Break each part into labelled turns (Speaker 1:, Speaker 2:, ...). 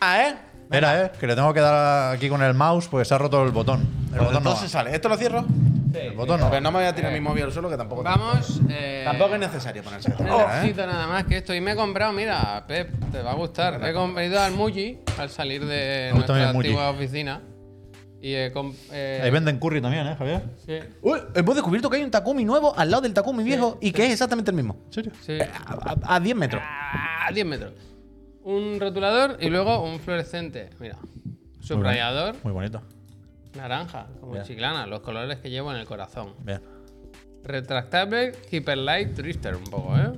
Speaker 1: Venga, ¿eh?
Speaker 2: Espera, eh, que le tengo que dar aquí con el mouse porque se ha roto el botón. El
Speaker 1: Pues
Speaker 2: botón no.
Speaker 1: entonces eh,
Speaker 2: va.
Speaker 1: sale. ¿Esto lo cierro?
Speaker 2: El botón no.
Speaker 1: Pero no me voy a tirar
Speaker 3: Eh.
Speaker 1: mi móvil al suelo, que tampoco.
Speaker 3: Vamos. eh,
Speaker 1: Tampoco es necesario ponerse esta
Speaker 3: No
Speaker 1: cara, ¿eh?
Speaker 3: necesito nada más que esto. Y me he comprado, mira, Pep, te va a gustar. Me he com- he ido al Muji al salir de
Speaker 2: Me gusta
Speaker 3: nuestra
Speaker 2: bien el
Speaker 3: antigua oficina. Y he com- eh,
Speaker 2: Ahí venden curry también, eh, Javier.
Speaker 3: sí,
Speaker 1: Uy, hemos descubierto que hay un Takumi nuevo al lado del Takumi viejo y que es exactamente el mismo.
Speaker 2: ¿En serio?
Speaker 3: sí.
Speaker 1: Eh, A, a- a 10 metros.
Speaker 3: Ah, 10 metros. Un rotulador y luego un fluorescente. Mira. Subrayador,
Speaker 2: Muy bonito.
Speaker 3: naranja, como chiclana, los colores que llevo en el corazón.
Speaker 2: Bien.
Speaker 3: Retractable Hyper Light Drifter un poco, ¿eh?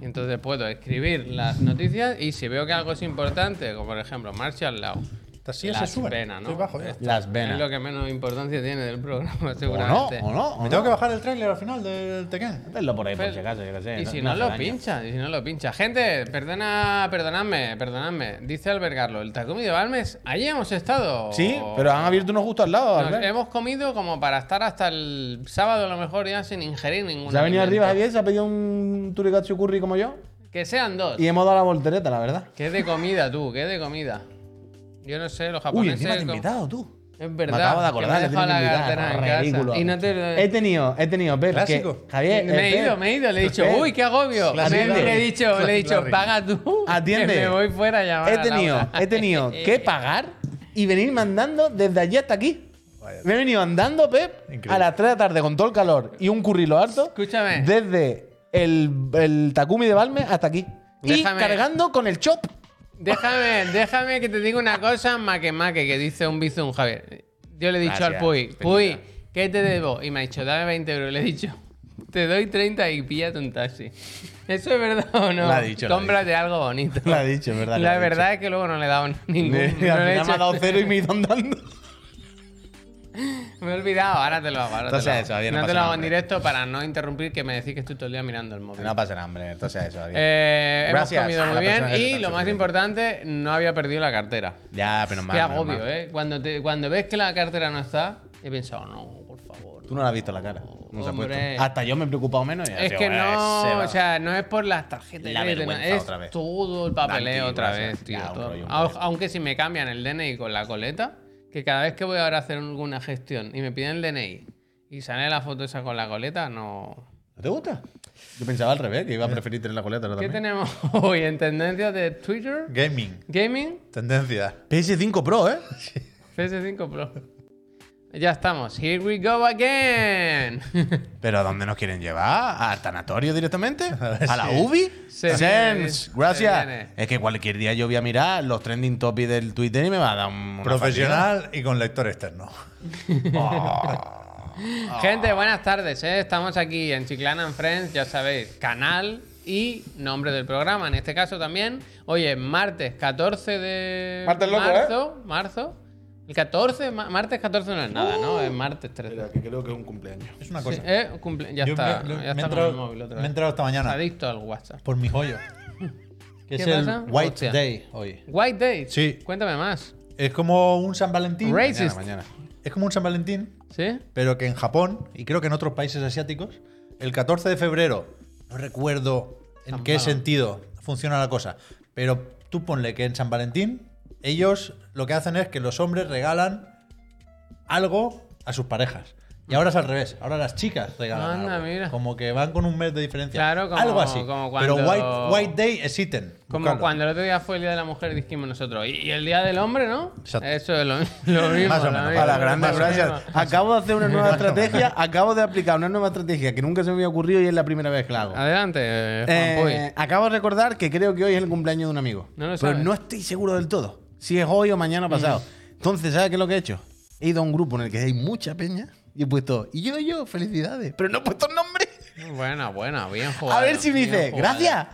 Speaker 3: Y entonces puedo escribir las noticias y si veo que algo es importante, como por ejemplo Marshall Law,
Speaker 2: Así
Speaker 3: las venas, ¿no?
Speaker 2: Estoy bajo, ya.
Speaker 3: Esto
Speaker 1: Las
Speaker 3: es lo
Speaker 1: venas.
Speaker 3: que menos importancia tiene del programa,
Speaker 1: O no,
Speaker 3: seguramente.
Speaker 1: o no, o
Speaker 2: Me
Speaker 1: no.
Speaker 2: tengo que bajar el tráiler al final del Tekken.
Speaker 1: Tenlo por ahí, por Pues,
Speaker 3: Pero-
Speaker 1: si acaso, yo qué sé.
Speaker 3: Y si
Speaker 1: no
Speaker 3: no,
Speaker 1: hace
Speaker 3: lo
Speaker 1: daño.
Speaker 3: pincha, y si no lo pincha. Gente, perdona, perdonadme, perdonadme. Dice albergarlo, el Takumi de Balmes, allí hemos estado.
Speaker 1: Sí, pero han abierto unos justo al lado.
Speaker 3: Nos
Speaker 1: Albert.
Speaker 3: hemos comido como para estar hasta el sábado a lo mejor ya sin ingerir ningún
Speaker 1: Se ha venido
Speaker 3: alimento.
Speaker 1: arriba Javier, se ha pedido un turikatsu curry como yo.
Speaker 3: Que sean dos.
Speaker 1: Y hemos dado la voltereta, la verdad.
Speaker 3: ¿Qué de comida tú? ¿Qué de comida? Yo no sé, los
Speaker 1: Uy,
Speaker 3: japoneses.
Speaker 1: encima te he
Speaker 3: com-
Speaker 1: invitado tú.
Speaker 3: Es verdad.
Speaker 1: Me acabo de
Speaker 3: que
Speaker 1: acordar,
Speaker 3: me he
Speaker 1: le
Speaker 3: dejado
Speaker 1: tienen
Speaker 3: la
Speaker 1: que invitar.
Speaker 3: cartera en
Speaker 1: Ridículo.
Speaker 3: casa. Y no te.
Speaker 1: He tenido, he tenido, Pep, que-
Speaker 2: Clásico.
Speaker 1: Javier,
Speaker 3: me
Speaker 1: eh,
Speaker 3: he ido,
Speaker 1: Pep,
Speaker 3: me he ido, le he dicho,
Speaker 1: Pep,
Speaker 3: uy, qué agobio. Le,
Speaker 2: Atiende.
Speaker 3: le he dicho, le he dicho,
Speaker 2: Claro.
Speaker 3: paga tú.
Speaker 1: Atiende.
Speaker 3: Que me voy fuera a llamar.
Speaker 1: he
Speaker 3: a
Speaker 1: tenido,
Speaker 3: Laura.
Speaker 1: he tenido que pagar y venir mandando desde allí hasta aquí. Me he venido andando, Pep,
Speaker 2: Increíble.
Speaker 1: a las 3 de la tarde con todo el calor y un currilo harto.
Speaker 3: Escúchame.
Speaker 1: Desde el, el Takumi de Balme hasta aquí.
Speaker 3: Déjame.
Speaker 1: Y cargando con el chop.
Speaker 3: Déjame, déjame que te diga una cosa, maque maque, que dice un bizum, Javier. Yo le he dicho al
Speaker 2: Gracias,
Speaker 3: Puy,
Speaker 2: Pepita.
Speaker 3: Puy, ¿qué te debo? Y me ha dicho, dame 20 euros. Le he dicho, te doy 30 y píllate un taxi. ¿Eso es verdad o no?
Speaker 1: Lo ha dicho, lo ha
Speaker 3: Cómprate algo bonito.
Speaker 1: Lo ha dicho, es verdad que lo
Speaker 3: La
Speaker 1: ha
Speaker 3: verdad es que luego no le he dado ningún. no le he
Speaker 1: Y al final
Speaker 3: hecho-
Speaker 1: me ha dado cero y me he ido andando.
Speaker 3: me he olvidado, ahora te lo hago. Ahora
Speaker 1: Entonces,
Speaker 3: te lo
Speaker 1: eso,
Speaker 3: hago.
Speaker 1: bien, no
Speaker 3: te
Speaker 1: pasa
Speaker 3: lo hago
Speaker 1: nada,
Speaker 3: en
Speaker 1: hombre.
Speaker 3: directo para no interrumpir que me decís que estoy todo el día mirando el móvil.
Speaker 1: pasa nada, hombre. Entonces, eso,
Speaker 3: Eh, hemos
Speaker 1: Gracias
Speaker 3: comido
Speaker 1: a la
Speaker 3: muy bien
Speaker 1: persona que te
Speaker 3: y
Speaker 1: está
Speaker 3: lo más
Speaker 1: sirviendo.
Speaker 3: importante, no había perdido la cartera.
Speaker 1: Ya, pero
Speaker 3: Qué agobio, ¿eh? Cuando, te, cuando ves que la cartera no está, he pensado, no, por favor.
Speaker 1: Tú no le has visto la cara. No se ha
Speaker 3: Hombre.
Speaker 1: puesto. Hasta yo me he preocupado menos. y ha
Speaker 3: Es
Speaker 1: sido,
Speaker 3: que
Speaker 1: "Eh, se
Speaker 3: no,
Speaker 1: va".
Speaker 3: o sea, no es por las tarjetas,
Speaker 1: La
Speaker 3: de crédito,
Speaker 1: vergüenza
Speaker 3: es
Speaker 1: otra vez.
Speaker 3: todo el papeleo
Speaker 1: Tranquilo,
Speaker 3: otra
Speaker 1: gracias.
Speaker 3: vez, tío.
Speaker 1: Ya, un
Speaker 3: todo.
Speaker 1: rollo, un
Speaker 3: Au-
Speaker 1: rollo.
Speaker 3: Aunque si me cambian el DNI con la coleta, que cada vez que voy ahora a hacer alguna gestión y me piden el DNI y sale la foto esa con la coleta, no.
Speaker 1: ¿No te gusta? Yo pensaba al revés, que
Speaker 2: Eh,
Speaker 1: iba a preferir tener la coleta. ahora
Speaker 3: ¿Qué
Speaker 1: también.
Speaker 3: tenemos hoy en tendencias de Twitter?
Speaker 2: Gaming.
Speaker 3: Gaming,
Speaker 2: Tendencia.
Speaker 1: PS5 Pro, ¿eh?
Speaker 3: PS5 Pro. Ya estamos. Here we go again.
Speaker 1: ¿Pero a dónde nos quieren llevar? ¿Al tanatorio directamente?
Speaker 2: ver,
Speaker 1: ¿A la
Speaker 2: sí.
Speaker 1: UBI?
Speaker 3: Se
Speaker 1: Sense,
Speaker 3: viene, se viene.
Speaker 1: gracias. Es que cualquier día yo voy a mirar los trending topics del Twitter y me va a dar un.
Speaker 2: Profesional y con lector externo.
Speaker 3: Gente, buenas tardes. ¿eh? Estamos aquí en Chiclana and Friends, ya sabéis, canal y nombre del programa. En este caso también, hoy es martes 14 de
Speaker 1: Martes loco,
Speaker 3: marzo. Marzo. El 14, ma- martes 14 no es nada, ¿no? Es martes 13.
Speaker 1: que creo que es un cumpleaños.
Speaker 2: Es una cosa.
Speaker 3: Sí, eh, cumple- ya
Speaker 2: Yo
Speaker 3: está,
Speaker 2: me- lo-
Speaker 3: ya
Speaker 2: me he
Speaker 3: está con
Speaker 2: entrado-
Speaker 3: el móvil otra
Speaker 2: me he
Speaker 3: vez.
Speaker 2: entrado esta mañana
Speaker 3: Adicto al WhatsApp.
Speaker 2: por mi joyo.
Speaker 1: Que
Speaker 3: ¿Qué
Speaker 1: es
Speaker 3: pasa?
Speaker 1: el White
Speaker 3: Hostia.
Speaker 1: Day hoy.
Speaker 3: White Date.
Speaker 2: Sí.
Speaker 3: Cuéntame más.
Speaker 2: Es como un San Valentín.
Speaker 3: Racist.
Speaker 1: Mañana, mañana.
Speaker 2: Es como un San Valentín,
Speaker 3: ¿Sí?
Speaker 2: pero que en Japón y creo que en otros países asiáticos, el 14 de febrero, no recuerdo en
Speaker 3: San
Speaker 2: qué
Speaker 3: Valentín.
Speaker 2: sentido funciona la cosa, pero tú ponle que en San Valentín ellos lo que hacen es que los hombres regalan algo a sus parejas. Y ahora es al revés, ahora las chicas regalan
Speaker 3: Anda,
Speaker 2: algo.
Speaker 3: mira.
Speaker 2: Como que van con un mes de diferencia.
Speaker 3: Claro, como-
Speaker 2: algo así.
Speaker 3: como cuando-
Speaker 2: Pero White, White Day es ítem.
Speaker 3: Como
Speaker 2: Buscarlo.
Speaker 3: cuando el otro día fue el Día de la Mujer, dijimos nosotros. Y y el Día del Hombre, ¿no?
Speaker 2: Exacto.
Speaker 3: Eso es lo, lo mismo.
Speaker 2: Más o
Speaker 3: lo
Speaker 2: menos.
Speaker 3: mismo,
Speaker 1: A la
Speaker 3: lo
Speaker 1: grande,
Speaker 3: mismo.
Speaker 1: gracias. Acabo de hacer una nueva estrategia, acabo de aplicar una nueva estrategia que nunca se me había ocurrido y es la primera vez que la hago.
Speaker 3: Adelante, eh, Juan Puy.
Speaker 1: Eh, acabo de recordar que creo que hoy es el cumpleaños de un amigo.
Speaker 3: No lo
Speaker 1: pero
Speaker 3: sabes. Mm.
Speaker 1: no estoy seguro del todo. Si es hoy o mañana pasado. Entonces, ¿sabes qué es lo que he hecho? He ido a un grupo en el que hay mucha peña y he puesto, y yo, yo, felicidades. Pero no he puesto el nombre.
Speaker 3: Buena, buena, bien jugado.
Speaker 1: a ver si me
Speaker 3: bien
Speaker 1: dice,
Speaker 3: jugado.
Speaker 1: gracias.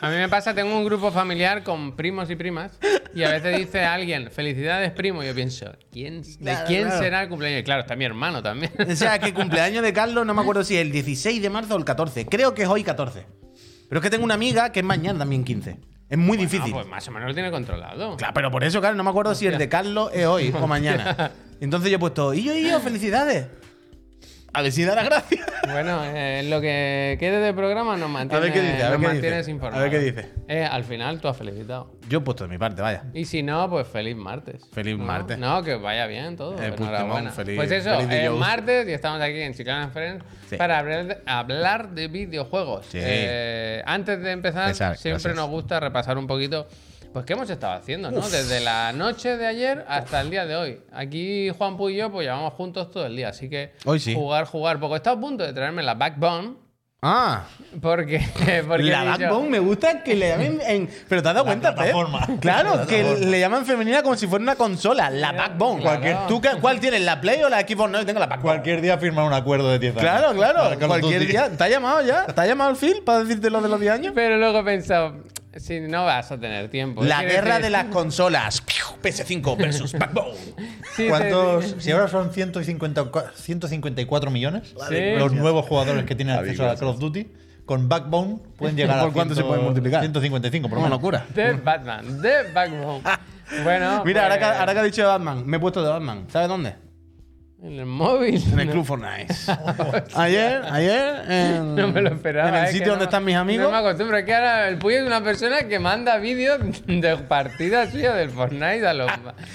Speaker 3: A mí me pasa, tengo un grupo familiar con primos y primas y a veces dice alguien, felicidades primo, y yo pienso, ¿quién, ¿de
Speaker 1: Claro,
Speaker 3: quién
Speaker 1: claro.
Speaker 3: será el cumpleaños? Y claro, está mi hermano también.
Speaker 1: O sea, que el cumpleaños de Carlos, no me acuerdo si es el 16 de marzo o el 14. Creo que es hoy 14. Pero es que tengo una amiga que es mañana también 15. Es muy
Speaker 3: Ah,
Speaker 1: difícil.
Speaker 3: pues más o menos lo tiene controlado.
Speaker 1: Claro, pero por eso, claro, no me acuerdo si el de Carlos es hoy o mañana. Entonces yo he puesto, y yo, y yo, felicidades. A ver si da las gracias.
Speaker 3: Bueno, eh, lo que quede de programa nos mantiene,
Speaker 1: A ver qué dice, a ver
Speaker 3: nos
Speaker 1: qué
Speaker 3: mantienes
Speaker 1: dice,
Speaker 3: informados.
Speaker 1: a ver qué dice.
Speaker 3: Eh, al final tú has felicitado.
Speaker 1: Yo he puesto de mi parte, vaya.
Speaker 3: Y si no, pues feliz martes.
Speaker 1: Feliz
Speaker 3: ¿No?
Speaker 1: martes.
Speaker 3: No, que vaya bien todo.
Speaker 1: Eh, Puigdemont,
Speaker 3: Enhorabuena.
Speaker 1: feliz-
Speaker 3: pues eso,
Speaker 1: feliz
Speaker 3: es
Speaker 1: Día Us.
Speaker 3: martes y estamos aquí en Chiclana Friends
Speaker 1: Sí.
Speaker 3: para hablar de, hablar de videojuegos.
Speaker 1: Sí.
Speaker 3: Eh, antes de empezar,
Speaker 1: Empezar,
Speaker 3: siempre
Speaker 1: gracias.
Speaker 3: nos gusta repasar un poquito. Pues qué hemos estado haciendo, ¿no? Desde la noche de ayer hasta el día de hoy. Aquí Juan Puy y yo pues llevamos juntos todo el día, así que
Speaker 1: Hoy sí.
Speaker 3: jugar, jugar poco. He estado a punto de traerme la Backbone
Speaker 1: Ah,
Speaker 3: porque, porque
Speaker 1: la
Speaker 3: he dicho-
Speaker 1: Backbone me gusta que le llamen en. Pero te has dado
Speaker 2: La
Speaker 1: cuenta, Pep?
Speaker 2: plataforma.
Speaker 1: Claro,
Speaker 2: La
Speaker 1: que
Speaker 2: plataforma.
Speaker 1: le llaman femenina como si fuera una consola, la Backbone.
Speaker 3: Cualquier-
Speaker 1: ¿Tú qué- cuál tienes, la Play o la Xbox? No, yo tengo la Backbone.
Speaker 2: Cualquier día firmar un acuerdo de 10 años.
Speaker 1: Claro,
Speaker 2: Para Call
Speaker 1: claro.
Speaker 2: of
Speaker 1: Cualquier
Speaker 2: Duty.
Speaker 1: día. ¿Te ha llamado ya? ¿Te ha llamado el Phil para decirte lo de los 10 años?
Speaker 3: Pero luego he pensado, si no vas a tener tiempo.
Speaker 1: La
Speaker 3: Quiero
Speaker 1: guerra
Speaker 3: decir-
Speaker 1: de las consolas. PS5 versus Backbone.
Speaker 3: Sí, te-
Speaker 2: ¿Cuántos, si ahora son 150 154 millones
Speaker 3: Sí.
Speaker 2: los nuevos jugadores que tienen acceso a Call of Duty, con Backbone pueden llegar a
Speaker 1: Ah, ¿Por cuánto se puede multiplicar?
Speaker 2: 155, por lo
Speaker 1: Una
Speaker 2: menos.
Speaker 1: locura.
Speaker 3: The Batman, The Backbone. Bueno,
Speaker 1: Ah. Mira, ahora que,
Speaker 3: pues,
Speaker 1: ahora que ha dicho de Batman, me he puesto de Batman. ¿Sabes dónde?
Speaker 3: En el móvil.
Speaker 1: En el Club Fortnite. ayer, ayer. En,
Speaker 3: No me lo esperaba.
Speaker 1: En el
Speaker 3: es que
Speaker 1: sitio
Speaker 3: no
Speaker 1: donde
Speaker 3: me-
Speaker 1: están mis amigos.
Speaker 3: No me acostumbro. Es que ahora el Puy es una persona que manda vídeos de partidas suyas del Fortnite a los,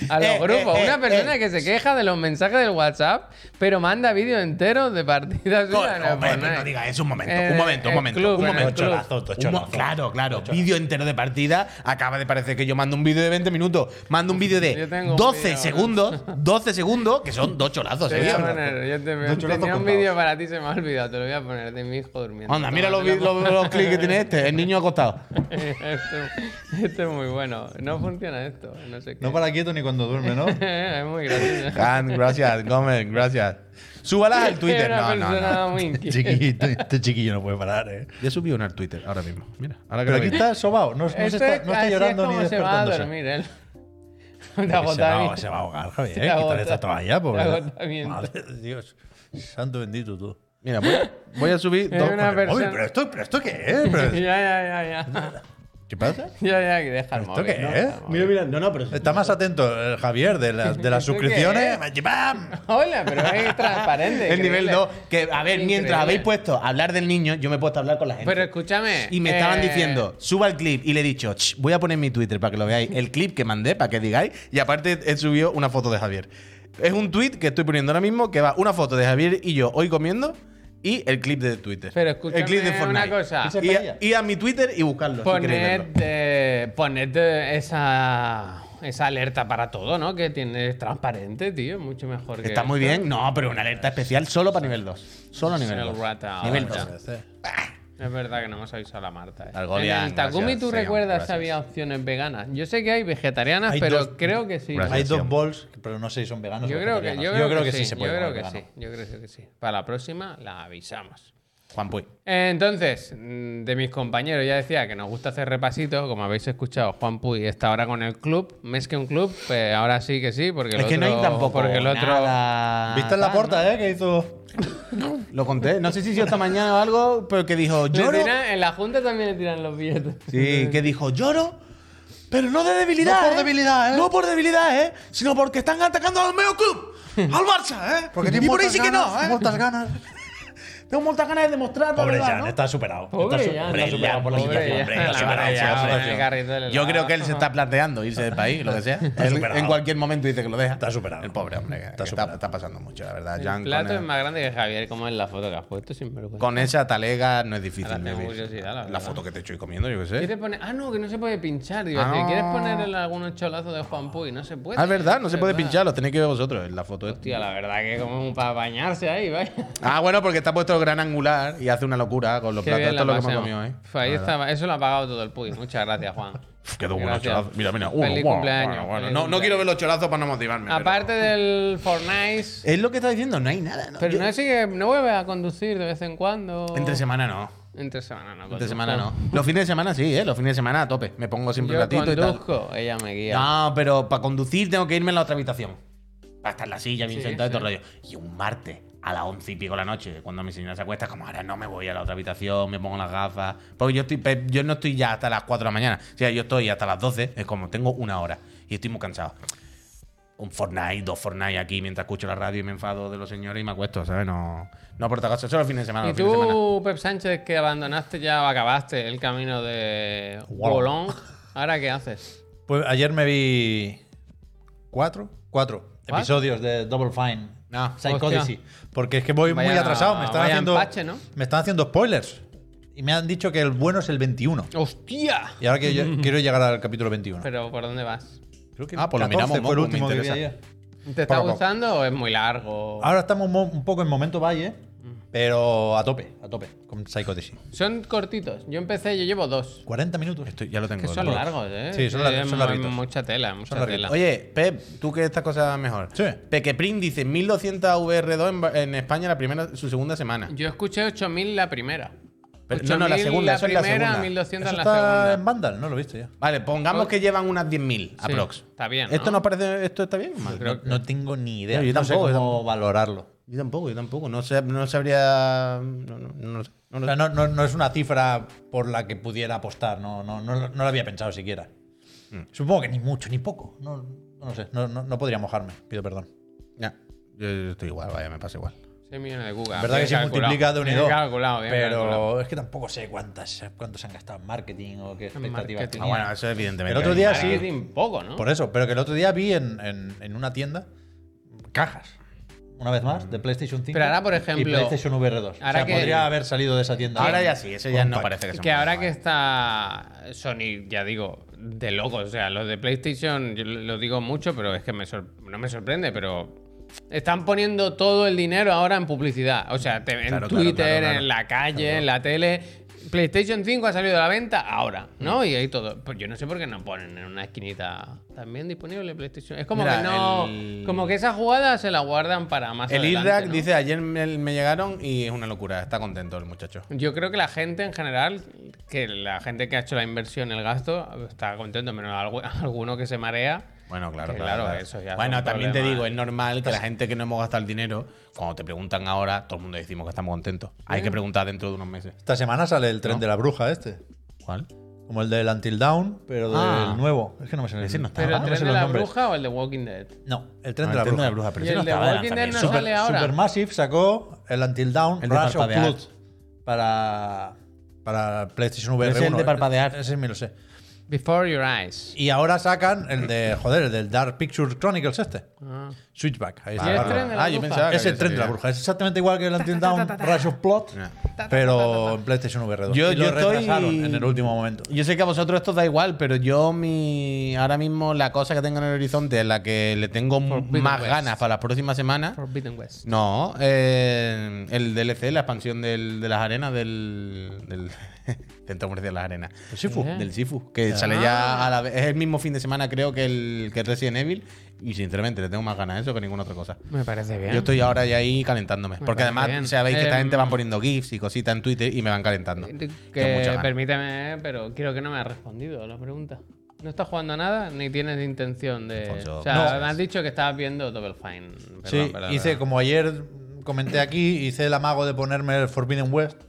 Speaker 3: a los
Speaker 1: Eh,
Speaker 3: grupos.
Speaker 1: eh, eh,
Speaker 3: una persona
Speaker 1: eh.
Speaker 3: que se queja de los mensajes del WhatsApp, pero manda vídeos enteros de partidas
Speaker 1: Co-
Speaker 3: suyas en el
Speaker 1: hombre,
Speaker 3: Fortnite.
Speaker 1: no digas eso, un momento,
Speaker 3: En
Speaker 1: un momento, un
Speaker 3: el
Speaker 1: momento,
Speaker 3: club,
Speaker 1: un
Speaker 3: en el
Speaker 1: momento.
Speaker 3: club.
Speaker 2: Chorazo,
Speaker 1: Un
Speaker 2: chorazo.
Speaker 1: mo- claro, claro. Vídeo entero de partida. Acaba de parecer que yo mando un vídeo de 20 minutos. Mando un vídeo
Speaker 3: Yo
Speaker 1: de
Speaker 3: tengo un
Speaker 1: 12
Speaker 3: vídeo, ¿no?
Speaker 1: segundos. 12 segundos, que son dos cholazos.
Speaker 3: Te
Speaker 1: ¿eh?
Speaker 3: voy a poner, yo te-
Speaker 2: Dos chulazos
Speaker 3: tenía un
Speaker 2: contados.
Speaker 3: vídeo para ti, se me ha olvidado, te lo voy a poner de mi hijo durmiendo.
Speaker 1: Anda, mira
Speaker 3: Toma,
Speaker 1: los,
Speaker 3: te
Speaker 1: vi-
Speaker 3: lo
Speaker 1: los, los clics que tiene este. El niño acostado.
Speaker 3: este, este es muy bueno. No funciona esto. No sé qué.
Speaker 2: No para quieto ni cuando duerme, ¿no?
Speaker 3: es muy gracioso.
Speaker 1: Jan, gracias, Gómez, gracias. Súbalas al Twitter.
Speaker 3: Era
Speaker 1: No,
Speaker 3: una
Speaker 1: no,
Speaker 3: persona
Speaker 1: no.
Speaker 3: muy inquieta.
Speaker 2: Chiquito, este chiquillo no puede parar, ¿eh?
Speaker 1: Ya subí una al Twitter ahora mismo. Mira, ahora que
Speaker 2: Pero
Speaker 1: lo
Speaker 2: aquí
Speaker 1: veis.
Speaker 2: está sobao, no, no se
Speaker 3: Esto
Speaker 2: está,
Speaker 3: es-
Speaker 2: no está
Speaker 3: Este así es
Speaker 2: llorando ni
Speaker 3: como se va a
Speaker 2: despertándose.
Speaker 3: dormir él. Te
Speaker 2: Se va,
Speaker 3: agotamiento.
Speaker 2: se va a ahogar, Javier. ¿eh?
Speaker 3: Te agota.
Speaker 2: Quítale esta toalla, pobre.
Speaker 3: Te agotamiento.
Speaker 2: Madre de Dios. Santo bendito tú.
Speaker 1: Mira, voy, voy a subir
Speaker 3: Es
Speaker 1: dos.
Speaker 3: una
Speaker 1: con el móvil.
Speaker 3: persona-
Speaker 2: Uy, pero esto, pero esto qué es? Pero-
Speaker 3: Ya, ya, ya, ya.
Speaker 2: ¿Qué pasa?
Speaker 3: Ya, ya, que deja el móvil.
Speaker 2: qué
Speaker 3: ¿no?
Speaker 2: es?
Speaker 3: Deja el móvil.
Speaker 1: Mira, mira, no, no, pero.
Speaker 2: Está más atento el Javier de, las- de las
Speaker 3: ¿Esto qué
Speaker 2: suscripciones.
Speaker 3: es?
Speaker 2: ¡Bam!
Speaker 3: Hola, pero es transparente.
Speaker 1: El nivel
Speaker 3: increíble.
Speaker 1: 2. Que, a ver, mientras
Speaker 3: Increíble.
Speaker 1: habéis puesto a hablar del niño, yo me he puesto a hablar con la gente.
Speaker 3: Pero escúchame.
Speaker 1: y me estaban
Speaker 3: eh,
Speaker 1: diciendo, suba el clip. Y le he dicho, "Ch, voy a poner en mi Twitter para que lo veáis. El clip que mandé para que digáis. Y aparte, he subido una foto de Javier. Es un tweet que estoy poniendo ahora mismo que va una foto de Javier y yo hoy comiendo y el clip de Twitter.
Speaker 3: Pero
Speaker 1: el clip de
Speaker 3: escúchame una cosa.
Speaker 1: Y a, y a mi Twitter y buscarlo. si queréis verlo.
Speaker 3: Poned, eh, poned, eh, esa, esa alerta para todo, ¿no? Que tienes transparente, tío. Mucho mejor que.
Speaker 1: Está muy
Speaker 3: esto.
Speaker 1: bien. No, pero una alerta especial solo para nivel 2. Solo a nivel
Speaker 3: El
Speaker 1: 2.
Speaker 3: rata,
Speaker 1: Nivel
Speaker 3: ahora.
Speaker 1: 2.
Speaker 3: Es verdad que no hemos avisado a la Marta. ¿eh?
Speaker 1: Al Golian,
Speaker 3: en el Takumi,
Speaker 1: gracias,
Speaker 3: ¿tú
Speaker 1: Sean,
Speaker 3: recuerdas si
Speaker 1: gracias.
Speaker 3: había opciones veganas? Yo sé que hay vegetarianas,
Speaker 2: Hay
Speaker 3: pero
Speaker 2: dos-
Speaker 3: creo que sí. ¿no?
Speaker 1: Gracias.
Speaker 2: Hay dos balls, pero no sé si son veganos
Speaker 3: Yo
Speaker 2: o
Speaker 3: creo que,
Speaker 2: vegetarianos.
Speaker 3: yo creo que, sí,
Speaker 2: se puede.
Speaker 3: Yo creo
Speaker 2: comer
Speaker 3: que sí.
Speaker 2: vegano.
Speaker 3: Yo creo que sí. Para la próxima la avisamos. Eh,
Speaker 1: Juan Puy.
Speaker 3: Entonces, mm, de mis compañeros ya decía que nos gusta hacer repasitos, como habéis escuchado, Juan Puy está ahora con el club, más que un club, pues ahora sí que sí, porque el
Speaker 1: Es que no
Speaker 3: otro-
Speaker 1: hay tampoco.
Speaker 3: porque el otro
Speaker 1: nada
Speaker 2: ¿Viste en la
Speaker 1: tal,
Speaker 2: puerta, eh? Que hizo.
Speaker 1: ¿no? Lo conté. No sé si hizo esta mañana o algo, pero que dijo,
Speaker 3: Le
Speaker 1: lloro.
Speaker 3: tiran- en la junta también le tiran los billetes.
Speaker 1: Sí, que dijo, lloro, pero no de debilidad.
Speaker 2: No por debilidad, ¿eh?
Speaker 1: No por debilidad, ¿eh? Sino porque están atacando al medio club, al Barça, ¿eh? y por ahí sí que no, ¿eh?
Speaker 2: Muchas ganas.
Speaker 1: Tengo muchas ganas de demostrar, la
Speaker 2: Pobre
Speaker 1: verdad,
Speaker 2: Jan,
Speaker 1: ¿no?
Speaker 2: está superado.
Speaker 3: Pobre
Speaker 2: está su-
Speaker 3: Jan,
Speaker 2: está superado por la
Speaker 3: pobre
Speaker 2: situación.
Speaker 3: Jan,
Speaker 2: hombre, está
Speaker 3: la
Speaker 2: superado por
Speaker 3: verdad,
Speaker 2: la
Speaker 3: ya,
Speaker 2: situación.
Speaker 3: el carrito del
Speaker 1: Yo
Speaker 3: helado.
Speaker 1: creo que él se está planteando irse del país, lo que sea. Él
Speaker 2: superado.
Speaker 1: en cualquier momento dice que lo deja.
Speaker 2: Está superado.
Speaker 1: El pobre hombre, que- que está,
Speaker 2: superado.
Speaker 1: está pasando mucho, la verdad. Jan,
Speaker 3: El
Speaker 1: con
Speaker 3: plato
Speaker 1: el-
Speaker 3: es más grande que Javier, como en la foto que has puesto, sin vergüenza.
Speaker 1: Con esa talega no es difícil
Speaker 3: Ahora tengo
Speaker 1: vivir.
Speaker 3: curiosidad, la
Speaker 1: La,
Speaker 3: verdad.
Speaker 1: foto que te estoy comiendo, yo qué sé.
Speaker 3: ¿Quieres poner? Ah, no, que no se puede pinchar. Digo,
Speaker 1: ¿Eh? Ah,
Speaker 3: decir,
Speaker 1: no.
Speaker 3: ¿Quieres ponerle algunos cholazos de Juan Puy? No se puede.
Speaker 1: Ah, es verdad, no se puede
Speaker 3: ¿verdad?
Speaker 1: pinchar, lo tenéis que ver vosotros en la foto. esta.
Speaker 3: Tío, la verdad que como para bañarse ahí, vaya.
Speaker 1: Ah, bueno, porque está puesto gran angular y hace una locura con los
Speaker 3: Qué
Speaker 1: platos.
Speaker 3: bien
Speaker 1: Esto es lo
Speaker 3: la
Speaker 1: que hemos
Speaker 3: pasamos.
Speaker 1: comido, ¿eh?
Speaker 3: Fue ahí estaba- eso lo ha pagado todo el Puy. Muchas gracias, Juan.
Speaker 1: Uf, qué bueno
Speaker 3: Gracias.
Speaker 1: chorazo. Mira, mira, uno,
Speaker 3: Feliz
Speaker 1: guau,
Speaker 3: cumpleaños,
Speaker 1: bueno, bueno.
Speaker 3: feliz
Speaker 1: No, no quiero
Speaker 3: cumpleaños.
Speaker 1: ver los chorazos para no motivarme. pero-
Speaker 3: Aparte del Fortnite,
Speaker 1: Es lo que está diciendo, no hay nada, ¿no?
Speaker 3: pero
Speaker 1: Yo-
Speaker 3: no es que no vuelve a conducir de vez en cuando.
Speaker 1: Entre semana no.
Speaker 3: Entre semana no.
Speaker 1: Entre
Speaker 3: conduzco.
Speaker 1: semana no. Los fines de semana sí, ¿eh? Los fines de semana a tope. Me pongo siempre un
Speaker 3: Yo
Speaker 1: ratito y tal.
Speaker 3: conduzco, ella me guía.
Speaker 1: No, pero para conducir tengo que irme a la otra habitación. Para estar en la silla bien
Speaker 3: Sí,
Speaker 1: sentado y todo
Speaker 3: sí.
Speaker 1: el rollo. Y un martes a las once y pico de la noche, cuando mi señora se acuesta, como ahora no me voy a la otra habitación, me pongo las gafas. Porque yo, estoy, pe- yo no estoy ya hasta las 4 de la mañana. O sea, yo estoy hasta las 12, es como tengo una hora y estoy muy cansado. un Fortnite, dos Fortnite aquí mientras escucho la radio y me enfado de los señores y me acuesto, ¿sabes? No, no aporta gasto, solo el fin de semana.
Speaker 3: Y
Speaker 1: los fines de semana.
Speaker 3: tú, Pep Sánchez, que abandonaste ya o acabaste el camino de
Speaker 2: Wow.
Speaker 3: Bolón, ¿ahora qué haces?
Speaker 2: Pues ayer me vi cuatro, cuatro
Speaker 3: ¿Cuatro?
Speaker 2: episodios de Double Fine.
Speaker 1: Ah,
Speaker 2: Psychology.
Speaker 3: hostia.
Speaker 2: Porque es que voy muy
Speaker 3: Vaya-
Speaker 2: atrasado. Me están,
Speaker 3: vaya
Speaker 2: haciendo,
Speaker 3: empache, ¿no?
Speaker 2: me están haciendo spoilers. Y me han dicho que el bueno es el 21.
Speaker 3: ¡Hostia!
Speaker 2: Y ahora que yo quiero llegar al capítulo 21.
Speaker 3: Pero ¿por dónde vas?
Speaker 2: Creo que
Speaker 1: Ah, pues lo
Speaker 2: 14
Speaker 1: miramos,
Speaker 2: fue el
Speaker 1: Moco, me
Speaker 2: último que vi
Speaker 1: interesa.
Speaker 2: ayer.
Speaker 3: ¿Te está
Speaker 2: Poco a poco.
Speaker 3: gustando o es muy largo?
Speaker 2: Ahora estamos mo- un poco en momento valle, ¿eh? pero a tope, a tope, con Psychology.
Speaker 3: Son cortitos. Yo empecé, yo llevo dos.
Speaker 2: 40 minutos.
Speaker 1: Estoy- ya lo tengo.
Speaker 3: Que son
Speaker 1: Bueno.
Speaker 3: largos, ¿eh?
Speaker 2: Sí, son lar-
Speaker 3: Es
Speaker 2: son
Speaker 3: mu-
Speaker 2: larguitos.
Speaker 3: Mucha tela, mucha
Speaker 2: Son larguitos.
Speaker 3: tela.
Speaker 1: Oye, Pep, tú que estas cosas mejor.
Speaker 2: Sí.
Speaker 1: Pequeprint dice 1200 VR2 en, Ba- en España la primera, su segunda semana.
Speaker 3: Yo escuché 8000 la primera.
Speaker 1: Pero- no, no, la
Speaker 3: 8.000
Speaker 1: segunda, eso es la
Speaker 3: primera,
Speaker 1: segunda.
Speaker 3: 1200
Speaker 2: Eso
Speaker 3: la
Speaker 2: está en
Speaker 3: segunda.
Speaker 2: Vandal, no lo he visto ya.
Speaker 1: Vale, pongamos que llevan unas 10.000 aprox.
Speaker 3: está bien, ¿no?
Speaker 1: ¿Esto nos parece, esto está bien? Mal.
Speaker 3: Creo
Speaker 2: No, no tengo ni idea.
Speaker 1: Yo
Speaker 2: no sé
Speaker 1: tampoco, yo
Speaker 2: cómo valorarlo.
Speaker 1: Yo tampoco, yo tampoco. No, sé, no sabría. No, no, no lo sé. No
Speaker 2: O
Speaker 1: lo
Speaker 2: sea,
Speaker 1: sé.
Speaker 2: no, no- no es una cifra por la que pudiera apostar. No, no, no, no lo había pensado siquiera. Supongo que ni mucho ni poco. No, no lo sé. No, no- no podría mojarme. Pido perdón.
Speaker 1: Ya. Yo, yo estoy igual, vaya, me pasa igual.
Speaker 3: 6 millones de Google.
Speaker 2: Es verdad que se multiplica de un y
Speaker 3: Bien
Speaker 2: dos,
Speaker 3: calculado, bien
Speaker 2: pero
Speaker 3: calculado.
Speaker 2: es que tampoco sé cuántas, cuántos se han gastado en marketing o qué expectativas
Speaker 3: marketing.
Speaker 1: Ah,
Speaker 2: tenían.
Speaker 1: bueno, eso evidentemente.
Speaker 2: El otro día sí.
Speaker 3: Marketing poco, ¿no?
Speaker 2: Por eso, pero que el otro día vi en, en- en una tienda cajas. Una vez más, de PlayStation 5.
Speaker 3: Pero ahora, por ejemplo,
Speaker 2: Y PlayStation VR2.
Speaker 3: ahora
Speaker 2: o sea,
Speaker 3: que-
Speaker 2: podría haber salido de esa tienda.
Speaker 1: Ahora ya sí, eso ya no parece que sea un
Speaker 3: que ahora que
Speaker 1: problema.
Speaker 3: está Sony, ya digo, de loco, o sea, los de PlayStation, yo lo digo mucho, pero es que me sor- no me sorprende, pero están poniendo todo el dinero ahora en publicidad. O sea, te- en
Speaker 1: Claro, claro,
Speaker 3: Twitter,
Speaker 1: claro, claro.
Speaker 3: en la calle, en la tele. PlayStation 5 ha salido a la venta ahora,
Speaker 1: Mm.
Speaker 3: ¿no? Y ahí todo. Pues yo no sé por qué no ponen en una esquinita también disponible PlayStation. Es como
Speaker 1: Mira,
Speaker 3: que no.
Speaker 1: el-
Speaker 3: Como que esa jugada se la guardan para más
Speaker 1: El
Speaker 3: adelante,
Speaker 1: Irak
Speaker 3: ¿no?
Speaker 1: dice: Ayer me, me llegaron y es una locura. Está contento el muchacho.
Speaker 3: Yo creo que la gente en general, que la gente que ha hecho la inversión, el gasto, está contento, menos algu- alguno que se marea.
Speaker 1: Bueno, claro,
Speaker 3: Que
Speaker 1: claro,
Speaker 3: claro,
Speaker 1: claro.
Speaker 3: eso ya
Speaker 1: Bueno,
Speaker 3: son
Speaker 1: también te
Speaker 3: problemas.
Speaker 1: digo, es normal que la gente que no hemos gastado el dinero, cuando te preguntan ahora, todo el mundo decimos que estamos contentos. Hay que preguntar dentro de unos meses.
Speaker 2: Esta semana sale el tren de la bruja este.
Speaker 1: ¿Cuál?
Speaker 2: Como el del Until Down, pero del
Speaker 1: Ah.
Speaker 2: nuevo. Es que no me sale.
Speaker 1: Ese no está.
Speaker 3: ¿Pero
Speaker 1: Ah,
Speaker 3: el
Speaker 2: no me
Speaker 3: tren
Speaker 2: sé
Speaker 3: de
Speaker 2: los
Speaker 3: la
Speaker 2: nombres.
Speaker 3: bruja o el de Walking Dead?
Speaker 2: No, el tren de
Speaker 1: Ah,
Speaker 2: la
Speaker 1: el tren
Speaker 2: bruja.
Speaker 1: pero
Speaker 3: Y
Speaker 1: ese
Speaker 3: el
Speaker 1: no
Speaker 3: de
Speaker 1: estaba de
Speaker 3: Walking Dead
Speaker 1: lanzamiento.
Speaker 3: no
Speaker 1: Super-
Speaker 3: sale ahora.
Speaker 2: Supermassive sacó el Until Down
Speaker 1: El de
Speaker 2: Rush of
Speaker 1: parpadear.
Speaker 2: Blood para, para PlayStation VR1.
Speaker 1: Pero ese es el de parpadear.
Speaker 2: Ese me lo sé.
Speaker 3: Before Your Eyes.
Speaker 2: Y ahora sacan el de, joder, el del Dark Picture Chronicles este.
Speaker 3: Ah.
Speaker 2: Switchback. Ahí
Speaker 3: ¿Y
Speaker 2: está.
Speaker 3: el tren de la
Speaker 1: Ah, yo
Speaker 3: bruja?
Speaker 1: pensaba que
Speaker 2: Es el
Speaker 1: había
Speaker 2: tren de la
Speaker 1: salido.
Speaker 2: bruja. Es exactamente igual que el Until Down Rush of Plot,
Speaker 1: Ya.
Speaker 2: pero en PlayStation VR2.
Speaker 1: Yo-
Speaker 2: Y lo
Speaker 1: yo estoy-
Speaker 2: retrasaron en el último momento.
Speaker 1: Yo sé que a vosotros esto os da igual, pero yo mi ahora mismo la cosa que tengo en el horizonte, la que le tengo m-
Speaker 3: Forbidden
Speaker 1: más
Speaker 3: West.
Speaker 1: ganas para la próxima semana,
Speaker 3: Forbidden West.
Speaker 1: no, eh, el DLC, la expansión del- de las arenas del, del Centro Comercial de las Arenas. Del
Speaker 3: Sifu.
Speaker 1: Del Sifu, que sale ya a la vez. Es el mismo fin de semana creo que el que Resident Evil y sinceramente le tengo más ganas a eso que a ninguna otra cosa.
Speaker 3: Me parece bien.
Speaker 1: Yo estoy ahora ya ahí calentándome.
Speaker 3: Me
Speaker 1: Porque
Speaker 3: parece
Speaker 1: además,
Speaker 3: bien.
Speaker 1: sabéis que esta
Speaker 3: Em, eh,
Speaker 1: gente van poniendo GIFs y cositas en Twitter y me van calentando. Tengo muchas
Speaker 3: Que
Speaker 1: ganas.
Speaker 3: permíteme, pero creo que no me has respondido a la pregunta. No estás jugando a nada ni tienes intención de.
Speaker 1: Alfonso,
Speaker 3: o sea,
Speaker 1: no.
Speaker 3: me has dicho que estabas viendo Double Fine. Perdón,
Speaker 2: sí,
Speaker 3: perdón,
Speaker 2: hice
Speaker 3: perdón.
Speaker 2: como ayer comenté aquí, hice el amago de ponerme el Forbidden West,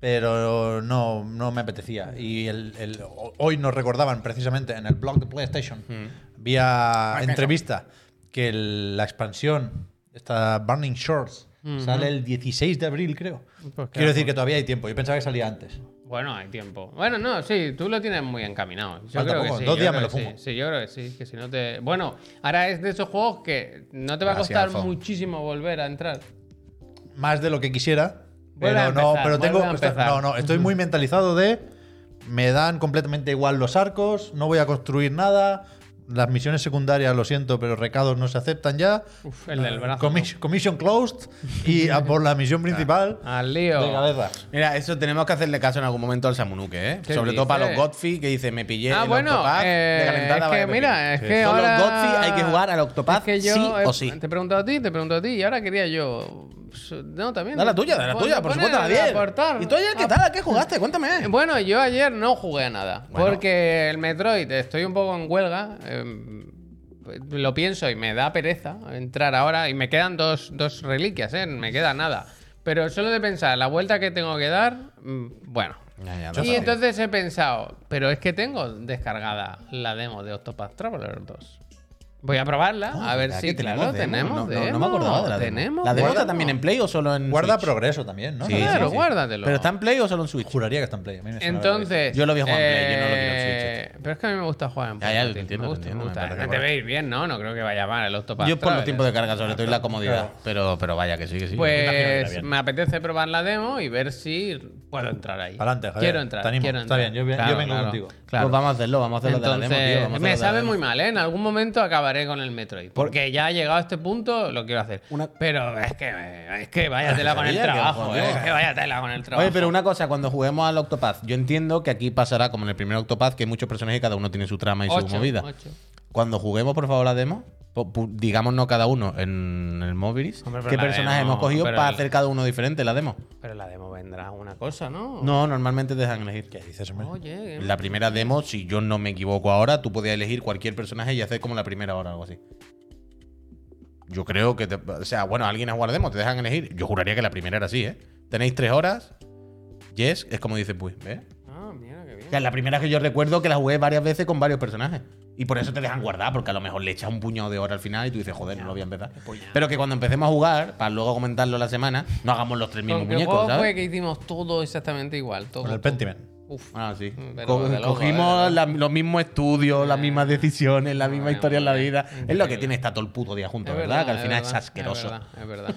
Speaker 2: pero no, no me apetecía. Y el- el- hoy nos recordaban precisamente en el blog de PlayStation,
Speaker 3: Hmm.
Speaker 2: vía entrevista, que el- la expansión, esta Burning Shores, sale el 16 de abril, creo.
Speaker 3: Hmm. Pues
Speaker 2: Quiero decir que todavía hay tiempo. Yo pensaba que salía antes.
Speaker 3: Bueno, hay tiempo. Bueno, no, sí, tú lo tienes muy encaminado. Yo
Speaker 2: Falta
Speaker 3: creo
Speaker 2: poco,
Speaker 3: que sí.
Speaker 2: en dos
Speaker 3: yo
Speaker 2: días
Speaker 3: creo
Speaker 2: me
Speaker 3: que
Speaker 2: lo
Speaker 3: sí.
Speaker 2: fumo.
Speaker 3: Sí, yo creo que sí, que si no te. Bueno, ahora es de esos juegos que no te va a
Speaker 1: Gracias,
Speaker 3: costar
Speaker 1: Alfonso.
Speaker 3: muchísimo volver a entrar.
Speaker 2: más de lo que quisiera.
Speaker 3: Vuelve
Speaker 2: Pero
Speaker 3: a
Speaker 2: no,
Speaker 3: empezar,
Speaker 2: pero tengo.
Speaker 3: vuelve a empezar.
Speaker 2: No, no, estoy muy mentalizado de. Me dan completamente igual los arcos, no voy a construir nada. Las misiones secundarias, lo siento, pero recados no se aceptan ya.
Speaker 3: Uf, el del brazo.
Speaker 2: Commis- commission closed y a por la misión principal.
Speaker 3: Al
Speaker 2: De
Speaker 3: lío.
Speaker 2: cabeza.
Speaker 1: Mira, eso tenemos que hacerle caso en algún momento al Samunuke, ¿eh?
Speaker 3: ¿Qué
Speaker 1: Sobre todo para los
Speaker 3: dices?
Speaker 1: Godfrey que dice, me pillé
Speaker 3: Ah,
Speaker 1: el
Speaker 3: bueno,
Speaker 1: Octopath
Speaker 3: eh,
Speaker 1: de calentada.
Speaker 3: es
Speaker 1: vaya
Speaker 3: que
Speaker 1: pepino".
Speaker 3: mira, es
Speaker 1: Sí.
Speaker 3: que
Speaker 1: Con
Speaker 3: ahora...
Speaker 1: los Godfrey hay que jugar al Octopath
Speaker 3: Es que yo,
Speaker 1: sí
Speaker 3: eh,
Speaker 1: o sí.
Speaker 3: Te he preguntado a ti, te he preguntado a ti, y ahora quería yo... No, también...
Speaker 1: Da la tuya, da la
Speaker 3: Pues,
Speaker 1: tuya, por
Speaker 3: poner
Speaker 1: supuesto, la 10.
Speaker 3: aportar.
Speaker 1: ¿Y tú ayer qué
Speaker 3: Ah,
Speaker 1: tal? ¿A qué jugaste? Cuéntame.
Speaker 3: Bueno, yo ayer no jugué a nada.
Speaker 1: Bueno.
Speaker 3: Porque el Metroid, estoy un poco en huelga. eh, lo pienso y me da pereza entrar ahora. Y me quedan dos, dos reliquias, ¿eh? Me queda nada. Pero solo de pensar, la vuelta que tengo que dar, mm, bueno.
Speaker 1: Ya, ya, da
Speaker 3: Y
Speaker 1: fastidio.
Speaker 3: entonces he pensado, pero es que tengo descargada la demo de Octopath Traveler 2. Voy a probarla, a ver
Speaker 1: Oh, ¿verdad
Speaker 3: si
Speaker 1: que
Speaker 3: claro,
Speaker 1: demo?
Speaker 3: tenemos.
Speaker 1: ¿eh? No, no,
Speaker 3: demo,
Speaker 1: no me acordaba de la demo.
Speaker 3: tenemos.
Speaker 1: ¿La demo
Speaker 3: demo.
Speaker 1: está también en Play o solo en
Speaker 2: Guarda
Speaker 1: Switch?
Speaker 2: progreso también, ¿no?
Speaker 1: Sí,
Speaker 2: No,
Speaker 1: sí,
Speaker 3: Claro,
Speaker 1: sí.
Speaker 3: guárdatelo.
Speaker 1: ¿Pero está en Play o solo en Switch?
Speaker 2: Juraría que está en Play. a mí me suena
Speaker 3: Entonces. eh,
Speaker 1: Yo lo vi jugar en Play, yo no lo vi en Switch, este.
Speaker 3: Pero es que a mí me gusta jugar en
Speaker 1: Ya, ya,
Speaker 3: portátil,
Speaker 1: te entiendo,
Speaker 3: me
Speaker 1: te
Speaker 3: gusta,
Speaker 1: entiendo, me
Speaker 3: me gusta.
Speaker 1: parece
Speaker 3: Que
Speaker 1: que
Speaker 3: te
Speaker 1: bueno.
Speaker 3: veis bien, ¿no? No creo que vaya mal el Octopath
Speaker 1: Yo por los
Speaker 3: Traveler.
Speaker 1: tiempos de carga, sobre todo, y la comodidad.
Speaker 2: Claro.
Speaker 1: Pero, pero vaya que sí, que sí.
Speaker 3: Pues me apetece probar la demo y ver si puedo entrar ahí.
Speaker 2: Adelante, Javier,
Speaker 3: Quiero entrar.
Speaker 2: te animo.
Speaker 3: quiero
Speaker 2: Está
Speaker 3: entrar.
Speaker 2: bien, yo- yo vengo contigo.
Speaker 1: Pues vamos a hacerlo, vamos a hacerlo
Speaker 3: Entonces,
Speaker 1: de la demo, tío. Vamos a hacerlo
Speaker 3: me
Speaker 1: de la
Speaker 3: sabe
Speaker 1: demo.
Speaker 3: muy mal, ¿eh? En algún momento acabaré con el Metroid. Porque ya he llegado a este punto, lo quiero hacer.
Speaker 1: Una-
Speaker 3: Pero es que, es que vaya tela con el
Speaker 1: Sabía que
Speaker 3: trabajo,
Speaker 1: jodía.
Speaker 3: ¿eh? Es que vaya tela con el trabajo.
Speaker 1: Oye, pero una cosa, cuando juguemos al Octopath, yo entiendo que aquí pasará como en el primer Octopath, que hay muchos personajes y cada uno tiene su trama y su
Speaker 3: Ocho,
Speaker 1: movida.
Speaker 3: ocho.
Speaker 1: Cuando juguemos, por favor, la demo, po- pu- digámonos cada uno en el móvilis
Speaker 3: Hombre, pero
Speaker 1: qué
Speaker 3: la
Speaker 1: personaje
Speaker 3: demo,
Speaker 1: hemos cogido
Speaker 3: pero
Speaker 1: para
Speaker 3: el-
Speaker 1: hacer cada uno diferente la demo.
Speaker 3: Pero la demo vendrá una cosa, ¿no?
Speaker 1: No, normalmente te dejan elegir.
Speaker 2: ¿Qué dices, hombre?
Speaker 3: Oye,
Speaker 1: La primera demo, si yo no me equivoco ahora, tú podías elegir cualquier personaje y hacer como la primera hora o algo así. Yo creo que. te- o sea, bueno, alguien ha jugado la demo, te dejan elegir. Yo juraría que la primera era así, ¿eh? Tenéis tres horas. Yes, es como dice pues, ¿ves?
Speaker 3: Ah, mira, qué
Speaker 1: O
Speaker 3: bien.
Speaker 1: sea, la primera que yo recuerdo que la jugué varias veces con varios personajes. Y por eso te dejan guardar, porque a lo mejor le echas un puñado de hora al final y tú dices, joder, no lo voy a empezar. Pero que cuando empecemos a jugar, para luego comentarlo la semana, no hagamos los tres mismos
Speaker 3: ¿Con qué
Speaker 1: muñecos,
Speaker 3: juego fue
Speaker 1: ¿sabes?
Speaker 3: que hicimos todo exactamente igual? Todo,
Speaker 2: Con el
Speaker 3: todo.
Speaker 2: Pentiment.
Speaker 3: Uf.
Speaker 1: Ah, sí.
Speaker 3: Pero
Speaker 1: Co-
Speaker 3: de loco,
Speaker 1: cogimos
Speaker 3: de loco.
Speaker 1: la- los mismos estudios, las mismas decisiones, la misma
Speaker 3: Madre
Speaker 1: historia en la
Speaker 3: mía. eh,
Speaker 1: vida. Es lo que
Speaker 3: Increíble.
Speaker 1: tiene estar todo el puto día juntos,
Speaker 3: Es
Speaker 1: ¿verdad? Que al
Speaker 3: es
Speaker 1: final es,
Speaker 3: verdad,
Speaker 1: asqueroso.
Speaker 3: Es verdad, es verdad.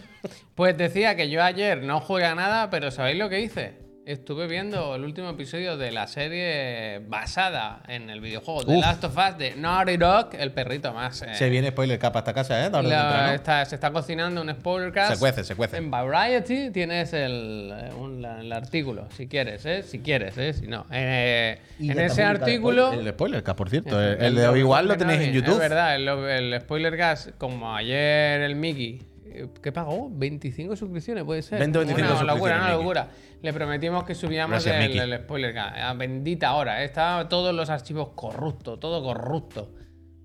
Speaker 3: Pues decía que yo ayer no jugué a nada, pero ¿sabéis lo que hice? Estuve viendo el último episodio de la serie basada en el videojuego The
Speaker 1: Uf.
Speaker 3: Last of Us de Naughty Dog, el perrito más. eh,
Speaker 1: Se viene spoiler capa esta casa, ¿eh? Tarde o
Speaker 3: la-
Speaker 1: temprano.
Speaker 3: está- se está cocinando un spoiler
Speaker 1: Se cuece, se cuece.
Speaker 3: En Variety tienes el, eh, un- la- el artículo, si quieres, ¿eh? Si quieres, ¿eh? Si no. Eh,
Speaker 1: Y
Speaker 3: en
Speaker 1: ya
Speaker 3: ese
Speaker 1: está publicado el
Speaker 3: artículo.
Speaker 1: spoiler- El spoiler cast, por cierto. El, el de hoy igual lo tenéis en
Speaker 3: Es
Speaker 1: YouTube.
Speaker 3: verdad, el, el spoiler gas, como ayer el Mickey, eh, ¿qué pagó? 25 suscripciones, puede ser.
Speaker 1: 20 o 25
Speaker 3: una locura,
Speaker 1: suscripciones,
Speaker 3: una
Speaker 1: Mickey.
Speaker 3: locura. Le prometimos que subíamos
Speaker 1: Gracias,
Speaker 3: el,
Speaker 1: Mickey.
Speaker 3: el spoiler gas. A bendita hora, eh. Estaba todos los archivos corruptos, todo corrupto.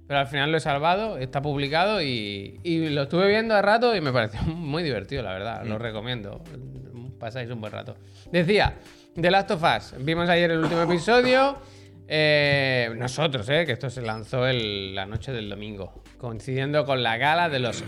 Speaker 3: Pero al final lo he salvado, está publicado y, y lo estuve viendo a rato y me pareció muy divertido, la verdad. Lo recomiendo. Pasáis un buen rato. Decía, The Last of Us. Vimos ayer el último episodio. Eh, nosotros, eh, que esto se lanzó el- la noche del domingo, coincidiendo con la gala de los.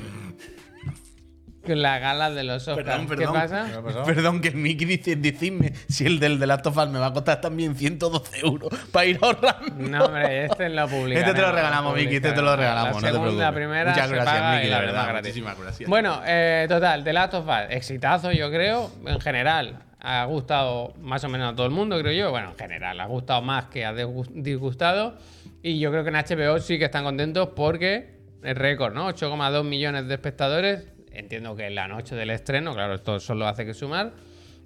Speaker 3: Con la gala de los Oscars.
Speaker 1: Perdón,
Speaker 3: ¿Qué
Speaker 1: perdón.
Speaker 3: pasa?
Speaker 1: Perdón, que el Mickey dice, decidme si el del The Last of Us me va a costar también 112 euros para ir ahorrando.
Speaker 3: No, hombre, este lo publicamos.
Speaker 1: Este te lo regalamos, Miki, este te lo regalamos, no
Speaker 3: La
Speaker 1: te
Speaker 3: segunda,
Speaker 1: preocupes.
Speaker 3: primera,
Speaker 1: Muchas
Speaker 3: se
Speaker 1: gracias,
Speaker 3: paga
Speaker 1: Miki,
Speaker 3: y
Speaker 1: la
Speaker 3: demás
Speaker 1: verdad,
Speaker 3: gratis.
Speaker 1: muchísimas gracias.
Speaker 3: Bueno, eh, total, The Last of Us, exitazo, yo creo, en general. Ha gustado más o menos a todo el mundo, creo yo. Bueno, en general, ha gustado más que ha desgus- disgustado. Y yo creo que en HBO sí que están contentos porque es récord, ¿no? 8,2 millones de espectadores. Entiendo que en la noche del estreno, claro, esto solo hace que sumar.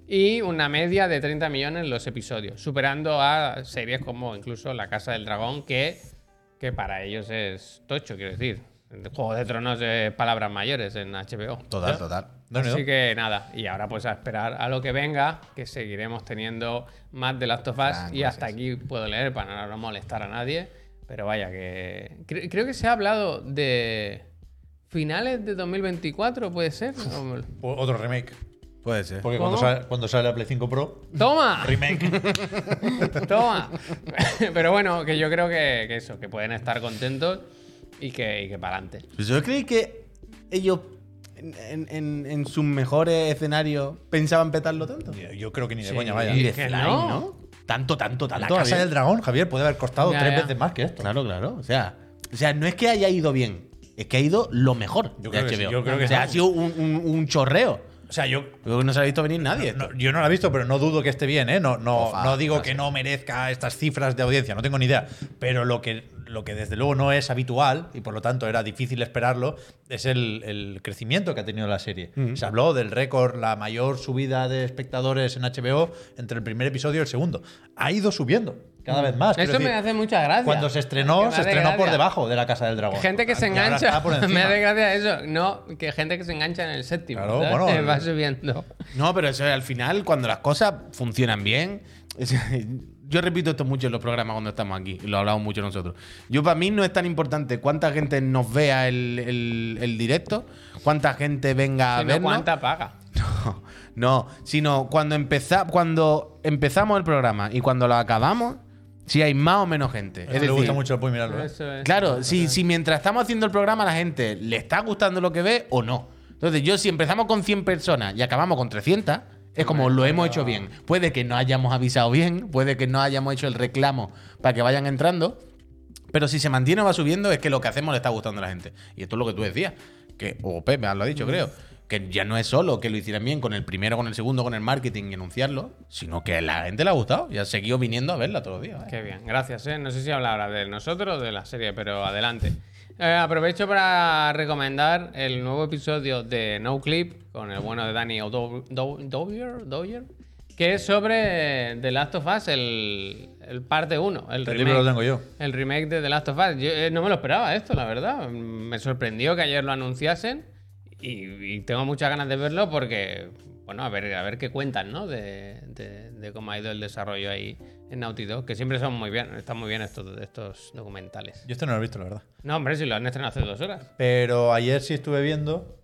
Speaker 3: Y una media de 30 millones los episodios, superando a series como incluso La Casa del Dragón, que, que para ellos es tocho, quiero decir. El Juego de Tronos es palabras mayores en HBO.
Speaker 1: Total, total.
Speaker 2: No, no.
Speaker 3: Así que nada, y ahora pues a esperar a lo que venga, que seguiremos teniendo más de Last of Us.
Speaker 1: Frank,
Speaker 3: y hasta
Speaker 1: gracias.
Speaker 3: aquí puedo leer para no molestar a nadie. Pero vaya, que. cre- creo que se ha hablado de. Finales de 2024, puede ser. ¿O-
Speaker 2: O- Otro remake.
Speaker 1: Puede ser.
Speaker 2: Porque cuando
Speaker 3: ¿Cómo?
Speaker 2: sale, cuando sale la Play 5 Pro,
Speaker 3: ¡Toma!
Speaker 2: remake.
Speaker 3: Toma. Pero bueno, que yo creo que, que eso, que pueden estar contentos y que, y que para adelante.
Speaker 1: Pues yo creí que ellos en, en- en- en sus mejores escenarios pensaban petarlo tanto.
Speaker 2: Yo creo que ni de
Speaker 3: Sí.
Speaker 2: coña, vaya.
Speaker 1: Y de
Speaker 3: que
Speaker 1: Fly,
Speaker 3: no.
Speaker 1: ¿no? Tanto, tanto,
Speaker 2: La
Speaker 1: tanto.
Speaker 2: Casa
Speaker 1: había-
Speaker 2: del Dragón, Javier, puede haber costado
Speaker 3: Ya,
Speaker 2: tres
Speaker 3: ya.
Speaker 2: veces más que esto.
Speaker 1: Claro, claro. O sea, o sea, no es que haya ido bien, es que ha ido lo mejor de
Speaker 2: Yo creo que sí,
Speaker 1: HBO.
Speaker 2: yo creo que
Speaker 1: o sea,
Speaker 2: sí.
Speaker 1: ha sido un, un- un chorreo.
Speaker 2: O sea, yo
Speaker 1: Creo que no se ha visto venir nadie.
Speaker 2: No, yo no la he visto, pero no dudo que esté bien, ¿eh? No, no,
Speaker 1: Ojalá,
Speaker 2: no digo
Speaker 1: ojalá
Speaker 2: que
Speaker 1: sí.
Speaker 2: no merezca estas cifras de audiencia, no tengo ni idea. Pero lo que, lo que desde luego no es habitual, y por lo tanto era difícil esperarlo, es el, el crecimiento que ha tenido la serie. Se habló del récord, la mayor subida de espectadores en HBO entre el primer episodio y el segundo. Ha ido subiendo cada vez más. quiero
Speaker 3: Esto me
Speaker 2: decir,
Speaker 3: hace mucha gracia.
Speaker 2: Cuando se
Speaker 3: Que me
Speaker 2: estrenó, se
Speaker 3: hace
Speaker 2: estrenó por
Speaker 3: gracia.
Speaker 2: debajo de la Casa del Dragón.
Speaker 3: Gente que se
Speaker 2: Y ahora
Speaker 3: engancha.
Speaker 2: está por
Speaker 3: Me
Speaker 2: encima.
Speaker 3: hace gracia eso. No, que gente que se engancha en el séptimo.
Speaker 2: Claro,
Speaker 3: ¿sabes?
Speaker 2: bueno,
Speaker 3: Eh, va
Speaker 2: el-
Speaker 3: subiendo.
Speaker 1: No, pero eso es al final, cuando las cosas funcionan bien. o sea, Yo repito esto mucho en los programas cuando estamos aquí, y lo hablamos mucho nosotros. Yo, para mí, no es tan importante cuánta gente nos vea el, el- el directo, cuánta gente venga a
Speaker 3: Sino
Speaker 1: vernos.
Speaker 3: cuánta paga.
Speaker 1: No, no, sino cuando, empeza- cuando empezamos el programa y cuando lo acabamos, Si hay más o menos gente.
Speaker 2: Es
Speaker 1: es
Speaker 2: le
Speaker 1: decir,
Speaker 2: gusta mucho al Puy mirarlo. ¿eh?
Speaker 3: Eso es.
Speaker 1: Claro, si, si mientras estamos haciendo el programa la gente le está gustando lo que ve o no. Entonces, yo si empezamos con 100 personas y acabamos con 300, es como lo hemos hecho bien. Puede que no hayamos avisado bien, puede que no hayamos hecho el reclamo para que vayan entrando, pero si se mantiene o va subiendo, es que lo que hacemos le está gustando a la gente. Y esto es lo que tú decías, que, o Pepe lo ha dicho, creo, que ya no es solo que lo hicieran bien con el primero, con el segundo, con el marketing y anunciarlo, sino que a la gente le ha gustado y ha seguido viniendo a verla todos los días. ¿eh?
Speaker 3: Qué bien, gracias. ¿eh? No sé si habla ahora de nosotros o de la serie, pero adelante. Eh, aprovecho para recomendar el nuevo episodio de No Clip con el bueno de Danny O'Dou- Dou- Dowyer, Dowyer, que es sobre eh, The Last of Us, el, el parte 1. El,
Speaker 2: El
Speaker 3: remake.
Speaker 2: libro lo tengo yo.
Speaker 3: El remake de The Last of Us. Yo, eh, no me lo esperaba esto, la verdad. Me sorprendió que ayer lo anunciasen y, y tengo muchas ganas de verlo porque, bueno, a ver, a ver qué cuentan, ¿no? De, de- de cómo ha ido el desarrollo ahí en Naughty Dog, que siempre son muy bien, están muy bien estos, estos documentales.
Speaker 2: Yo este no lo he visto, la verdad.
Speaker 3: No, hombre, si lo han estrenado hace dos horas.
Speaker 2: Pero ayer sí estuve viendo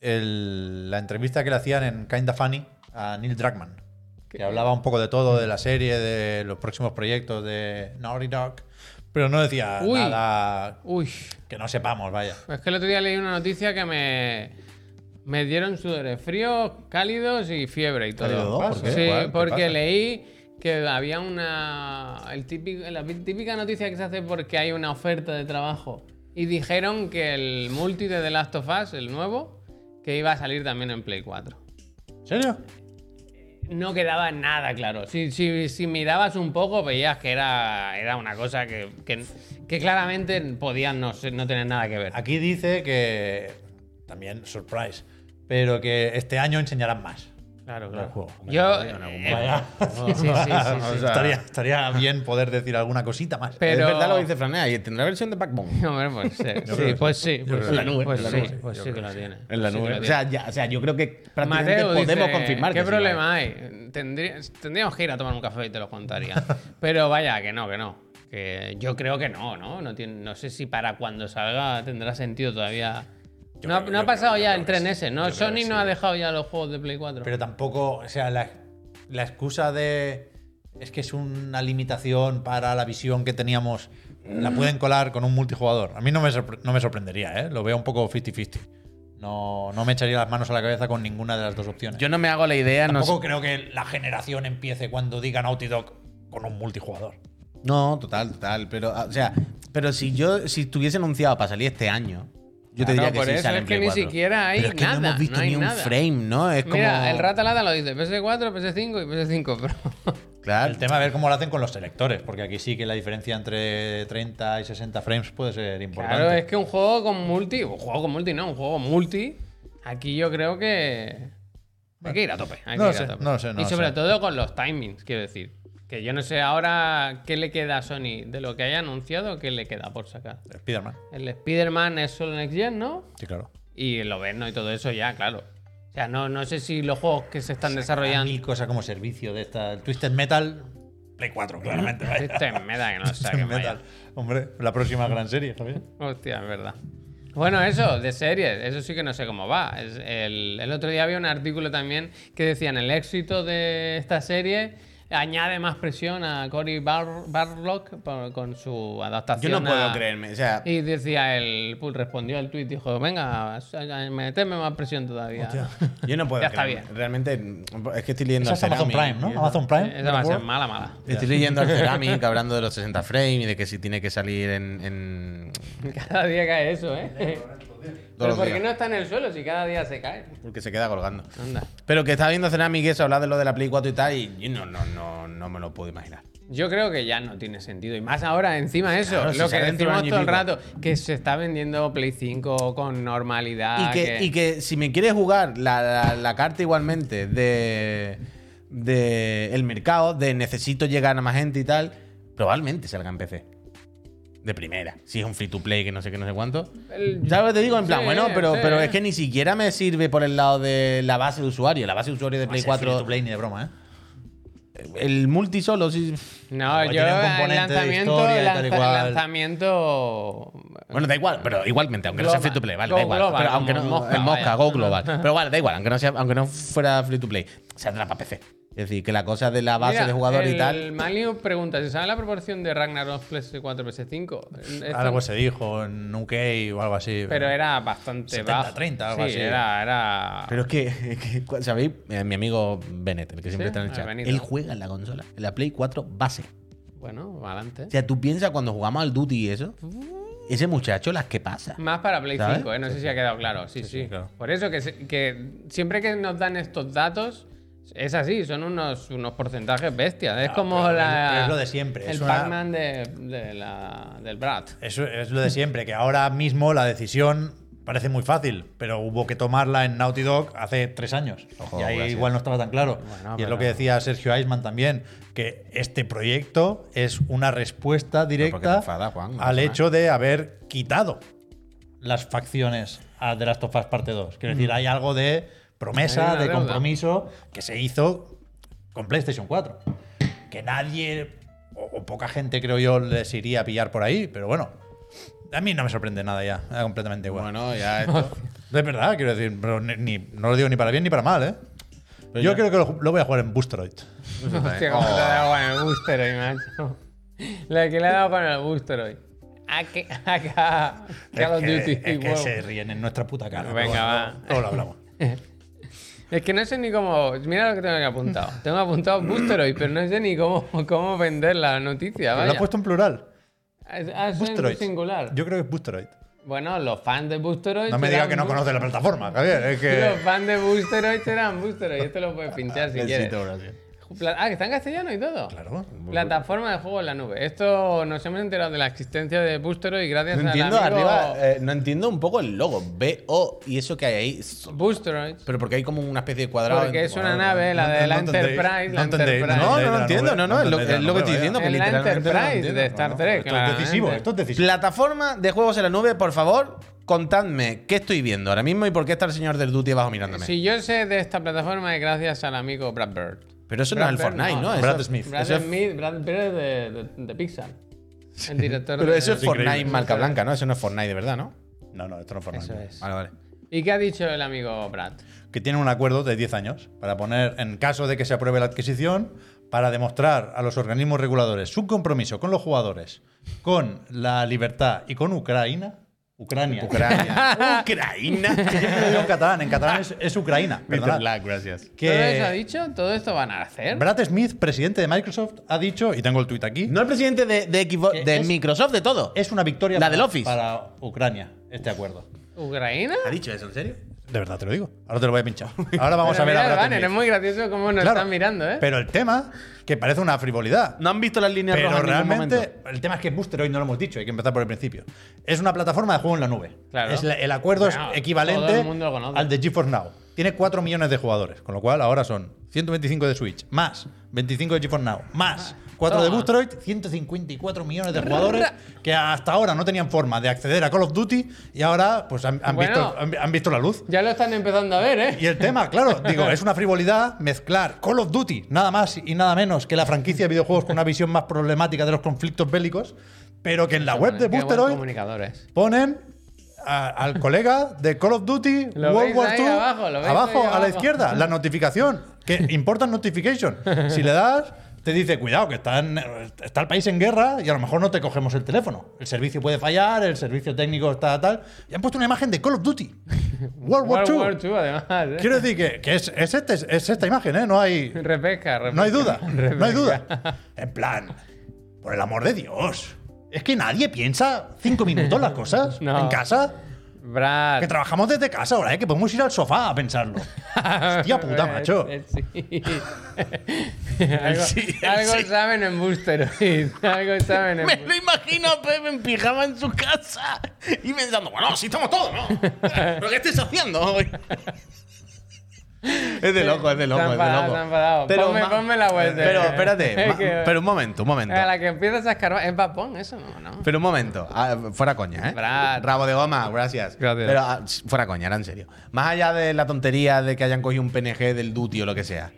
Speaker 2: el- la entrevista que le hacían en Kinda Funny a Neil Druckmann. Que hablaba un poco de todo, de la serie, de los próximos proyectos de Naughty Dog. Pero no decía
Speaker 3: Uy.
Speaker 2: nada
Speaker 3: Uy,
Speaker 2: que no sepamos, vaya.
Speaker 3: Pues es que el otro día leí una noticia que me... Me dieron sudores fríos, cálidos y fiebre y
Speaker 2: ¿Cálido
Speaker 3: todo.
Speaker 2: dos? ¿Por qué?
Speaker 3: Sí,
Speaker 2: ¿Cuál? ¿Qué
Speaker 3: porque
Speaker 2: pasa?
Speaker 3: leí que había una. El típico, la típica noticia que se hace porque hay una oferta de trabajo. Y dijeron que el multi de The Last of Us, el nuevo, que iba a salir también en Play 4.
Speaker 2: ¿En serio?
Speaker 3: No quedaba nada claro. Si, si, si mirabas un poco, veías que era, era una cosa que, que, que claramente podían no, ser- no tener nada que ver.
Speaker 2: Aquí dice que. También, surprise. Pero que este año enseñarán más.
Speaker 3: Claro,
Speaker 2: del
Speaker 3: claro.
Speaker 2: juego.
Speaker 3: Yo. eh,
Speaker 2: Vaya.
Speaker 3: sí, sí, sí, sí.
Speaker 2: estaría, estaría bien poder decir alguna cosita más.
Speaker 3: Pero-
Speaker 1: Es verdad lo que dice Franea, y tendrá versión de Backbone.
Speaker 3: Hombre, pues sí,
Speaker 2: Yo
Speaker 3: sí,
Speaker 2: creo que
Speaker 3: pues sí,
Speaker 2: creo
Speaker 3: pues
Speaker 2: que
Speaker 3: sí,
Speaker 2: en la nube,
Speaker 3: pues
Speaker 2: en la
Speaker 3: sí,
Speaker 2: nube,
Speaker 3: pues
Speaker 2: yo
Speaker 3: sí que
Speaker 2: creo
Speaker 3: la
Speaker 2: que
Speaker 3: tiene.
Speaker 1: En la
Speaker 3: sí que
Speaker 1: nube.
Speaker 3: la
Speaker 1: O
Speaker 3: tiene.
Speaker 1: sea, ya- o sea, yo creo que prácticamente
Speaker 3: Mateo
Speaker 1: podemos
Speaker 3: dice,
Speaker 1: confirmar.
Speaker 3: ¿Qué
Speaker 1: que sí,
Speaker 3: problema hay? Tendría- tendríamos que ir a tomar un café y te lo contaría. Pero vaya, que no, que no. Que yo creo que no, ¿no? No, tiene, no sé si para cuando salga tendrá sentido todavía.
Speaker 1: Yo
Speaker 3: no ha-
Speaker 1: creo-
Speaker 3: no ha
Speaker 1: yo
Speaker 3: pasado
Speaker 1: creo- yo
Speaker 3: ya
Speaker 1: creo
Speaker 3: el
Speaker 1: que sí.
Speaker 3: 3 ese,
Speaker 1: Yo
Speaker 3: ¿no?
Speaker 1: creo que
Speaker 3: Sony
Speaker 1: sí.
Speaker 3: no ha dejado ya los juegos de Play 4.
Speaker 2: Pero tampoco, o sea, la, la excusa de es que es una limitación para la visión que teníamos, la pueden colar con un multijugador. A mí no me, sorpre- no me sorprendería, ¿eh? Lo veo un poco 50-50. No, no me echaría las manos a la cabeza con ninguna de las dos opciones.
Speaker 1: Yo no me hago la idea, no
Speaker 2: tampoco creo que la generación empiece cuando digan Naughty Dog con un multijugador.
Speaker 1: No, total, total. Pero, ah, o sea, pero si yo, si estuviese anunciado para salir este año, yo te
Speaker 3: Claro,
Speaker 1: diría que
Speaker 3: por
Speaker 1: sí
Speaker 3: eso
Speaker 1: sale
Speaker 3: es
Speaker 1: en
Speaker 3: que
Speaker 1: Play
Speaker 3: ni
Speaker 1: 4.
Speaker 3: siquiera hay
Speaker 1: Pero es que
Speaker 3: nada,
Speaker 1: no hemos visto
Speaker 3: no hay
Speaker 1: ni un
Speaker 3: nada.
Speaker 1: frame, ¿no? Es como.
Speaker 3: Mira, el Ratalata lo dice, PS4, PS5 y PS5 Pro.
Speaker 1: Claro.
Speaker 2: El tema es ver cómo lo hacen con los selectores, porque aquí sí que la diferencia entre 30 y 60 frames puede ser importante.
Speaker 3: Claro, es que un juego con multi, un juego con multi, no, un juego multi, aquí yo creo que hay que ir a tope. hay
Speaker 2: No lo
Speaker 3: que ir a
Speaker 2: sé,
Speaker 3: tope.
Speaker 2: no lo sé, no
Speaker 3: y
Speaker 2: lo
Speaker 3: sobre
Speaker 2: sé.
Speaker 3: todo con los timings, quiero decir. Que yo no sé ahora qué le queda a Sony de lo que haya anunciado, qué le queda por sacar.
Speaker 2: Spider-Man.
Speaker 3: El Spider-Man es solo Next Gen, ¿no?
Speaker 2: Sí, claro.
Speaker 3: Y lo ven, ¿no? Y todo eso ya, claro. O sea, no, no sé si los juegos que se están
Speaker 2: Hay
Speaker 3: desarrollando.
Speaker 2: mil cosas como servicio de esta. El Twisted Metal, Play 4, claramente. vaya.
Speaker 3: Este me da que no
Speaker 2: Twisted
Speaker 3: saquen, vaya.
Speaker 2: Metal. Hombre, la próxima gran serie, Javier.
Speaker 3: Hostia, es verdad. Bueno, eso, de series, eso sí que no sé cómo va. Es el, el otro día había un artículo también que decían el éxito de esta serie añade más presión a Cory Bar- Barlock por- con su
Speaker 1: Yo
Speaker 3: adaptación.
Speaker 1: no puedo
Speaker 3: a-
Speaker 1: creerme. O sea,
Speaker 3: Y decía el Pool respondió al tweet dijo, venga, meteme más presión todavía.
Speaker 1: yo no puedo
Speaker 3: Ya está
Speaker 1: creerme. Realmente, mm, es que estoy leyendo.
Speaker 2: Esa es
Speaker 1: al
Speaker 2: Amazon
Speaker 1: Cerami,
Speaker 2: Prime,
Speaker 1: y
Speaker 2: ¿no?
Speaker 1: eso.
Speaker 2: Amazon Prime.
Speaker 3: Esa va a ser
Speaker 2: Network.
Speaker 3: mala, mala.
Speaker 1: Estoy leyendo al Ceramic hablando de los 60 frames y de que si tiene que salir en. en-
Speaker 3: Cada día cae eso, ¿eh? Pero
Speaker 1: los
Speaker 3: ¿por qué
Speaker 1: días.
Speaker 3: no está en el suelo si cada día se cae?
Speaker 1: Porque se queda colgando.
Speaker 3: Anda.
Speaker 1: Pero que estaba viendo Ceramic eso, hablar de lo de la Play 4 y tal, y yo no, no, no, no me lo puedo imaginar.
Speaker 3: Yo creo que ya no tiene sentido. Y más ahora, encima eso,
Speaker 1: Claro, si
Speaker 3: lo que
Speaker 1: sale dentro de un
Speaker 3: decimos
Speaker 1: año y
Speaker 3: todo el
Speaker 1: pico.
Speaker 3: rato, que se está vendiendo Play 5 con normalidad.
Speaker 1: Y que, y que si me quieres jugar la, la- la carta igualmente de, de el mercado, de necesito llegar a más gente y tal, probablemente salga en PC. De primera. Si es un free to play que no sé qué, no sé cuánto.
Speaker 3: El-
Speaker 1: ¿Sabes lo que te digo? En plan,
Speaker 3: Sí,
Speaker 1: bueno, pero,
Speaker 3: sí.
Speaker 1: pero es que ni siquiera me sirve por el lado de la base de usuario. La base de usuario de Play 4.
Speaker 2: Play ni de broma, ¿eh?
Speaker 1: El multi solo, sí.
Speaker 3: No,
Speaker 2: Igual
Speaker 3: yo
Speaker 2: tiene un
Speaker 3: el
Speaker 2: componente de
Speaker 3: lanzamiento,
Speaker 2: historia y
Speaker 3: lanza-
Speaker 2: tal y cual.
Speaker 3: lanzamiento.
Speaker 1: Bueno, da igual, pero igualmente, aunque no sea
Speaker 3: Global.
Speaker 1: free to play, vale,
Speaker 3: Go
Speaker 1: da igual.
Speaker 3: global,
Speaker 1: pero aunque no,
Speaker 3: como Mosca,
Speaker 1: en Mosca,
Speaker 3: vaya.
Speaker 1: Go Global. Pero vale, da igual, aunque no, sea, aunque no fuera free to play, saldrá para PC. Es decir, que la cosa de la base
Speaker 3: Mira,
Speaker 1: de jugador y
Speaker 3: el
Speaker 1: tal.
Speaker 3: Maliu pregunta: ¿se sabe la proporción de Ragnarok PS4 PS5? Esto-
Speaker 2: Algo se dijo en UK o algo así.
Speaker 3: este, Pero era bastante
Speaker 2: 70,
Speaker 3: bajo.
Speaker 2: 30, algo
Speaker 3: Sí,
Speaker 2: así.
Speaker 3: Era, era.
Speaker 1: Pero es que, es que, cu- ¿sabéis? Eh, Mi amigo Bennett, el que siempre
Speaker 3: Sí,
Speaker 1: está en el
Speaker 3: ah,
Speaker 1: chat.
Speaker 3: Benito.
Speaker 1: Él juega en la consola, en la Play 4 base.
Speaker 3: Bueno, adelante.
Speaker 1: O sea, tú piensas cuando jugamos al Duty y eso, ese muchacho las que pasa.
Speaker 3: Más para Play
Speaker 1: ¿Sabes?
Speaker 3: 5, ¿eh? no sé si ha quedado claro. Sí, sí.
Speaker 2: claro.
Speaker 3: Por eso que, se- que siempre que nos dan estos datos, es así, son unos, unos porcentajes bestias. Es como
Speaker 2: pero-
Speaker 3: la.
Speaker 2: pero es lo de siempre,
Speaker 3: El
Speaker 2: es una-
Speaker 3: Pac-Man de, de la- del Brad.
Speaker 2: Eso es lo de siempre, que ahora mismo la decisión parece muy fácil, pero hubo que tomarla en Naughty Dog hace tres años.
Speaker 1: Ojo,
Speaker 2: y ahí
Speaker 1: gracias.
Speaker 2: igual no estaba tan claro.
Speaker 3: Bueno,
Speaker 2: y es
Speaker 3: pero-
Speaker 2: lo que decía Sergio Eisman también, que este proyecto es una respuesta
Speaker 1: porque te
Speaker 2: directa
Speaker 1: enfada, Juan, no
Speaker 2: al
Speaker 1: pasa
Speaker 2: hecho de haber quitado las facciones a The Last of Us Parte 2. Quiero decir, hay algo de promesa,
Speaker 3: Mm. Hay una
Speaker 2: de
Speaker 3: deuda.
Speaker 2: compromiso que se hizo con PlayStation 4. Que nadie o, o poca gente, creo yo, les iría a pillar por ahí, pero bueno. A mí no me sorprende nada ya, me da completamente igual.
Speaker 1: Bueno, ya esto.
Speaker 2: Es verdad, quiero decir, pero ni- ni- no lo digo ni para bien ni para mal, ¿eh? yo creo que lo, lo voy a jugar en Boosteroid.
Speaker 3: Hostia, cómo te ha
Speaker 2: Oh.
Speaker 3: dado con el booster hoy, macho. Lo que le ha dado con el booster hoy. A que, a que- a Call of
Speaker 2: es
Speaker 3: Duty,
Speaker 2: que, es que
Speaker 3: huevo.
Speaker 2: se ríen en nuestra puta cara. pero
Speaker 3: Venga,
Speaker 2: bueno,
Speaker 3: va.
Speaker 2: Luego lo hablamos.
Speaker 3: Es que no sé ni cómo. Mira lo que tengo aquí apuntado. Tengo apuntado booster hoy, pero no sé ni cómo, cómo vender la
Speaker 2: Pero
Speaker 3: noticia.
Speaker 2: Lo
Speaker 3: Vaya.
Speaker 2: has puesto en plural.
Speaker 3: Ah, es en
Speaker 2: Boosteroid.
Speaker 3: singular.
Speaker 2: Yo creo que es Boosteroid.
Speaker 3: Bueno, los fans de Boosteroid.
Speaker 2: No me digas
Speaker 3: serán
Speaker 2: que no
Speaker 3: bu-
Speaker 2: conoces la plataforma, Javier. Es que.
Speaker 3: Los fans de Boosteroid serán Boosteroid. Esto lo puedes pinchar si quieres. Pla- Ah, que está en castellano y todo.
Speaker 2: Claro.
Speaker 3: Plataforma de juego en la nube. Esto nos hemos enterado de la existencia de Boosteroid gracias
Speaker 1: No
Speaker 3: al
Speaker 1: entiendo
Speaker 3: amigo
Speaker 1: arriba, eh, no entiendo un poco el logo. BO y eso que hay ahí.
Speaker 3: Boosteroid.
Speaker 1: Pero porque hay como una especie de cuadrado.
Speaker 3: Porque es una
Speaker 1: Bueno,
Speaker 3: nave, la
Speaker 2: no-
Speaker 3: de la
Speaker 2: no entendéis,
Speaker 3: Enterprise,
Speaker 2: no
Speaker 3: la
Speaker 2: entendéis,
Speaker 3: Enterprise.
Speaker 1: No, no,
Speaker 2: de
Speaker 1: no
Speaker 2: la
Speaker 1: entiendo,
Speaker 2: nube,
Speaker 1: no,
Speaker 2: no
Speaker 1: no, es lo,
Speaker 2: entendéis de
Speaker 1: es lo
Speaker 2: la
Speaker 1: que
Speaker 2: nube,
Speaker 1: estoy diciendo.
Speaker 3: vaya.
Speaker 1: que
Speaker 3: Es la
Speaker 1: literalmente no lo
Speaker 3: Enterprise
Speaker 1: entiendo.
Speaker 3: de Star
Speaker 1: No, no.
Speaker 3: Trek.
Speaker 2: Esto es decisivo, esto es decisivo.
Speaker 1: Plataforma de juegos en la nube, por favor, contadme qué estoy viendo ahora mismo y por qué está el señor del Duty abajo mirándome.
Speaker 3: Si yo sé de esta plataforma es gracias al amigo Brad Bird.
Speaker 1: Pero eso no es el
Speaker 3: Brad Bird,
Speaker 1: Fortnite, ¿no?
Speaker 2: Brad
Speaker 1: Eso-
Speaker 2: Smith.
Speaker 3: Brad
Speaker 1: Eso es-
Speaker 3: Smith, Brad Bird es de, de, de Pixar. El director
Speaker 1: Pero
Speaker 3: de-
Speaker 1: eso es
Speaker 2: Es increíble.
Speaker 1: Fortnite marca blanca, ¿no? Eso no es Fortnite de verdad, ¿no?
Speaker 2: No, no, esto no forma.
Speaker 3: Eso es.
Speaker 1: Vale, vale.
Speaker 3: ¿Y qué ha dicho el amigo Brad?
Speaker 2: Que tienen un acuerdo de 10 años para poner, en caso de que se apruebe la adquisición, para demostrar a los organismos reguladores su compromiso con los jugadores, con la libertad y con Ucrania. Ucrania.
Speaker 1: Ucrania. Ucrania.
Speaker 2: Siempre lo digo en catalán, en catalán es, es Ucrania. perdonad.
Speaker 1: gracias.
Speaker 3: ¿Todo eso ha
Speaker 2: Que
Speaker 3: dicho? ¿Todo esto van a hacer?
Speaker 2: Brad Smith, presidente de Microsoft, ha dicho, y tengo el tuit aquí,
Speaker 1: No el presidente de, de, Xbox-
Speaker 2: Que
Speaker 1: de
Speaker 2: es-
Speaker 1: Microsoft, de todo.
Speaker 2: es una victoria
Speaker 1: La
Speaker 2: para-
Speaker 1: del Office.
Speaker 2: para Ucrania, este acuerdo.
Speaker 3: ¿Ucrania?
Speaker 1: ¿Ha dicho eso, en serio?
Speaker 2: De verdad te lo digo. Ahora te lo voy a pinchar. Ahora vamos
Speaker 3: Pero
Speaker 2: a ver
Speaker 3: mira
Speaker 2: a
Speaker 3: el
Speaker 2: Brad
Speaker 3: banner,
Speaker 2: Smith.
Speaker 3: es muy gracioso cómo nos
Speaker 2: Claro,
Speaker 3: están mirando, ¿eh?
Speaker 2: Pero el tema, que parece una frivolidad.
Speaker 1: No han visto las líneas
Speaker 2: pero
Speaker 1: rojas en ningún momento.
Speaker 2: realmente, el tema es que Booster hoy no lo hemos dicho, hay que empezar por el principio. Es una plataforma de juego en la nube.
Speaker 3: Claro.
Speaker 2: Es la- el acuerdo
Speaker 3: Bueno,
Speaker 2: es equivalente
Speaker 3: todo el mundo lo conoce.
Speaker 2: al de GeForce Now. Tiene 4 millones de jugadores, con lo cual ahora son 125 de Switch, más 25 de GeForce Now, más 4 de
Speaker 3: Ah, toma.
Speaker 2: Boosteroid, 154 millones de jugadores que hasta ahora no tenían forma de acceder a Call of Duty y ahora pues han, han
Speaker 3: Bueno.
Speaker 2: visto, han- han visto la luz.
Speaker 3: Ya lo están empezando a ver, ¿eh?
Speaker 2: Y el tema, claro, digo, es una frivolidad mezclar Call of Duty, nada más y nada menos que la franquicia de videojuegos con una visión más problemática de los conflictos bélicos, pero que en la web de
Speaker 3: Qué buen
Speaker 2: Boosteroid
Speaker 3: comunicadores.
Speaker 2: ponen a- al colega de Call of Duty
Speaker 3: Lo
Speaker 2: World
Speaker 3: veis
Speaker 2: War
Speaker 3: ahí
Speaker 2: II
Speaker 3: abajo, lo veis
Speaker 2: abajo,
Speaker 3: ahí
Speaker 2: a la
Speaker 3: abajo.
Speaker 2: izquierda, la notificación, que important notification. Si le das, te dice, cuidado, que está, en- está el país en guerra y a lo mejor no te cogemos el teléfono. El servicio puede fallar, el servicio técnico está tal. Y han puesto una imagen de Call of Duty. World War
Speaker 3: World
Speaker 2: II.
Speaker 3: War II, además. ¿eh?
Speaker 2: Quiero decir que, que es, es este- es esta imagen, ¿eh? No hay,
Speaker 3: Repesca, repesca.
Speaker 2: no hay duda. No hay duda. En plan, por el amor de Dios. Es que nadie piensa cinco minutos las cosas
Speaker 3: No.
Speaker 2: en casa.
Speaker 3: Brad.
Speaker 2: Que trabajamos desde casa ahora, ¿eh? Que podemos ir al sofá a pensarlo. Hostia puta, macho.
Speaker 3: El Eh, sí. algo
Speaker 1: sí, el
Speaker 3: algo
Speaker 1: sí.
Speaker 3: saben en Booster. algo saben en
Speaker 1: Me lo imagino a Pepe en pijama en su casa y pensando, bueno, si estamos todos, ¿no? ¿Pero qué estáis haciendo hoy? Es de loco, es de loco,
Speaker 3: Está
Speaker 1: es de
Speaker 3: enfadado,
Speaker 1: loco.
Speaker 3: está enfadado. Ponme-
Speaker 1: ma-
Speaker 3: ponme la vuelta.
Speaker 1: Pero espérate,
Speaker 3: Es
Speaker 1: ma-
Speaker 3: que-
Speaker 1: pero un momento, un momento.
Speaker 3: A la que empiezas a escarbar. Es Bapón, eso no, ¿no?
Speaker 1: Pero un momento, ah, fuera coña, ¿eh?
Speaker 3: Brad.
Speaker 1: Rabo de goma, gracias.
Speaker 3: Gracias.
Speaker 1: Pero ah, sh- fuera coña, ahora en serio. Más allá de la tontería de que hayan cogido un PNG del Duty o lo que sea,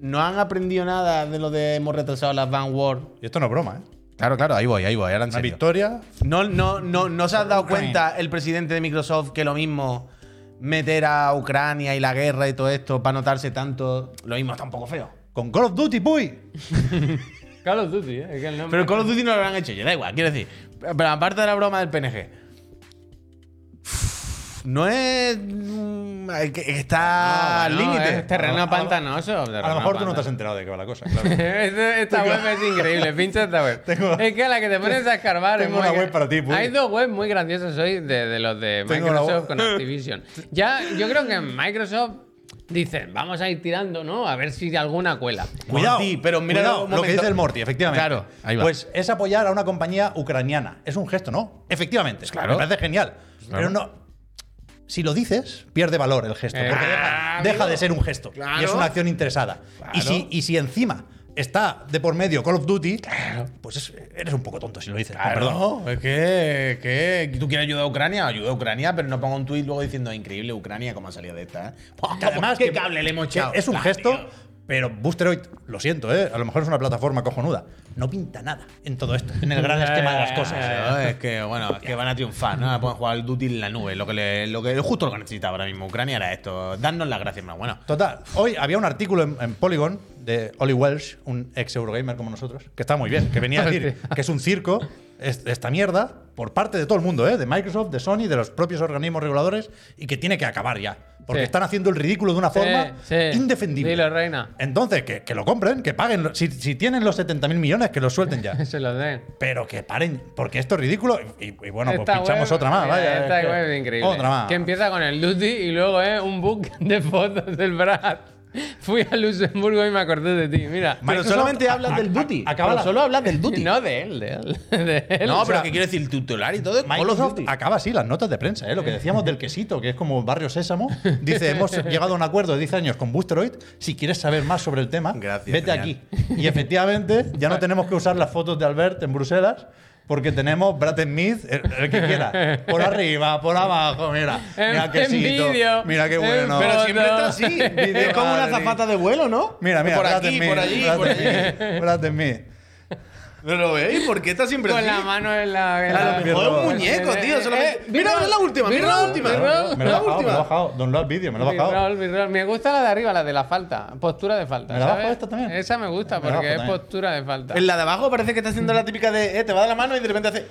Speaker 1: ¿no han aprendido nada de lo de hemos retrasado las Van War?
Speaker 2: Y esto no es broma, ¿eh?
Speaker 1: Claro, claro, ahí voy, ahí voy, ahora en
Speaker 2: Una
Speaker 1: serio.
Speaker 2: victoria.
Speaker 1: No, no, no, ¿No se ha dado cuenta el presidente de Microsoft que lo mismo meter a Ucrania y la guerra y todo esto para notarse tanto, lo mismo está un poco feo?
Speaker 2: con Call of Duty, puy.
Speaker 3: Call of Duty, ¿eh? Es que el nombre.
Speaker 1: Pero Call of Duty no lo han hecho yo, da igual, quiero decir. Pero aparte de la broma del PNG. No es. mm, es que Está
Speaker 3: Ah,
Speaker 1: al
Speaker 3: bueno,
Speaker 1: límite.
Speaker 3: Es terreno pantanoso.
Speaker 2: A lo mejor tú no te has enterado de qué va la cosa, claro.
Speaker 3: Este- Esta web es increíble, pincha esta web.
Speaker 2: Tengo-
Speaker 3: es que a la que te pones a escarbar es
Speaker 2: tengo
Speaker 3: muy
Speaker 2: una
Speaker 3: gra-
Speaker 2: web para ti, Puy.
Speaker 3: Hay dos webs muy grandiosas hoy de, de los de
Speaker 2: Tengo una
Speaker 3: Microsoft
Speaker 2: web.
Speaker 3: con Activision. Ya, yo creo que Microsoft dice, vamos a ir tirando, ¿no? A ver si alguna cuela.
Speaker 2: Cuidado,
Speaker 1: Morty, pero mira
Speaker 2: cuidado,
Speaker 1: un
Speaker 2: lo que
Speaker 1: momento.
Speaker 2: dice el Morty, efectivamente.
Speaker 1: Claro, ahí va.
Speaker 2: Pues es apoyar a una compañía ucraniana. Es un gesto, ¿no? Efectivamente.
Speaker 1: Pues claro. Pues
Speaker 2: Me parece genial.
Speaker 1: Claro.
Speaker 2: Pero no. Si lo dices, pierde valor el gesto.
Speaker 3: Eh,
Speaker 2: porque deja,
Speaker 1: claro,
Speaker 2: deja
Speaker 1: amigo.
Speaker 2: de ser un gesto. Y es
Speaker 1: Claro.
Speaker 2: una acción interesada. Y, si, y si encima está de por medio Call of Duty, pues es- eres un poco tonto si lo dices. con Perdón.
Speaker 1: Ah, Perdón. Es que, que tú quieres ayudar a Ucrania, ayuda a Ucrania, pero no ponga un tuit luego diciendo increíble Ucrania cómo ha salido de esta. ¿eh? Porque además, qué
Speaker 2: que-
Speaker 1: cable le hemos echado.
Speaker 2: Es un
Speaker 1: Ah,
Speaker 2: gesto,
Speaker 1: tío.
Speaker 2: pero Boosteroid, lo siento, ¿eh? a lo mejor es una plataforma cojonuda. No pinta nada en todo esto, en el gran esquema de las
Speaker 1: Claro,
Speaker 2: cosas.
Speaker 1: Es que, bueno, es que van a triunfar, ¿no? Pueden jugar al Duty en la nube. Lo que, le- lo que justo lo que necesitaba ahora mismo Ucrania era esto. Darnos las gracias, más bueno.
Speaker 2: Total, hoy había un artículo en, en Polygon de Oli Welsh, un ex Eurogamer como nosotros, que está muy bien, que venía a decir que es un circo es- esta mierda por parte de todo el mundo, ¿eh? de Microsoft, de Sony, de los propios organismos reguladores y que tiene que acabar ya. Porque
Speaker 3: Sí.
Speaker 2: están haciendo el ridículo de una
Speaker 3: Sí,
Speaker 2: forma
Speaker 3: sí.
Speaker 2: indefendible.
Speaker 3: Dilo, reina.
Speaker 2: Entonces, que, que lo compren, que paguen. Si, si tienen los 70.000 millones, que los suelten ya.
Speaker 3: Se los den.
Speaker 2: Pero que paren, porque esto es ridículo. Y, y bueno, pues
Speaker 3: Esta
Speaker 2: pinchamos
Speaker 3: web-
Speaker 2: otra más.
Speaker 3: mira,
Speaker 2: Vaya,
Speaker 3: Esta
Speaker 2: es que-
Speaker 3: web es increíble.
Speaker 2: Otra más.
Speaker 3: Que empieza con el Duty y luego es un book de fotos del Brad. Fui a Luxemburgo y me acordé de ti, mira.
Speaker 2: Ma- Microsoft- a- a- acaba
Speaker 1: Pero
Speaker 2: la-
Speaker 1: solo hablas del Duty.
Speaker 3: No de él, de él. de él.
Speaker 1: No,
Speaker 3: O sea,
Speaker 1: pero que quiero decir, el tutelar y todo es Call of
Speaker 2: Microsoft
Speaker 1: Duty.
Speaker 2: acaba así las notas de prensa, ¿eh? lo que decíamos del quesito, que es como barrio sésamo. Dice, hemos llegado a un acuerdo de 10 años con Boosteroid. Si quieres saber más sobre el tema,
Speaker 1: Gracias,
Speaker 2: vete
Speaker 1: genial.
Speaker 2: aquí. Y efectivamente, ya no tenemos que usar las fotos de Albert en Bruselas, porque tenemos Brad Smith, el, el que quiera. Por arriba, por abajo, mira. Mira
Speaker 3: En-
Speaker 2: quesito.
Speaker 3: en vídeo,
Speaker 2: Mira qué
Speaker 3: en
Speaker 2: bueno.
Speaker 1: Pero
Speaker 3: foto.
Speaker 1: siempre está así. Es como una
Speaker 2: Madre mía.
Speaker 1: zafata de vuelo, ¿no?
Speaker 2: Mira, mira,
Speaker 1: Por
Speaker 2: Brad
Speaker 1: aquí,
Speaker 2: Smith,
Speaker 1: por allí,
Speaker 2: Brad
Speaker 1: por allí.
Speaker 2: Smith, Brad Smith.
Speaker 1: ¿No lo veis? ¿Por qué está siempre
Speaker 3: con
Speaker 1: así?
Speaker 3: la mano en la.
Speaker 1: A
Speaker 3: en la-
Speaker 1: lo mejor es un muñeco, tío. solamente-
Speaker 3: Eh,
Speaker 1: mira, mira la
Speaker 3: B-roll,
Speaker 1: última, mira la
Speaker 3: B-roll,
Speaker 1: última.
Speaker 3: B-roll.
Speaker 1: La
Speaker 2: Me lo he bajado, me lo he
Speaker 1: última.
Speaker 2: bajado. Download vídeo,
Speaker 3: Eh,
Speaker 2: me lo he bajado.
Speaker 3: B-roll, B-roll. Me gusta la de arriba, la de la falta. Postura de falta.
Speaker 2: ¿Me la bajo
Speaker 3: ¿sabes?
Speaker 2: esta también?
Speaker 3: Esa me gusta
Speaker 2: Me la
Speaker 3: porque
Speaker 2: bajo
Speaker 3: es
Speaker 2: también.
Speaker 3: postura de falta.
Speaker 1: En la de abajo parece que está haciendo la típica de eh, te va de la mano y de repente hace.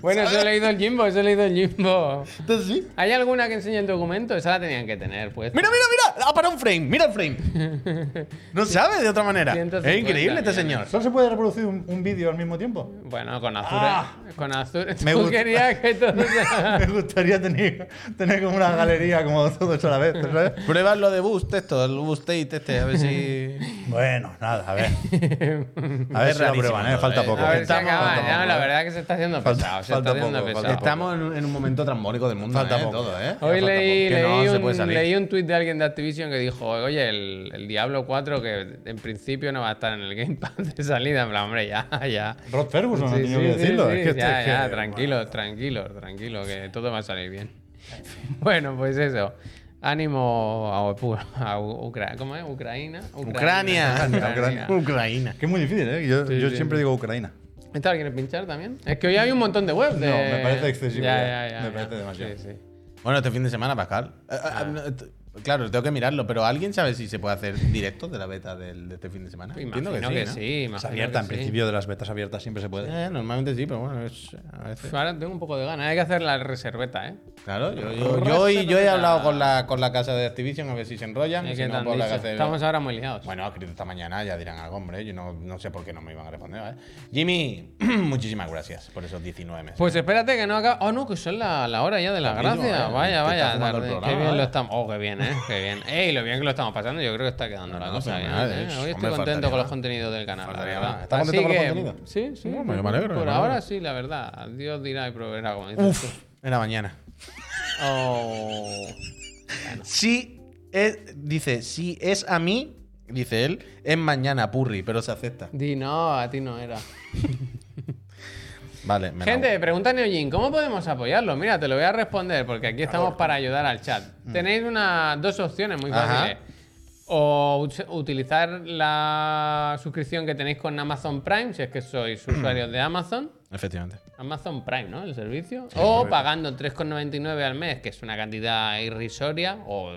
Speaker 3: Bueno, eso
Speaker 1: ¿sabes?
Speaker 3: lo he ido el Jimbo, eso lo he ido el Jimbo.
Speaker 1: Entonces, sí.
Speaker 3: ¿Hay alguna que enseñe el documento? Esa la tenían que tener, pues.
Speaker 1: Mira, mira, mira. Ha parado un frame. Mira el frame. No sabe de otra manera.
Speaker 3: 150
Speaker 1: Es increíble este señor.
Speaker 2: ¿Solo se puede reproducir un, un vídeo al mismo tiempo?
Speaker 3: Bueno, con Azure.
Speaker 2: Ah.
Speaker 3: con Azure.
Speaker 2: Me
Speaker 3: Tú
Speaker 2: gusta.
Speaker 3: querías que todo sea-
Speaker 2: Me gustaría tener, tener como una galería como todo eso a la vez, ¿sabes?
Speaker 1: Prueba lo de boost, esto, el boost state este, a ver si.
Speaker 2: Bueno, nada, a ver. A ver
Speaker 1: Es
Speaker 2: si lo
Speaker 1: rarísimo
Speaker 2: prueban, ¿eh?
Speaker 1: todo,
Speaker 2: Falta
Speaker 1: ¿eh?
Speaker 2: poco.
Speaker 3: A ver si
Speaker 1: Estamos-
Speaker 3: acaba.
Speaker 1: falta
Speaker 3: ya,
Speaker 1: poco,
Speaker 3: la
Speaker 1: eh.
Speaker 3: verdad es que se está haciendo
Speaker 2: Falta-
Speaker 3: pesado. se
Speaker 2: falta
Speaker 3: está haciendo
Speaker 2: poco, falta
Speaker 3: pesado.
Speaker 1: Estamos en, en un momento transmónico del mundo.
Speaker 2: Falta
Speaker 1: eh,
Speaker 2: poco.
Speaker 1: todo, ¿eh?
Speaker 3: Hoy
Speaker 1: Ah, Falta
Speaker 3: leí,
Speaker 1: poco. Que
Speaker 3: leí,
Speaker 1: no se
Speaker 3: un,
Speaker 1: puede salir.
Speaker 3: leí un tuit de alguien de Activision que dijo, oye, el, el Diablo 4 que en principio no va a estar en el Game Pass de salida. En plan, hombre, ya, ya.
Speaker 2: Rod Ferguson, no
Speaker 3: Sí,
Speaker 2: he tenido
Speaker 3: sí,
Speaker 2: que
Speaker 3: sí,
Speaker 2: decirlo.
Speaker 3: sí,
Speaker 2: es que
Speaker 3: ya,
Speaker 2: es que-
Speaker 3: ya, tranquilo, tranquilo, tranquilo, que todo va a salir bien. bueno, pues eso. Ánimo a, Upu- a U- Ucra- ¿cómo es? Ucraína.
Speaker 1: Ucrania.
Speaker 2: Ucrania.
Speaker 1: Ucrania.
Speaker 2: Que es muy difícil, ¿eh? Yo,
Speaker 3: Sí,
Speaker 2: yo
Speaker 3: sí.
Speaker 2: siempre digo Ucrania.
Speaker 3: ¿Esta la quieres pinchar también? Es que hoy hay un montón de webs.
Speaker 2: No,
Speaker 3: de-
Speaker 2: me parece excesivo
Speaker 3: Ya,
Speaker 2: ya.
Speaker 3: ya, ya,
Speaker 2: Me
Speaker 3: ya.
Speaker 2: parece demasiado.
Speaker 3: Sí, sí.
Speaker 1: Bueno, este fin de semana, Pascal. Eh, eh, no, t- Claro, tengo que mirarlo, pero ¿alguien sabe si se puede hacer directo de la beta del- de este fin de semana?
Speaker 3: Imagino
Speaker 1: Entiendo
Speaker 3: que,
Speaker 1: ¿no?
Speaker 3: sí, imagino
Speaker 2: Es abierta,
Speaker 3: que
Speaker 2: en
Speaker 3: sí.
Speaker 2: principio de las betas abiertas siempre se puede.
Speaker 1: Eh, normalmente sí, pero bueno, es, a veces.
Speaker 3: Ahora tengo un poco de ganas. Hay que hacer la reserveta, ¿eh?
Speaker 1: Claro, yo, yo, yo hoy- yo he hablado con la, con la casa de Activision a ver si se enrollan.
Speaker 3: Es
Speaker 1: si
Speaker 3: que te
Speaker 1: no,
Speaker 3: han
Speaker 1: pues la
Speaker 3: dicho.
Speaker 1: que hace-
Speaker 3: Estamos ahora muy liados.
Speaker 1: Bueno, ha escrito esta mañana, ya dirán algo, hombre. Yo no, no sé por qué no me iban a responder. ¿vale? Jimmy, muchísimas gracias por esos 19 meses.
Speaker 3: Pues espérate que no acaba. Oh, no, que son la, la hora ya de las
Speaker 1: Rapidísimo,
Speaker 3: gracias.
Speaker 1: eh.
Speaker 3: Vaya,
Speaker 1: Te
Speaker 3: vaya.
Speaker 1: está fumando el
Speaker 3: tarde.
Speaker 1: programa,
Speaker 3: Qué bien
Speaker 1: vaya.
Speaker 3: lo estamos. Oh, qué bien, eh. Qué bien. Ey, lo bien que lo estamos pasando. Yo creo que está quedando la
Speaker 1: No,
Speaker 3: cosa
Speaker 1: pero
Speaker 3: bien.
Speaker 1: nada,
Speaker 3: eh.
Speaker 1: es-
Speaker 3: Hoy estoy
Speaker 1: hombre,
Speaker 3: contento
Speaker 1: faltaría
Speaker 3: con los
Speaker 1: más.
Speaker 3: contenidos del canal. la
Speaker 1: Faltaría
Speaker 3: verdad.
Speaker 1: más. ¿Estás contento
Speaker 3: Así
Speaker 1: con los
Speaker 3: que-
Speaker 1: contenidos?
Speaker 3: Sí, sí.
Speaker 1: Bueno, yo me alegro,
Speaker 3: Por
Speaker 1: yo me
Speaker 3: ahora
Speaker 1: alegro.
Speaker 3: sí, la verdad. Dios dirá y proveerá, como dices tú.
Speaker 1: Uf, en la mañana.
Speaker 3: Oh.
Speaker 1: Sí, es, dice, si es a mí, dice él, es mañana, purri, pero se acepta.
Speaker 3: Di no, a ti no era.
Speaker 1: Vale, me la-
Speaker 3: Gente, pregunta Neojin, ¿cómo podemos apoyarlo? Mira, te lo voy a responder porque aquí estamos para ayudar al chat. Tenéis una, dos opciones muy
Speaker 1: Mm. Ajá.
Speaker 3: fáciles. O us- utilizar la suscripción que tenéis con Amazon Prime, si es que sois
Speaker 1: Mm.
Speaker 3: usuarios de Amazon.
Speaker 1: Efectivamente.
Speaker 3: Amazon Prime, ¿no? El servicio. o pagando 3,99 al mes, que es una cantidad irrisoria o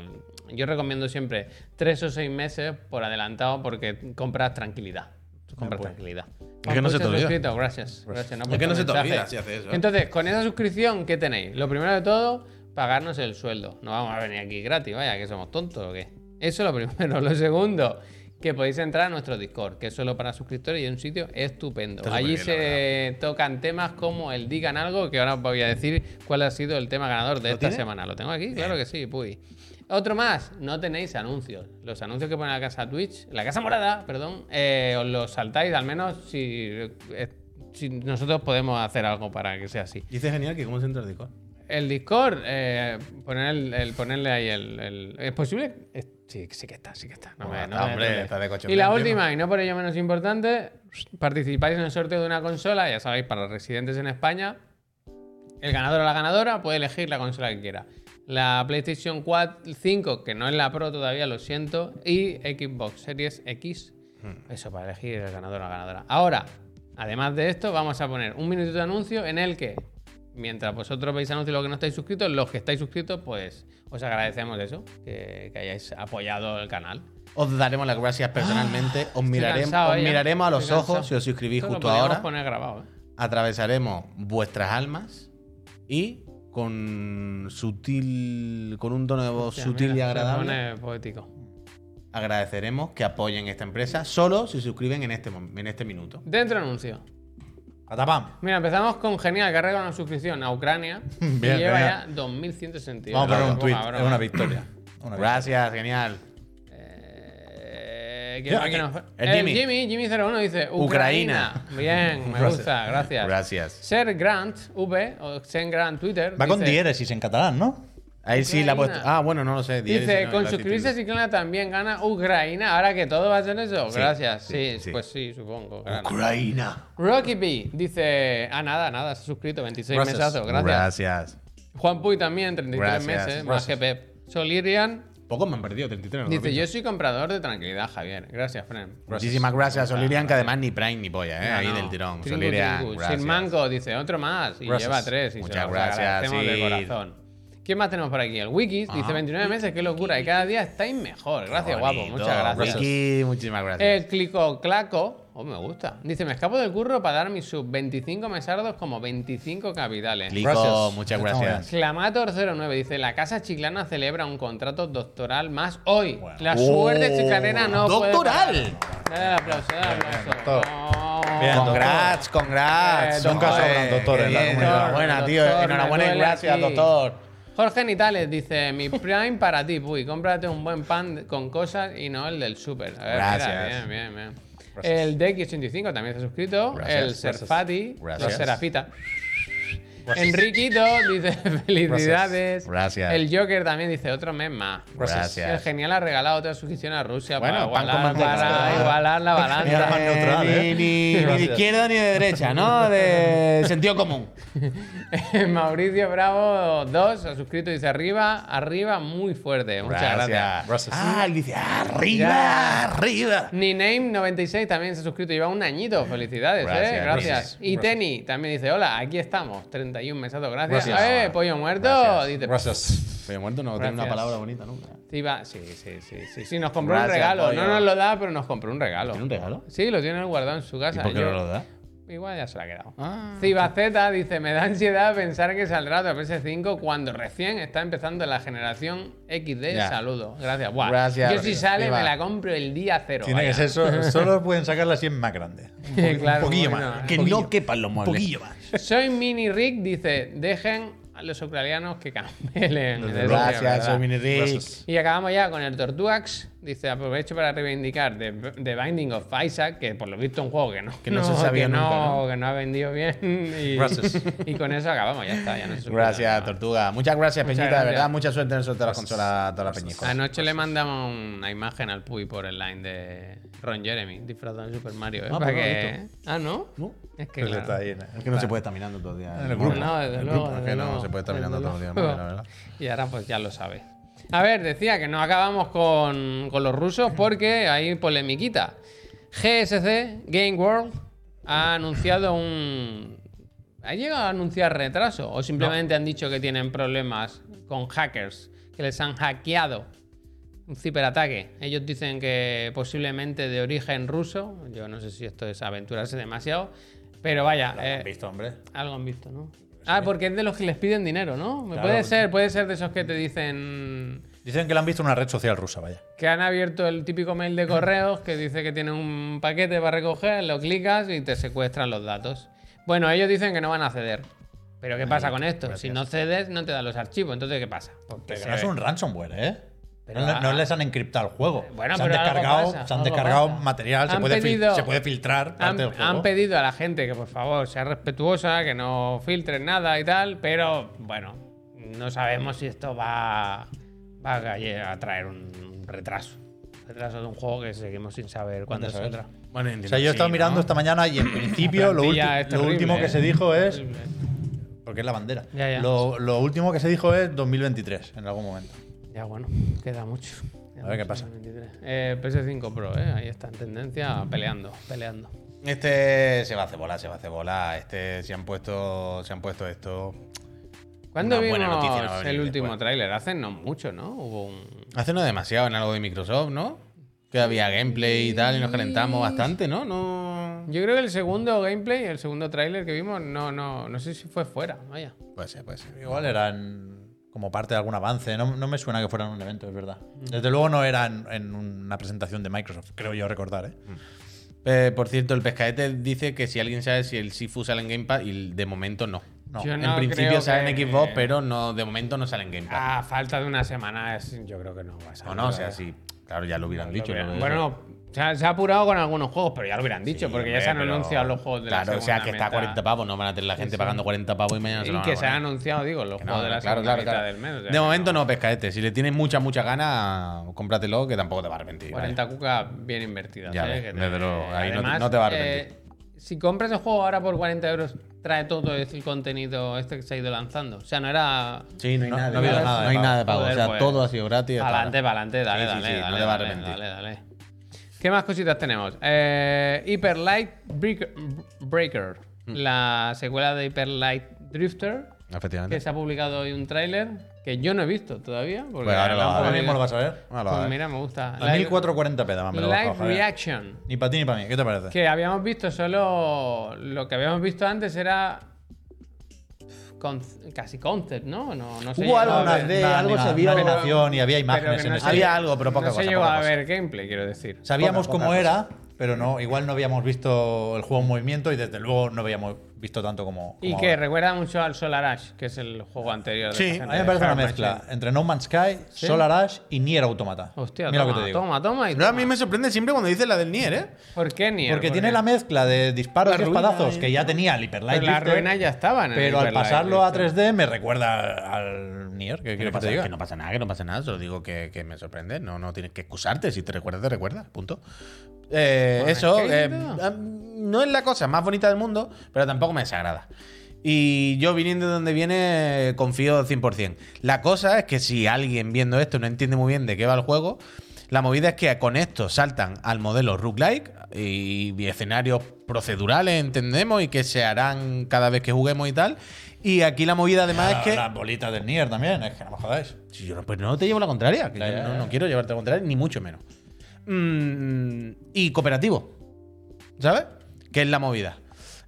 Speaker 3: yo recomiendo siempre tres o seis meses por adelantado porque compras tranquilidad. Tú compras
Speaker 2: pues.
Speaker 3: tranquilidad.
Speaker 1: Ah, Es que no se te
Speaker 3: Muchas
Speaker 1: olvida.
Speaker 3: suscritos, Gracias. gracias. No
Speaker 4: Es que no
Speaker 3: por
Speaker 4: se te
Speaker 3: mensaje.
Speaker 4: olvida si haces eso.
Speaker 3: Entonces, con esa suscripción, ¿qué tenéis? Lo primero de todo, pagarnos el sueldo. No vamos a venir aquí gratis, vaya, que somos tontos o qué. Eso es lo primero. Lo segundo, que podéis entrar a nuestro Discord, que es solo para suscriptores y es un sitio estupendo.
Speaker 4: Está
Speaker 3: Allí
Speaker 4: superbién,
Speaker 3: se
Speaker 4: la
Speaker 3: tocan temas como el Digan Algo, que ahora os voy a decir cuál ha sido el tema ganador de esta
Speaker 1: tiene?
Speaker 3: semana. ¿Lo tengo aquí? Claro que sí, puy. Otro más, no tenéis anuncios. Los anuncios que pone la casa Twitch, la casa morada, perdón, eh, os los saltáis, al menos si, eh, si nosotros podemos hacer algo para que sea así.
Speaker 1: Dice genial que cómo se entra al Discord.
Speaker 3: El Discord, eh, poner el, el- ponerle ahí el, el- ¿Es posible? Es- sí, sí que está, sí que está. No me-
Speaker 1: Bueno,
Speaker 3: no me-
Speaker 1: hombre,
Speaker 3: no me-
Speaker 1: está de coche.
Speaker 3: Y la
Speaker 1: Bien,
Speaker 3: última, y no por ello menos importante, participáis en el sorteo de una consola, ya sabéis, para los residentes en España. El ganador o la ganadora puede elegir la consola que quiera. La PlayStation 4, 5, que no es la Pro todavía, lo siento, y Xbox Series X.
Speaker 1: Hmm.
Speaker 3: Eso para elegir el ganador o la ganadora. Ahora, además de esto, vamos a poner un minutito de anuncio en el que, mientras vosotros veis anuncios los que no estáis suscritos, los que estáis suscritos, pues os agradecemos eso, que, que hayáis apoyado el canal.
Speaker 1: Os daremos las gracias personalmente. Os miraremos,
Speaker 3: Ah, cansado eh,
Speaker 1: os
Speaker 3: ya.
Speaker 1: miraremos a los
Speaker 3: Estoy
Speaker 1: ojos
Speaker 3: cansado.
Speaker 1: si os suscribís
Speaker 3: Esto lo
Speaker 1: justo
Speaker 3: podríamos
Speaker 1: ahora.
Speaker 3: poner grabado, ¿eh?
Speaker 1: Atravesaremos vuestras almas y con sutil. con un tono de voz
Speaker 3: Hostia,
Speaker 1: sutil
Speaker 3: mira,
Speaker 1: y
Speaker 3: se
Speaker 1: agradable.
Speaker 3: pone poético.
Speaker 1: Agradeceremos que apoyen esta empresa solo si suscriben en este, mom- en este minuto.
Speaker 3: Dentro anuncio.
Speaker 2: Catapam.
Speaker 3: Mira, empezamos con genial, que arregla una suscripción a Ucrania.
Speaker 2: Bien,
Speaker 3: y lleva
Speaker 2: genial.
Speaker 3: ya 2.168.
Speaker 2: Vamos a poner un
Speaker 3: Poca
Speaker 2: tweet.
Speaker 3: broma.
Speaker 2: Es una victoria. Una victoria.
Speaker 1: Gracias, genial.
Speaker 3: Eh, ¿quién
Speaker 2: Yo,
Speaker 3: más
Speaker 2: aquí.
Speaker 3: que nos-
Speaker 1: El
Speaker 3: El
Speaker 1: Jimmy.
Speaker 3: Jimmy. Jimmy, 01 dice Ucraina.
Speaker 1: Ucraina.
Speaker 3: Bien, me
Speaker 2: Gracias.
Speaker 3: gusta, gracias.
Speaker 1: Gracias.
Speaker 3: Ser Grant, V, o Sen Grant Twitter.
Speaker 2: Va con
Speaker 3: dice-
Speaker 2: diéresis en catalán, ¿no?
Speaker 1: Ahí sí la he puesto.
Speaker 3: Ucraina.
Speaker 1: Ah, bueno, no lo sé. diez,
Speaker 3: Dice,
Speaker 1: diecinueve,
Speaker 3: con
Speaker 1: las
Speaker 3: suscribirse
Speaker 1: actitudes.
Speaker 3: si Ciclana también gana Ucraina. Ahora que todo va a ser eso.
Speaker 1: Sí,
Speaker 3: Gracias. Sí,
Speaker 1: sí, sí.
Speaker 3: pues sí, supongo. gana.
Speaker 1: Ucraina.
Speaker 3: Rocky B dice. Ah, nada, nada, se ha suscrito, 26
Speaker 2: Gracias.
Speaker 3: mesazos, gracias.
Speaker 1: Gracias.
Speaker 3: Juan Puy también, 33
Speaker 1: Gracias.
Speaker 3: meses, más que Pep. Solirian
Speaker 1: Pocos me han perdido, 33. no lo he
Speaker 3: dice:
Speaker 1: visto.
Speaker 3: Yo soy comprador de tranquilidad, Javier. Gracias, Fren.
Speaker 1: Muchísimas gracias, Solirian, que además ni Prime ni polla, ¿eh? Ahí del tirón.
Speaker 3: Tringu,
Speaker 1: Solirian,
Speaker 3: tringu.
Speaker 1: gracias.
Speaker 3: Sin manco, dice otro más. Y
Speaker 2: Gracias.
Speaker 3: lleva tres. Y se
Speaker 1: Muchas
Speaker 3: los
Speaker 1: gracias,
Speaker 3: agradecemos de
Speaker 1: sí.
Speaker 3: corazón. ¿Quién más tenemos por aquí? El Wikis dice 29 meses, qué locura. Y cada día estáis mejor. Gracias, guapo.
Speaker 1: Bonito.
Speaker 3: Muchas gracias.
Speaker 1: Wiki, muchísimas gracias.
Speaker 3: El clico claco. Oh, me gusta. Dice, me escapo del curro para dar mis sub 25 mesardos como 25 capitales.
Speaker 1: Clico,
Speaker 2: gracias.
Speaker 1: muchas
Speaker 2: Estamos
Speaker 1: gracias.
Speaker 3: Clamator09 dice, la casa chiclana celebra un contrato doctoral más hoy.
Speaker 2: Bueno.
Speaker 3: La
Speaker 1: Oh,
Speaker 3: suerte chiclanera no puede
Speaker 1: doctoral.
Speaker 3: parar. Dale aplauso, dale aplauso.
Speaker 2: doctor.
Speaker 3: Vamos.
Speaker 2: Bien, doctor.
Speaker 1: Congrats,
Speaker 3: Eh,
Speaker 1: congrats.
Speaker 3: doctor.
Speaker 2: Nunca sobran doctores en la
Speaker 1: Bien,
Speaker 2: comunidad.
Speaker 1: Enhorabuena, tío.
Speaker 3: Doctor, me
Speaker 1: Enhorabuena y
Speaker 3: duele
Speaker 1: gracias,
Speaker 3: aquí.
Speaker 1: doctor.
Speaker 3: Jorge Nitales dice, mi prime para ti, puy, cómprate un buen pan de- con cosas y no el del súper. A ver, mira,
Speaker 1: Gracias.
Speaker 3: bien, bien, bien. El DX85 también se ha suscrito.
Speaker 1: Gracias.
Speaker 3: el Serfati, los
Speaker 1: Gracias.
Speaker 3: Serafita. Enriquito dice, felicidades.
Speaker 1: Gracias.
Speaker 3: El Joker también dice, otro mes más. El
Speaker 1: Gracias.
Speaker 3: genial ha regalado otra suscripción a Rusia
Speaker 1: Bueno, pan
Speaker 3: para
Speaker 1: con
Speaker 3: igualar,
Speaker 1: manteca.
Speaker 3: para igualar la
Speaker 2: Genial,
Speaker 3: balanza.
Speaker 2: más neutral,
Speaker 1: Ni,
Speaker 2: ¿eh?
Speaker 1: ni- ni de
Speaker 2: Gracias.
Speaker 1: izquierda ni de derecha, ¿no? De sentido común.
Speaker 3: Mauricio Bravo 2 ha suscrito dice arriba, arriba muy fuerte. Muchas gracias.
Speaker 2: Gracias.
Speaker 1: Ah, él dice arriba,
Speaker 3: Ya.
Speaker 1: arriba.
Speaker 3: Niname96 también se ha suscrito, lleva un añito. Felicidades,
Speaker 1: Gracias,
Speaker 3: eh. Gracias.
Speaker 1: gracias.
Speaker 3: Y Teni también dice: Hola, aquí estamos. 31 mesados, gracias.
Speaker 2: Gracias.
Speaker 3: Eh, pollo muerto.
Speaker 1: Gracias.
Speaker 3: Dice:
Speaker 2: Gracias.
Speaker 1: Pero muerto no tiene una
Speaker 3: Gracias.
Speaker 1: palabra bonita nunca.
Speaker 3: Sí, va- sí, sí, sí, sí, sí, nos compró
Speaker 1: Gracias,
Speaker 3: un regalo.
Speaker 1: pollo.
Speaker 3: No nos lo da, pero nos compró un regalo.
Speaker 1: ¿Tiene un regalo?
Speaker 3: Sí, lo tiene guardado en su casa.
Speaker 1: ¿Y por qué
Speaker 3: Yo-
Speaker 1: no lo da?
Speaker 3: Igual ya se la ha quedado.
Speaker 1: Ah.
Speaker 3: Ciba Z dice, me da ansiedad pensar que saldrá otra PS5 cuando recién está empezando la generación XD.
Speaker 1: Ya.
Speaker 3: Saludos. Gracias. Buah,
Speaker 1: Gracias,
Speaker 3: Yo si
Speaker 1: Ciba.
Speaker 3: sale me la compro el día cero.
Speaker 2: Tiene que
Speaker 3: vaya.
Speaker 2: ser eso. Solo pueden sacar la 100 más grande. Un, poqu- un
Speaker 3: Claro,
Speaker 2: poquillo
Speaker 3: bueno,
Speaker 2: más.
Speaker 3: eh.
Speaker 2: un
Speaker 1: Que
Speaker 2: poquillo.
Speaker 1: no quepan los
Speaker 2: Un
Speaker 1: muebles.
Speaker 2: poquillo más.
Speaker 3: Soy Mini Rick, dice, dejen a los ucranianos que campelen. Eso sí es
Speaker 1: Gracias,
Speaker 3: verdad.
Speaker 1: soy Mini Rick.
Speaker 2: Gracias.
Speaker 3: Y acabamos ya con el Tortuax. Dice, aprovecho para reivindicar The, The Binding of Isaac, que por lo visto es un juego que no,
Speaker 1: Que no se sabía
Speaker 3: que no-
Speaker 1: nunca, ¿no?
Speaker 3: que no ha vendido bien. Y,
Speaker 2: Gracias.
Speaker 3: y con eso acabamos, ya está. Ya no se supone nada
Speaker 1: Gracias,
Speaker 3: más.
Speaker 1: Tortuga. Muchas gracias, Ah,
Speaker 3: Muchas
Speaker 1: Peñita. De
Speaker 3: gracias.
Speaker 1: verdad, mucha suerte en el sorteo de las consolas a todas las peñicas.
Speaker 3: Anoche le mandamos una imagen al Puy por el line de Ron Jeremy, disfrazado de Super Mario. ¿eh?
Speaker 1: Ah,
Speaker 3: Para
Speaker 1: pues no lo he
Speaker 3: que- Ah, ¿no?
Speaker 1: No.
Speaker 3: Es que.
Speaker 2: Pues
Speaker 3: claro.
Speaker 2: está bien, eh.
Speaker 1: Es que no se puede estar mirando todo el día.
Speaker 2: En el grupo.
Speaker 3: No, desde
Speaker 1: El
Speaker 3: luego.
Speaker 1: grupo, es
Speaker 3: desde
Speaker 1: que no
Speaker 3: luego,
Speaker 1: se puede estar
Speaker 3: desde
Speaker 1: mirando todo el día,
Speaker 3: luego.
Speaker 1: la verdad.
Speaker 3: Y ahora pues ya lo sabes. A ver, decía que no acabamos con, con los rusos porque hay polemiquita. GSC, Game World, ha anunciado un... ¿Ha llegado a anunciar retraso? ¿O simplemente han dicho que tienen problemas con hackers que les han hackeado Un ciberataque. Ellos dicen que posiblemente de origen ruso. Yo no sé si esto es aventurarse demasiado. Pero vaya,
Speaker 2: Lo han
Speaker 3: eh,
Speaker 2: visto, hombre.
Speaker 3: algo han visto, ¿no? Ah, porque es de los que les piden dinero, ¿no?
Speaker 2: Claro.
Speaker 3: Puede ser, puede ser de esos que te dicen
Speaker 2: Dicen que lo han visto en una red social rusa, vaya.
Speaker 3: que han abierto el típico mail de correos que dice que tiene un paquete para recoger, lo clicas y te secuestran los datos. Bueno, ellos dicen que no van a ceder. Pero ¿qué pasa con esto? Si no cedes, no te dan los archivos. Entonces, ¿qué pasa? Pues que
Speaker 2: Pero
Speaker 3: se
Speaker 2: no es
Speaker 3: ve.
Speaker 2: un ransomware, ¿eh?
Speaker 3: Pero
Speaker 2: no, le-
Speaker 3: a-
Speaker 2: no les han encriptado el juego.
Speaker 3: Bueno,
Speaker 2: se han
Speaker 3: pero algo
Speaker 2: descargado,
Speaker 3: pasa,
Speaker 2: se han
Speaker 3: algo
Speaker 2: descargado
Speaker 3: pasa.
Speaker 2: material, se
Speaker 3: Han
Speaker 2: puede, fil-
Speaker 3: pedido-
Speaker 2: se puede filtrar parte
Speaker 3: han,
Speaker 2: del juego.
Speaker 3: han pedido a la gente que por favor sea respetuosa, que no filtren nada y tal, pero bueno, no sabemos si esto va, va a, lle- a traer un retraso. Retraso de un juego que seguimos sin saber cuándo
Speaker 2: ¿Cuándo
Speaker 3: saldrá.
Speaker 1: Bueno,
Speaker 2: o
Speaker 1: entiendo
Speaker 2: sea, yo
Speaker 1: que
Speaker 2: he
Speaker 1: sí,
Speaker 2: estado
Speaker 1: ¿no?
Speaker 2: mirando esta mañana y en principio
Speaker 3: La
Speaker 2: lo,
Speaker 3: plantilla
Speaker 2: ulti-
Speaker 3: es
Speaker 2: lo
Speaker 3: terrible,
Speaker 2: último que
Speaker 3: ¿eh?
Speaker 2: se dijo es.
Speaker 3: Terrible.
Speaker 2: Porque es la bandera.
Speaker 3: Ya, ya.
Speaker 2: Lo, lo último que se dijo es 2023, en algún momento.
Speaker 3: Ya bueno, queda mucho. Queda
Speaker 2: A ver qué
Speaker 3: mucho,
Speaker 2: pasa.
Speaker 3: 23. Eh, PS5 Pro, eh, ahí está en tendencia, peleando, peleando.
Speaker 1: Este se va a hacer bola, se va a hacer bola. Este se han puesto, se han puesto esto.
Speaker 3: ¿Cuándo
Speaker 1: Una
Speaker 3: vimos
Speaker 1: buena noticia no va a venir
Speaker 3: el último
Speaker 1: después.
Speaker 3: tráiler? Hace no mucho, ¿no? Hubo un...
Speaker 1: Hace no demasiado en algo de Microsoft, ¿no? Que había gameplay y tal y nos calentamos bastante, ¿no? No.
Speaker 3: Yo creo que el segundo gameplay, el segundo tráiler que vimos, no, no, no sé si fue fuera, vaya.
Speaker 1: Puede ser, puede ser.
Speaker 2: Igual eran como parte de algún avance. No, no me suena que fueran un evento, es verdad. Desde luego no eran en una presentación de Microsoft, creo yo recordar, ¿eh?
Speaker 1: Eh, por cierto, el pescaete dice que si alguien sabe si el Sifu sale en Game Pass, y de momento no.
Speaker 2: No,
Speaker 3: Yo
Speaker 1: en
Speaker 3: no
Speaker 1: principio
Speaker 3: creo
Speaker 1: sale
Speaker 3: que-
Speaker 1: en Xbox, pero no, de momento no sale en Game Pass.
Speaker 3: A falta de una semana, es- yo creo que no va a
Speaker 1: Ah, o
Speaker 3: salir,
Speaker 1: no, o sea,
Speaker 3: ¿verdad?
Speaker 1: sí. Claro, ya lo hubieran
Speaker 3: Ah, Lo
Speaker 1: dicho.
Speaker 3: hubieran-
Speaker 1: ¿no?
Speaker 3: bueno, se ha, se ha apurado con algunos juegos, pero ya lo hubieran dicho,
Speaker 1: Sí,
Speaker 3: porque ya
Speaker 1: hombre,
Speaker 3: se han
Speaker 1: pero-
Speaker 3: anunciado los juegos de la
Speaker 1: Claro, o sea,
Speaker 3: segunda
Speaker 1: que está a
Speaker 3: mitad.
Speaker 1: 40 pavos, no van a tener la gente pagando 40 pavos y mañana se lo
Speaker 3: Y
Speaker 1: van
Speaker 3: que
Speaker 1: a
Speaker 3: se han
Speaker 1: poner.
Speaker 3: anunciado, digo, los
Speaker 1: Que no,
Speaker 3: juegos de la
Speaker 1: claro,
Speaker 3: segunda
Speaker 1: claro,
Speaker 3: mitad
Speaker 1: claro.
Speaker 3: del mes. o sea,
Speaker 1: de
Speaker 3: que
Speaker 1: momento no, pescaete. Si le tienes mucha, mucha gana, cómpratelo, que tampoco te va a arrepentir. ¿eh? vaya.
Speaker 3: 40 cucas bien invertidas.
Speaker 1: Ya
Speaker 3: ¿eh?
Speaker 1: ves,
Speaker 3: Que te-
Speaker 1: desde luego, ahí no te-
Speaker 3: Además,
Speaker 1: no te va a arrepentir.
Speaker 3: eh, si compras el juego ahora por 40 euros, trae todo el contenido este que se ha ido lanzando. O sea, no era.
Speaker 1: Sí, no hay
Speaker 2: No-
Speaker 1: nada.
Speaker 2: no ha habido
Speaker 1: pago.
Speaker 2: nada de
Speaker 1: No hay
Speaker 2: pago.
Speaker 1: nada de pago.
Speaker 3: Joder,
Speaker 1: o sea,
Speaker 3: pues.
Speaker 1: todo ha sido gratis. hasta
Speaker 3: Adelante,
Speaker 1: ahora.
Speaker 3: adelante, dale,
Speaker 1: Sí, sí,
Speaker 3: dale,
Speaker 1: sí, no
Speaker 3: dale,
Speaker 1: te vas a
Speaker 3: dale,
Speaker 1: arrepentir.
Speaker 3: dale, dale. ¿Qué más cositas tenemos? Eh, Hyper Light Breaker, Breaker,
Speaker 1: Mm.
Speaker 3: la secuela de Hyper Light Drifter, que
Speaker 1: Efectivamente.
Speaker 3: se ha publicado hoy un tráiler que yo no he visto todavía. Porque
Speaker 1: Pues ahora lo
Speaker 3: no
Speaker 1: vas a
Speaker 3: han
Speaker 1: ver.
Speaker 2: Ahora
Speaker 3: podido-
Speaker 2: mismo lo vas a ver.
Speaker 1: Bueno,
Speaker 3: Pues
Speaker 1: a ver.
Speaker 3: mira, me gusta.
Speaker 2: A 1440p, dame lo
Speaker 3: Live
Speaker 2: bajo, Javier.
Speaker 3: Reaction.
Speaker 2: Ni para ti ni para mí, ¿qué te parece?
Speaker 3: Que habíamos visto solo. Lo que habíamos visto antes era. con- casi concept, ¿no? No, no se
Speaker 1: Hubo algo,
Speaker 3: llegó a
Speaker 1: unas
Speaker 3: ver-
Speaker 1: de- algo se
Speaker 2: anima-
Speaker 1: vio-
Speaker 2: una animación y había
Speaker 3: pero
Speaker 2: imágenes
Speaker 3: que
Speaker 2: en
Speaker 3: no
Speaker 2: ese-
Speaker 3: se-
Speaker 1: Había algo, pero poca
Speaker 3: No
Speaker 1: cosa,
Speaker 3: se llegó
Speaker 1: poca
Speaker 3: a
Speaker 1: cosa.
Speaker 3: ver gameplay, quiero decir.
Speaker 2: Sabíamos
Speaker 1: Poca, poca
Speaker 2: cómo era, pero no, igual no habíamos visto el juego en movimiento y desde luego no habíamos visto tanto como.
Speaker 3: Y
Speaker 2: como
Speaker 3: que
Speaker 2: ahora.
Speaker 3: recuerda mucho al Solar Ash, que es el juego anterior. de
Speaker 1: Sí,
Speaker 3: esta
Speaker 1: a
Speaker 2: A mí
Speaker 3: gente
Speaker 2: me
Speaker 3: de
Speaker 2: parece una
Speaker 3: Farm
Speaker 2: mezcla
Speaker 3: Machine.
Speaker 2: entre No Man's Sky, Solar Ash y Nier Automata.
Speaker 3: Hostia,
Speaker 2: Mira
Speaker 3: toma,
Speaker 2: lo que te digo.
Speaker 3: toma, toma y
Speaker 1: Pero a
Speaker 3: toma.
Speaker 1: mí me sorprende siempre cuando dice la del Nier, ¿eh?
Speaker 3: ¿Por qué ni?
Speaker 2: Porque tiene la mezcla de disparos
Speaker 1: La
Speaker 2: y
Speaker 1: ruina,
Speaker 2: espadazos
Speaker 1: eh.
Speaker 2: que ya tenía el Hyper Light
Speaker 3: Pero las
Speaker 2: Drifter,
Speaker 3: ruinas ya estaban. en
Speaker 2: pero al
Speaker 3: Hyper Light
Speaker 2: pasarlo a
Speaker 3: Drifter.
Speaker 2: 3D me recuerda al Nier, que
Speaker 1: Que no,
Speaker 2: quiero que
Speaker 1: pasa,
Speaker 2: te diga.
Speaker 1: que no pasa nada, que no pasa nada. Solo digo que, que me sorprende. No, no tienes que excusarte. Si te recuerdas, te recuerdas. Punto. Eh,
Speaker 3: Bueno,
Speaker 1: eso
Speaker 3: es que
Speaker 1: eh,
Speaker 3: no.
Speaker 1: am- no es la cosa más bonita del mundo, pero tampoco me desagrada. Y yo viniendo de donde viene, confío 100%. La cosa es que si alguien viendo esto no entiende muy bien de qué va el juego, la movida es que con esto saltan al modelo roguelike y escenarios procedurales, entendemos, y que se harán cada vez que juguemos y tal. Y aquí la movida además es
Speaker 2: La-
Speaker 1: que...
Speaker 2: Las bolitas del Nier también, es que no me jodáis.
Speaker 1: Si yo no, pues no te llevo la contraria. que
Speaker 2: Ya,
Speaker 1: yo
Speaker 2: ya,
Speaker 1: no,
Speaker 2: ya.
Speaker 1: no quiero llevarte la contraria, ni mucho menos. Mm, y cooperativo. ¿Sabes? Que es la movida.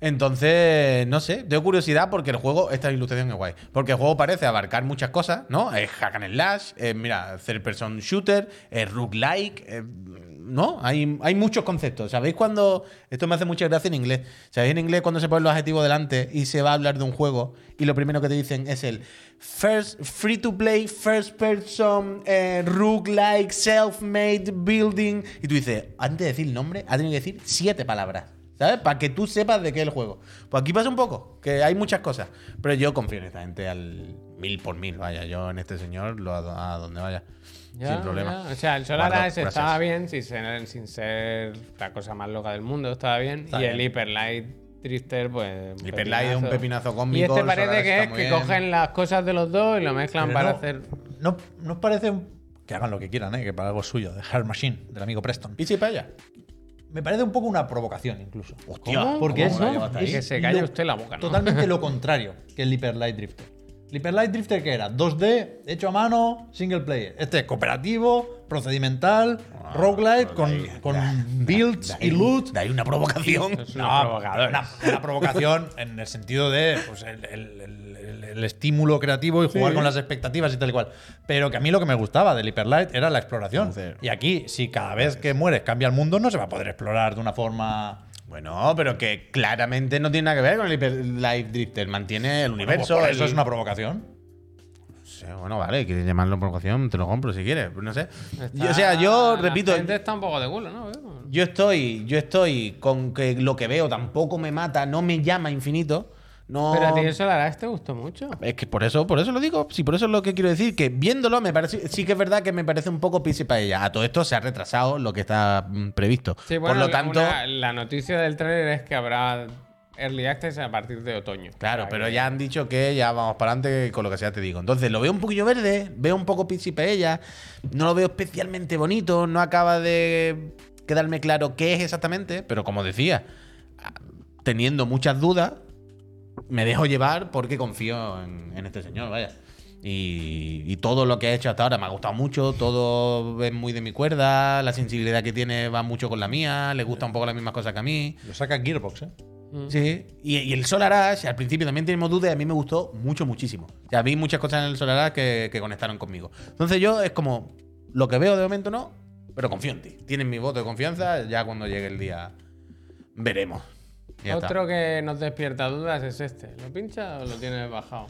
Speaker 1: Entonces, no sé, tengo curiosidad porque el juego, esta ilustración es guay. Porque el juego parece abarcar muchas cosas, ¿no? Es hack and slash, es, mira, third person shooter, es roguelike, es- ¿no? Hay, hay muchos conceptos. ¿Sabéis cuando.? Esto me hace mucha gracia en inglés. ¿Sabéis en inglés cuando se ponen los adjetivos delante y se va a hablar de un juego y lo primero que te dicen es el first free to play, first person, eh, roguelike, self-made, building. Y tú dices, antes de decir el nombre, ha tenido que decir siete palabras. ¿Sabes? Para que tú sepas de qué es el juego. Pues aquí pasa un poco, que hay muchas cosas. Pero yo confío en esta gente al mil por mil. Vaya, yo en este señor lo a, a donde vaya.
Speaker 3: Ya,
Speaker 1: sin problema.
Speaker 3: ya. O sea, el Solar
Speaker 1: Guardo,
Speaker 3: Ash estaba
Speaker 1: gracias.
Speaker 3: bien sin ser, sin ser la cosa más loca del mundo, estaba bien.
Speaker 2: Está
Speaker 3: y el
Speaker 2: bien.
Speaker 3: Hyper Light Drifter, pues. un
Speaker 1: Hyper Light es un pepinazo cómico,
Speaker 3: Y este
Speaker 1: el Solar
Speaker 3: parece
Speaker 1: Ash
Speaker 3: que
Speaker 1: está
Speaker 3: es
Speaker 1: muy
Speaker 3: que
Speaker 1: bien.
Speaker 3: cogen las cosas de los dos y lo mezclan
Speaker 2: Pero
Speaker 3: para
Speaker 2: no-
Speaker 3: hacer.
Speaker 2: No, no os parece un- que hagan lo que quieran, ¿eh? que para algo es suyo, de Hard Machine, del amigo Preston.
Speaker 1: Y si para allá.
Speaker 2: Me parece un poco una provocación incluso.
Speaker 1: Hostia,
Speaker 2: Porque
Speaker 1: ¿cómo
Speaker 2: es,
Speaker 1: me la llevaste ahí?
Speaker 2: es
Speaker 3: Que se calle
Speaker 2: lo-
Speaker 3: usted la boca, ¿no?
Speaker 2: Totalmente lo contrario que el Hyper Light Drifter. El Hyper Light Drifter que era 2D, hecho a mano, single player. Este es cooperativo, procedimental,
Speaker 3: Ah,
Speaker 1: Ah,
Speaker 2: roguelite, con, con builds y loot.
Speaker 1: Hay una provocación.
Speaker 3: Es una provocadora.
Speaker 2: Una, una provocación en el sentido de pues, el, el- el- el- el estímulo creativo y jugar con las expectativas y tal y cual. Pero que a mí lo que me gustaba del Hyperlight era la exploración.
Speaker 1: Entonces-
Speaker 2: Y aquí, si cada vez que mueres cambia el mundo, no se va a poder explorar de una forma.
Speaker 1: Bueno, pero que claramente no tiene nada que ver con el Hyper Life Drifter. Mantiene el universo.
Speaker 2: Bueno, pues por eso
Speaker 1: el-
Speaker 2: es una provocación.
Speaker 1: Sí, Bueno, vale, quieres llamarlo provocación, te lo compro si quieres, pero no sé. Yo, o sea, yo
Speaker 3: la
Speaker 1: repito,
Speaker 3: gente está un poco de culo, ¿no?
Speaker 1: yo estoy, yo estoy con que lo que veo tampoco me mata, no me llama infinito. No,
Speaker 3: Pero a ti eso la verdad es que te gustó mucho.
Speaker 1: Es que por eso, por eso lo digo. Sí, por eso es lo que quiero decir. Que viéndolo, me parece. Sí que es verdad que me parece un poco pisi para ella. A todo esto se ha retrasado lo que está mm, previsto.
Speaker 3: Sí,
Speaker 1: por
Speaker 3: bueno,
Speaker 1: lo
Speaker 3: la-
Speaker 1: tanto.
Speaker 3: una- la noticia del trailer es que habrá early access a partir de otoño.
Speaker 1: Claro,
Speaker 3: O sea
Speaker 1: pero
Speaker 3: que-
Speaker 1: ya han dicho que ya vamos para adelante con lo que sea, te digo. Entonces, lo veo un poquillo verde, veo un poco pizzi paella, no lo veo especialmente bonito, no acaba de quedarme claro qué es exactamente, pero como decía, a- teniendo muchas dudas, me dejo llevar porque confío en, en este señor, vaya. Y, y todo lo que he hecho hasta ahora me ha gustado mucho, todo es muy de mi cuerda, la sensibilidad que tiene va mucho con la mía, le gustan un poco las mismas cosas que a mí.
Speaker 2: Lo saca Gearbox, ¿eh?
Speaker 3: Mm.
Speaker 1: Sí, y, y el Solar Ash, al principio también tenemos dudas, y a mí me gustó mucho, muchísimo. Ya vi muchas cosas en el Solar Ash que, que conectaron conmigo. Entonces yo es como, lo que veo de momento no, pero confío en ti. Tienes mi voto de confianza, ya cuando llegue el día veremos. Ya está.
Speaker 3: Otro que nos despierta dudas es este. ¿Lo pincha o lo tienes bajado?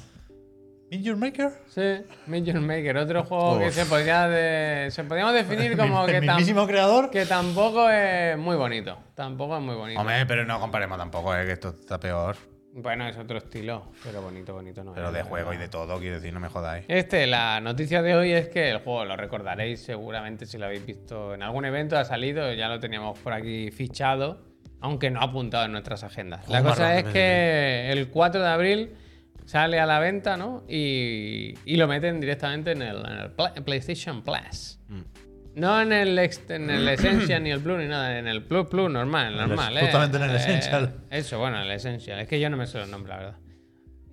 Speaker 2: Midjourney Maker.
Speaker 3: Sí, Major Maker, otro juego que
Speaker 1: Uf.
Speaker 3: se podría de- se podríamos definir como que,
Speaker 2: el
Speaker 3: tam-
Speaker 2: mismísimo creador.
Speaker 3: que tampoco es muy bonito. Tampoco es muy bonito.
Speaker 1: Hombre, pero no comparemos tampoco, eh, que esto está peor.
Speaker 3: Bueno, es otro estilo, pero bonito, bonito no.
Speaker 1: Pero
Speaker 3: es,
Speaker 1: de
Speaker 3: la
Speaker 1: juego y
Speaker 3: verdad.
Speaker 1: de todo, quiero decir, no me jodáis.
Speaker 3: Este, la noticia de hoy es que el juego lo recordaréis seguramente si lo habéis visto en algún evento, ha salido, ya lo teníamos por aquí fichado, aunque no ha apuntado en nuestras agendas. La
Speaker 1: Joder,
Speaker 3: cosa es
Speaker 1: marrón,
Speaker 2: ¿eh?
Speaker 3: que el 4 de abril sale a la venta, ¿no? Y, y lo meten directamente en el, en el Pla- PlayStation Plus.
Speaker 2: Mm.
Speaker 3: No en el, ex- en el Essential ni el Blue ni nada, en el Plus Plus normal,
Speaker 2: el-
Speaker 3: normal, ¿eh?
Speaker 2: justamente en el
Speaker 3: Eh,
Speaker 2: Essential.
Speaker 3: Eso, bueno, en el Essential. Es que yo no me sé los nombres, la verdad.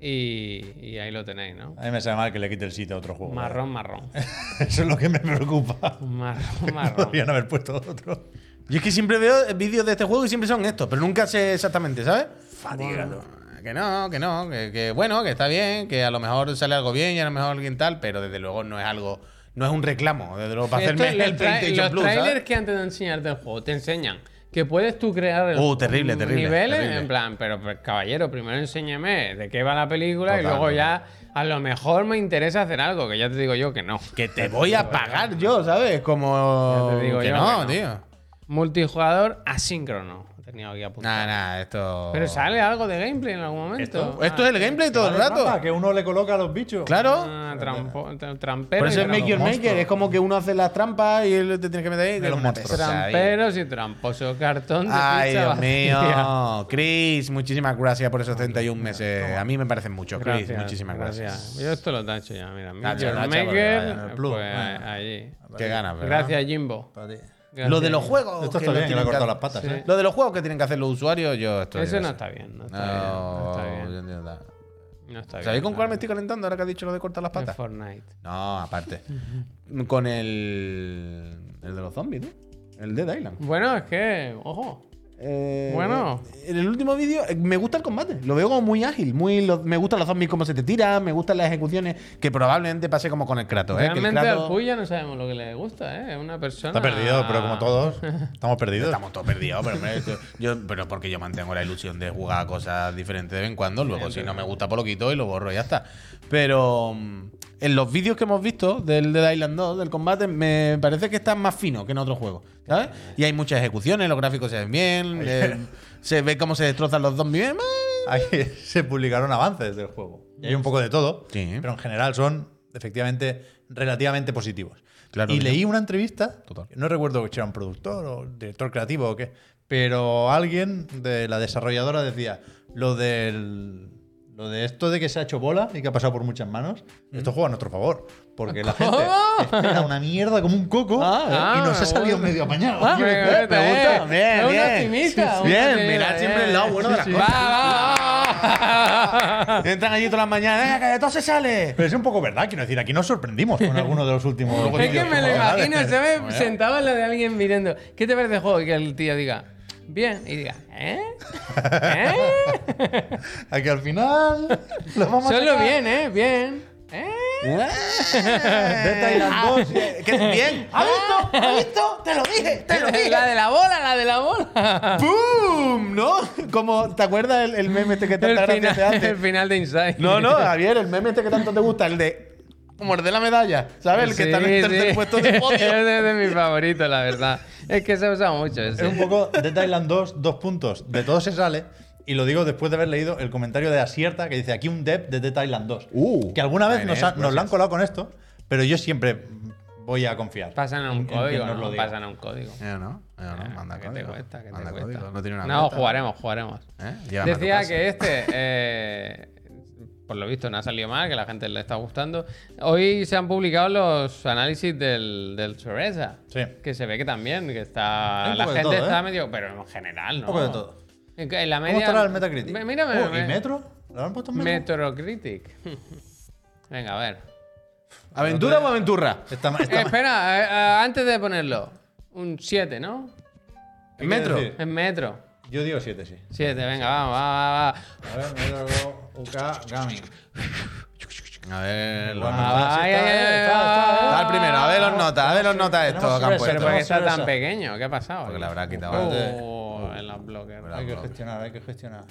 Speaker 3: Y, y ahí lo tenéis, ¿no?
Speaker 2: A mí me sale mal que le quite el sitio a otro juego. ¿eh?
Speaker 3: Marrón, marrón.
Speaker 2: Eso es lo que me preocupa.
Speaker 3: Marrón, marrón.
Speaker 2: Podrían haber puesto otro.
Speaker 1: Yo es que siempre veo vídeos de este juego y siempre son estos, pero nunca sé exactamente, ¿sabes? Fatigado. Que no, que no, que, que bueno, que está bien, que a lo mejor sale algo bien y a lo mejor alguien tal, pero desde luego no es algo, no es un reclamo, desde luego para
Speaker 3: Esto,
Speaker 1: hacerme el
Speaker 3: los tra-
Speaker 1: PlayStation
Speaker 3: los
Speaker 1: Plus. ¿ah? ¿sabes?
Speaker 3: trailers que antes de enseñarte el juego te enseñan que puedes tú crear el-
Speaker 1: Uh, terrible, terrible,
Speaker 3: niveles
Speaker 1: terrible.
Speaker 3: en plan, pero pues, caballero, primero enséñeme de qué va la película y
Speaker 1: Total,
Speaker 3: luego
Speaker 1: total.
Speaker 3: ya a lo mejor me interesa hacer algo, que ya te digo yo que no.
Speaker 1: Que te voy a pagar yo, ¿sabes? Como.
Speaker 3: Ya te digo
Speaker 1: que
Speaker 3: yo
Speaker 1: no,
Speaker 3: que
Speaker 1: tío.
Speaker 3: Multijugador asíncrono. Tenía aquí apuntado.
Speaker 1: Nada, nada, esto.
Speaker 3: Pero sale algo de gameplay en algún momento.
Speaker 1: Esto,
Speaker 3: Ah,
Speaker 1: esto es el gameplay todo el rato.
Speaker 2: que uno le coloca a los bichos.
Speaker 1: Claro.
Speaker 3: ah, trampo- tra- trampero
Speaker 1: Por eso
Speaker 3: y
Speaker 1: es Make Your
Speaker 3: tramposo.
Speaker 1: Maker, es como que uno hace las trampas y él te tienes que meter ahí. que
Speaker 2: los
Speaker 1: es una
Speaker 2: monstruos.
Speaker 1: pesada ahí.
Speaker 3: Tramperos y tramposo. Cartón de
Speaker 1: Ay,
Speaker 3: pizza
Speaker 1: Dios
Speaker 3: vacía.
Speaker 1: mío. Chris, muchísimas gracias por esos 31 meses. A mí me parecen mucho, Chris. muchísimas gracias.
Speaker 3: Yo esto lo tacho ya, mira.
Speaker 1: Tacho,
Speaker 3: Major
Speaker 1: tacho, porque vaya,
Speaker 3: Maker,
Speaker 1: en el
Speaker 3: pues,
Speaker 2: plus,
Speaker 3: allí.
Speaker 1: Qué ganas, ¿verdad?
Speaker 3: Gracias, Jimbo. Gracias.
Speaker 1: Lo de los juegos.
Speaker 2: Esto
Speaker 1: que lo
Speaker 2: está bien, Oh, que le
Speaker 1: tienen
Speaker 2: ha cortado
Speaker 1: que-
Speaker 2: las patas.
Speaker 3: Sí.
Speaker 2: ¿eh?
Speaker 1: Lo de los juegos que tienen que hacer los usuarios, yo estoy.
Speaker 3: Eso no está bien, no está bien. No está
Speaker 1: No, yo
Speaker 3: bien.
Speaker 1: entiendo nada.
Speaker 3: No está bien,
Speaker 1: ¿Sabéis con
Speaker 3: no
Speaker 1: cuál me
Speaker 3: está
Speaker 1: estoy calentando ahora que ha dicho lo de cortar las
Speaker 3: bien. El
Speaker 1: patas?
Speaker 3: Fortnite.
Speaker 1: No, aparte. Con el. El de los zombies, ¿no? El Dead Island.
Speaker 3: Bueno, es que, ojo.
Speaker 1: Eh,
Speaker 3: Bueno.
Speaker 1: En el último vídeo eh, me gusta el combate. Lo veo como muy ágil. Muy, lo- me gustan los zombies como se te tiran. Me gustan las ejecuciones. Que probablemente pase como con el Kratos. ¿eh? Que el
Speaker 3: Realmente
Speaker 1: Kratos-
Speaker 3: al Puy ya no sabemos lo que le gusta, ¿eh? Es una persona.
Speaker 2: Está perdido, pero como todos, estamos perdidos.
Speaker 1: Estamos todos perdidos, pero, hombre, yo- yo- pero porque yo mantengo la ilusión de jugar a cosas diferentes de vez en cuando. Luego, si no me gusta, pues lo quito y lo borro y ya está. Pero mm, en los vídeos que hemos visto del Dead Island 2, del combate, me parece que está más fino que en otros juegos. ¿Sabes? Y hay muchas ejecuciones, los gráficos se ven bien, eh, se ve cómo se destrozan los zombies. bien, eh.
Speaker 2: Ahí se publicaron avances del juego. Y hay un poco de todo,
Speaker 1: Sí.
Speaker 2: pero en general son efectivamente relativamente positivos.
Speaker 1: Claro
Speaker 2: y
Speaker 1: que
Speaker 2: leí una entrevista,
Speaker 1: Total.
Speaker 2: no recuerdo si era un productor o director creativo o qué, pero alguien de la desarrolladora decía lo del lo de esto de que se ha hecho bola y que ha pasado por muchas manos,
Speaker 1: Mm.
Speaker 2: esto juega a nuestro favor, porque la gente espera una mierda como un coco
Speaker 1: Ah,
Speaker 2: y nos
Speaker 3: me
Speaker 2: ha salido
Speaker 3: gusta.
Speaker 2: medio apañado.
Speaker 3: Ah,
Speaker 2: tío.
Speaker 3: me gusta,
Speaker 1: me gusta.
Speaker 3: eh.
Speaker 1: Bien,
Speaker 3: Es un
Speaker 1: bien.
Speaker 3: optimista. un
Speaker 1: Bien,
Speaker 3: optimista,
Speaker 1: mirad siempre el lado bueno de las
Speaker 3: Va,
Speaker 1: cosas.
Speaker 3: va, va, va.
Speaker 1: Entran allí todas las mañanas. ¡Venga, que de todo se sale!
Speaker 2: Pero es un poco verdad, quiero decir, aquí nos sorprendimos con alguno de los últimos.
Speaker 3: Es que
Speaker 2: vídeos
Speaker 3: me lo
Speaker 2: populares.
Speaker 3: imagino, ¿sabes?
Speaker 2: Bueno,
Speaker 3: Sentado en lo de alguien mirando. ¿Qué te parece el juego? Y que el tío diga, bien. Y diga, ¿eh? ¿Eh?
Speaker 2: a que al final. Lo vamos a
Speaker 3: Solo
Speaker 2: sacar.
Speaker 3: bien, ¿eh? Bien. ¿Eh?
Speaker 1: Dead Island 2. eh, ¿Qué bien? Ah. ¿Has visto? ¿Has visto? Te lo dije, te lo dije.
Speaker 3: La de la bola, la de la bola.
Speaker 1: ¡Pum! ¿No? Como, ¿te acuerdas el, el meme este que
Speaker 3: El
Speaker 1: tanta gracia te
Speaker 3: final,
Speaker 1: hace?
Speaker 3: el final de Inside.
Speaker 1: No, no, Javier, el meme este que tanto te gusta, el de morder la medalla, ¿sabes? El que
Speaker 3: Sí,
Speaker 1: está en el tercer
Speaker 3: sí.
Speaker 1: puesto de podio.
Speaker 3: Ese es de mi favorito, la verdad. Es que se usa mucho
Speaker 2: Es un
Speaker 3: ese.
Speaker 2: poco Dead Island 2, dos puntos. De todo se sale. Y lo digo después de haber leído el comentario de Asierta que dice aquí un dev de Dead Island 2.
Speaker 1: Uh,
Speaker 2: que alguna vez
Speaker 1: bien,
Speaker 2: nos,
Speaker 1: eh,
Speaker 2: ha- nos lo han
Speaker 1: gracias.
Speaker 2: colado con esto, pero yo siempre voy a confiar.
Speaker 3: Pasan a
Speaker 2: en-
Speaker 3: un
Speaker 2: en que
Speaker 3: código,
Speaker 2: nos lo
Speaker 3: ¿no?
Speaker 2: diga.
Speaker 3: Pasan a un código. Eh,
Speaker 1: Yo no, yo no, manda
Speaker 3: Ah, ¿Qué te
Speaker 1: código,
Speaker 3: cuesta? ¿Qué
Speaker 1: manda
Speaker 3: te cuesta?
Speaker 1: código, No tiene una
Speaker 3: no,
Speaker 1: cuenta.
Speaker 3: jugaremos, jugaremos.
Speaker 1: ¿Eh? Llévame a tu
Speaker 3: Decía
Speaker 1: casa.
Speaker 3: que este, eh, por lo visto, no ha salido mal, que la gente le está gustando. Hoy se han publicado los análisis del, del Cereza.
Speaker 2: Sí.
Speaker 3: Que se ve que también, que está.
Speaker 2: Un
Speaker 3: La
Speaker 2: poco de
Speaker 3: gente
Speaker 2: todo, ¿eh?
Speaker 3: está medio. Pero en general, ¿no?
Speaker 2: poco de todo.
Speaker 3: En, en la media.
Speaker 2: ¿Cómo estará el Metacritic?
Speaker 3: Me- mírame,
Speaker 2: Oh, ¿Y
Speaker 3: me-
Speaker 2: Metro? ¿Lo han puesto en Metro?
Speaker 3: Metrocritic. Venga, a ver.
Speaker 1: ¿Aventura o aventura?
Speaker 2: Está, está-
Speaker 3: Eh, espera, eh, eh, antes de ponerlo, un 7, ¿no?
Speaker 2: ¿qué
Speaker 1: Metro.
Speaker 2: quiere decir?
Speaker 3: En metro.
Speaker 2: Yo digo 7, sí.
Speaker 3: 7, venga, vamos, va, va, va.
Speaker 2: A ver, Metro UK Gaming.
Speaker 1: A ver,
Speaker 2: Bueno,
Speaker 1: la-
Speaker 3: Ah,
Speaker 2: sí,
Speaker 3: ay,
Speaker 2: está,
Speaker 3: ay,
Speaker 2: eh, está,
Speaker 3: ay,
Speaker 2: está,
Speaker 3: ay,
Speaker 2: eh.
Speaker 1: Dale primero, a ver los notas, a ver los notas esto
Speaker 2: tenemos
Speaker 1: que han
Speaker 2: tres,
Speaker 1: puesto.
Speaker 3: ¿Por qué
Speaker 2: tenemos-
Speaker 3: está tan
Speaker 2: Cereza.
Speaker 3: pequeño? ¿Qué ha pasado?
Speaker 1: Porque le habrá quitado antes.
Speaker 3: Oh, en las bloques.
Speaker 2: Hay que gestionar, hay que gestionar.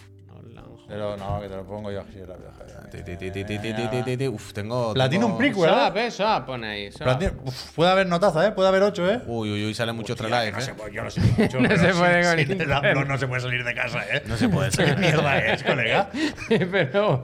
Speaker 2: Pero no, que te lo pongo yo así rápido. Javier.
Speaker 1: Ti, ti, ti, ti, ti, ti, ti, ti, ti, ti. Uf, tengo.
Speaker 2: Platinum
Speaker 1: tengo-
Speaker 2: Prick, ¿verdad?
Speaker 3: Swap, eh, swap, pone ahí. swap.
Speaker 2: Platinum- Uf, puede haber notaza, ¿eh? Puede haber 8, ¿eh?
Speaker 1: Uy, uy, uy, sale mucho Astralife,
Speaker 2: no se
Speaker 1: ¿eh?
Speaker 2: puede, yo lo siento mucho,
Speaker 3: No
Speaker 2: pero
Speaker 3: se puede
Speaker 2: sin-
Speaker 3: con
Speaker 2: sin el
Speaker 3: internet.
Speaker 2: upload no se puede salir de casa, ¿eh?
Speaker 1: No se puede
Speaker 2: ¿Qué
Speaker 1: ser.
Speaker 2: mierda es, colega?
Speaker 3: Pero.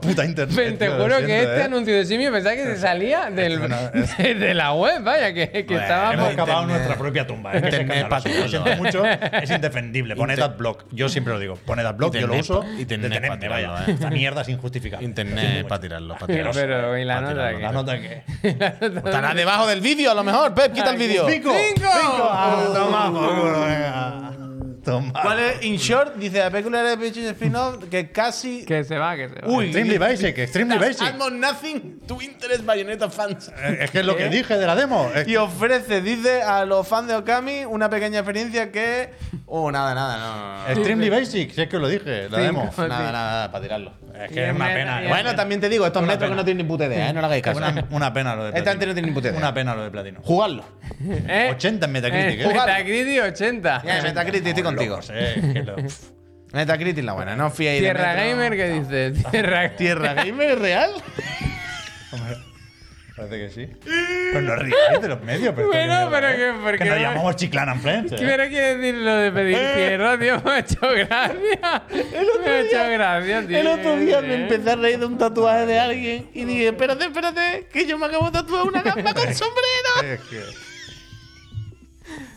Speaker 2: Puta internet,
Speaker 3: Pero Te
Speaker 2: tío, lo
Speaker 3: juro que
Speaker 2: siento,
Speaker 3: este
Speaker 2: eh.
Speaker 3: anuncio de Simio pensaba que se salía del,
Speaker 2: una-
Speaker 3: de, de la web, vaya, que, que
Speaker 1: Bueno,
Speaker 2: Hemos
Speaker 3: estaba.
Speaker 1: Internet.
Speaker 3: por-
Speaker 2: acabado nuestra propia tumba. ¿eh?
Speaker 1: Internet
Speaker 2: Es
Speaker 1: patriarca.
Speaker 2: escandaloso, Lo siento mucho, es indefendible. Poned
Speaker 1: Inter-
Speaker 2: adblock. Yo siempre lo digo. Poned adblock, yo lo
Speaker 1: Internet
Speaker 2: uso.
Speaker 1: pa- internet
Speaker 2: Detenedme,
Speaker 1: patriarca,
Speaker 2: vaya.
Speaker 1: ¿eh?
Speaker 2: Esta mierda es injustificable.
Speaker 1: Internet para tirarlo, para tirarlo.
Speaker 3: Pero, ¿y la
Speaker 1: Pa'
Speaker 3: nota
Speaker 1: tirarlo,
Speaker 3: que-
Speaker 2: La nota que.
Speaker 1: Estará debajo del vídeo, a lo mejor. Pep, quita el vídeo.
Speaker 2: ¡Cinco!
Speaker 3: ¡Cinco!
Speaker 2: Ah, toma, por culo, venga. Toma.
Speaker 1: ¿Cuál es? In short, dice la película de Pitching Spin-off que casi.
Speaker 3: Que se va, que se va.
Speaker 1: Uy,
Speaker 2: Extremely basic, extremely basic.
Speaker 1: Almost nothing to interest Bayonetta fans.
Speaker 2: Eh, Es que es lo que dije de la demo. Eh, Es-
Speaker 1: Y ofrece, dice a los fans de Okami, una pequeña experiencia que. Oh, nada, nada, no, no, no.
Speaker 2: Extremely basic, si es que lo dije, la demo.
Speaker 3: Cinco,
Speaker 1: Nada, nada,
Speaker 3: sí.
Speaker 1: nada, para tirarlo.
Speaker 2: Es
Speaker 3: Y
Speaker 2: que es
Speaker 3: es
Speaker 2: una
Speaker 3: meta,
Speaker 2: pena.
Speaker 3: y es
Speaker 2: ¿eh?
Speaker 1: Bueno, también te digo, estos
Speaker 2: Una
Speaker 1: metros que
Speaker 2: pena.
Speaker 1: no tienen ni puta idea, ¿eh? No le hagáis caso.
Speaker 2: Una, una pena lo de
Speaker 1: Esta
Speaker 2: Platino.
Speaker 1: gente no tiene ni puta idea.
Speaker 2: Una pena lo de Platino.
Speaker 1: Jugadlo.
Speaker 3: ¿Eh?
Speaker 2: 80 en Metacritic,
Speaker 3: Eh,
Speaker 2: ¿eh?
Speaker 3: Metacritic 80.
Speaker 1: Ya, Metacritic, estoy contigo.
Speaker 2: Locos, eh, es que lo- pff,
Speaker 1: Metacritic la buena, no os fiéis de
Speaker 3: Tierra
Speaker 1: Metro.
Speaker 3: Gamer, ¿qué dice? Tierra
Speaker 1: ¿Tierra Gamer es real?
Speaker 2: hombre, Parece que sí. Pues no ríes de los medios, pero.
Speaker 3: Bueno,
Speaker 2: esto
Speaker 3: pero
Speaker 2: mierda,
Speaker 3: que- porque
Speaker 2: Que nos
Speaker 3: no-
Speaker 2: llamamos Chiclan and Friends. eh.
Speaker 3: Pero quiere decir lo de pedir
Speaker 1: Eh.
Speaker 3: tierra, tío, me ha hecho gracia. me ha hecho gracia, tío.
Speaker 1: El otro día me empecé a reír de un tatuaje de alguien y dije, espérate, espérate, que yo me acabo de tatuar una gamba con sombrero.
Speaker 2: Es que.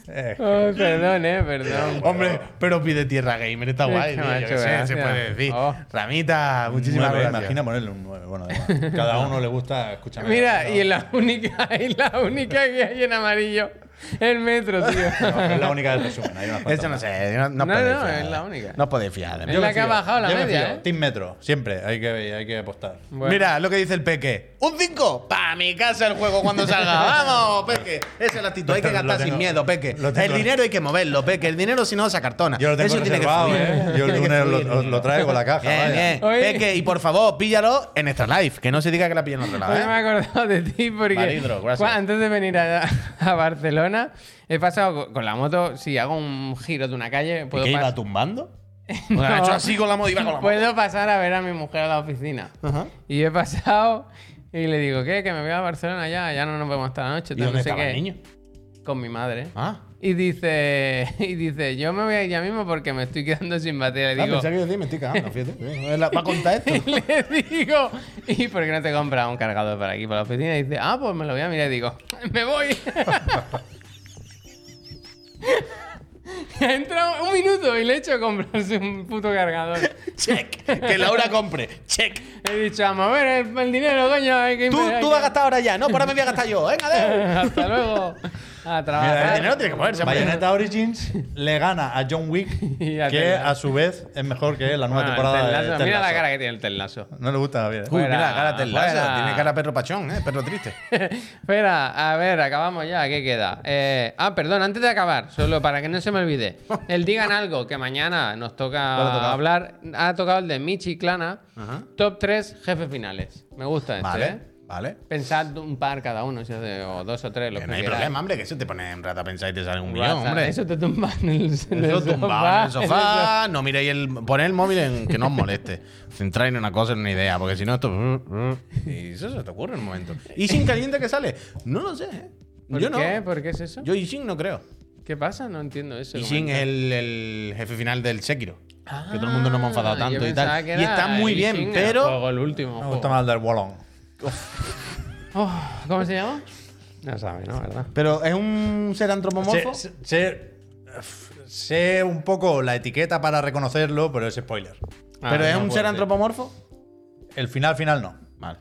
Speaker 2: es que-
Speaker 3: Oh, perdón, eh, perdón.
Speaker 1: Hombre, pero pide Tierra Gamer, está
Speaker 3: Sí,
Speaker 1: guay,
Speaker 3: que
Speaker 1: tío,
Speaker 3: me ha
Speaker 1: yo
Speaker 3: hecho
Speaker 1: qué sé, se
Speaker 3: gracia.
Speaker 1: puede decir.
Speaker 3: Oh.
Speaker 1: Ramita, muchísimas
Speaker 2: Nueve,
Speaker 1: gracias.
Speaker 2: Imagina ponerle un 9. Bueno, da igual. cada uno le gusta escuchar.
Speaker 3: Mira, y la única, y la única que hay en amarillo, el metro, tío.
Speaker 2: es la única del resumen. Hay unas cuantas
Speaker 1: Eso no
Speaker 2: más.
Speaker 1: sé, no, no, os
Speaker 3: No,
Speaker 1: podéis
Speaker 3: no,
Speaker 1: fiar.
Speaker 3: es la única.
Speaker 1: No os podéis fiar. de mí.
Speaker 3: Es la
Speaker 2: me
Speaker 3: que ha
Speaker 2: fío,
Speaker 3: bajado la
Speaker 2: yo me
Speaker 3: media,
Speaker 2: fío.
Speaker 3: ¿eh?
Speaker 2: Team Metro, siempre hay que, hay que apostar.
Speaker 3: Bueno.
Speaker 1: Mira lo que dice el Peque. Un 5. Pa' mi casa el juego cuando salga. Vamos, Peque. Esa es la actitud. Hay que
Speaker 2: Lo
Speaker 1: gastar
Speaker 2: tengo-
Speaker 1: sin miedo, Peque.
Speaker 2: lo tengo-
Speaker 1: El dinero hay que moverlo, Peque. El dinero si no se acartona.
Speaker 2: Yo lo tengo
Speaker 1: Eso tiene que
Speaker 2: reservado,
Speaker 1: fluir.
Speaker 2: ¿eh? Yo el
Speaker 1: Tiene que
Speaker 2: lunes
Speaker 1: fluir,
Speaker 2: lo,
Speaker 1: el
Speaker 2: lo traigo la caja.
Speaker 1: Bien,
Speaker 2: vaya.
Speaker 1: bien.
Speaker 3: Oye.
Speaker 1: Peque, y por favor, píllalo en Extra Life, que no se diga que la pillan en Extra
Speaker 3: Hoy Pues me
Speaker 1: Life. ¿eh?
Speaker 3: he acordado de ti porque
Speaker 1: Maridro, gracias.
Speaker 3: cua- antes de venir a, a Barcelona he pasado co- con, la moto, si hago un giro de una calle, puedo,
Speaker 1: ¿Qué
Speaker 3: pas-
Speaker 1: iba tumbando? Bueno, ha hecho así con la moda, iba con la moda.
Speaker 3: puedo pasar a ver a mi mujer a la oficina.
Speaker 1: Ajá.
Speaker 3: Y he pasado y le digo, ¿qué? Que me voy a Barcelona ya, ya no nos vemos hasta la noche.
Speaker 1: ¿Y
Speaker 3: tal,
Speaker 1: dónde
Speaker 3: no sé
Speaker 1: estaba
Speaker 3: qué.
Speaker 1: el niño?
Speaker 3: Con mi madre.
Speaker 1: Ah.
Speaker 3: Y dice, y dice, yo me voy a ir ya mismo porque me estoy quedando sin batería. Le
Speaker 1: Ah,
Speaker 3: digo,
Speaker 1: pensaba que iba a decir, me estoy cagando, fíjate. Va a contar esto.
Speaker 3: Y le digo, ¿y por qué no te compras un cargador para aquí, para la oficina? Y dice, ah, pues me lo voy a mirar y digo, me voy. Entra un minuto y le he hecho comprarse un puto cargador.
Speaker 1: eh. Check. Que Laura compre. Check.
Speaker 3: He dicho, a mover el, el dinero, coño. Hay que
Speaker 1: Tú,
Speaker 3: hay
Speaker 1: tú
Speaker 3: que-
Speaker 1: vas a gastar ahora ya. No, por ahora me voy a gastar yo. Venga, de.
Speaker 3: Hasta luego. A
Speaker 1: Mira, Ah, el
Speaker 3: trabajar.
Speaker 1: dinero tiene que moverse. hombre.
Speaker 2: eh, Bayonetta Origins le gana a John Wick,
Speaker 3: Y a
Speaker 2: que
Speaker 3: Ted Lasso.
Speaker 2: a su vez es mejor que la
Speaker 1: Ah,
Speaker 2: nueva
Speaker 3: Bueno,
Speaker 2: temporada
Speaker 3: Ted
Speaker 2: de
Speaker 3: Lasso.
Speaker 2: Ted
Speaker 3: Mira la
Speaker 2: Lasso.
Speaker 3: cara que tiene el Telaso.
Speaker 2: No le gusta a Javier. ¿eh?
Speaker 1: Uy, mira,
Speaker 3: Fuera,
Speaker 1: la cara de Ted Lasso.
Speaker 3: fuera.
Speaker 1: Tiene cara de perro pachón, ¿eh? Perro triste.
Speaker 3: Espera, a ver, acabamos ya, ¿qué queda? Eh, ah, perdón, antes de acabar, solo para que no se me olvide. El digan algo, que mañana nos
Speaker 2: ¿Cuál ha tocado?
Speaker 3: toca hablar. Ha tocado el de Michi Clana,
Speaker 1: Ajá.
Speaker 3: top 3 jefes finales. Me gusta este, ¿eh?
Speaker 1: Vale, vale.
Speaker 3: Pensad un par cada uno, si hace- o dos o tres, lo
Speaker 1: Que
Speaker 3: que
Speaker 1: no hay
Speaker 3: queráis.
Speaker 1: problema, hombre, que eso te pone en rata a pensar y te sale un guión,
Speaker 3: WhatsApp,
Speaker 1: hombre.
Speaker 3: Eso te tumba en el, en el
Speaker 1: Eso tumbado en el
Speaker 3: en el so-
Speaker 1: sofá, no miréis el. Poned el móvil en que no os moleste. Centráis en una cosa, en una idea, porque si no, esto. uh, Y eso se te ocurre en un momento. ¿Y sin caliente que sale? No lo sé, ¿eh?
Speaker 3: ¿Por
Speaker 1: Yo
Speaker 3: qué?
Speaker 1: no.
Speaker 3: ¿Por qué es eso?
Speaker 1: Yo Ishin no creo.
Speaker 3: ¿Qué pasa? No entiendo eso.
Speaker 1: Ishin es el, el jefe final del Sekiro. que todo el mundo nos
Speaker 3: no
Speaker 1: hemos enfadado tanto y tal. Y está muy bien,
Speaker 3: El,
Speaker 1: pero.
Speaker 3: juego, el último.
Speaker 2: Me
Speaker 3: juego.
Speaker 2: gusta más el del Wallon.
Speaker 3: Oh, ¿Cómo se llama? No sabe, ¿no? ¿Verdad?
Speaker 1: Pero es un ser antropomorfo.
Speaker 2: Sé, sé- sé- f- sé un poco la etiqueta para reconocerlo, pero es spoiler.
Speaker 1: pero es
Speaker 3: Ah, no
Speaker 1: un
Speaker 3: puedo
Speaker 1: Ah, ser
Speaker 3: decir.
Speaker 1: antropomorfo.
Speaker 2: El final, final no.
Speaker 1: Vale.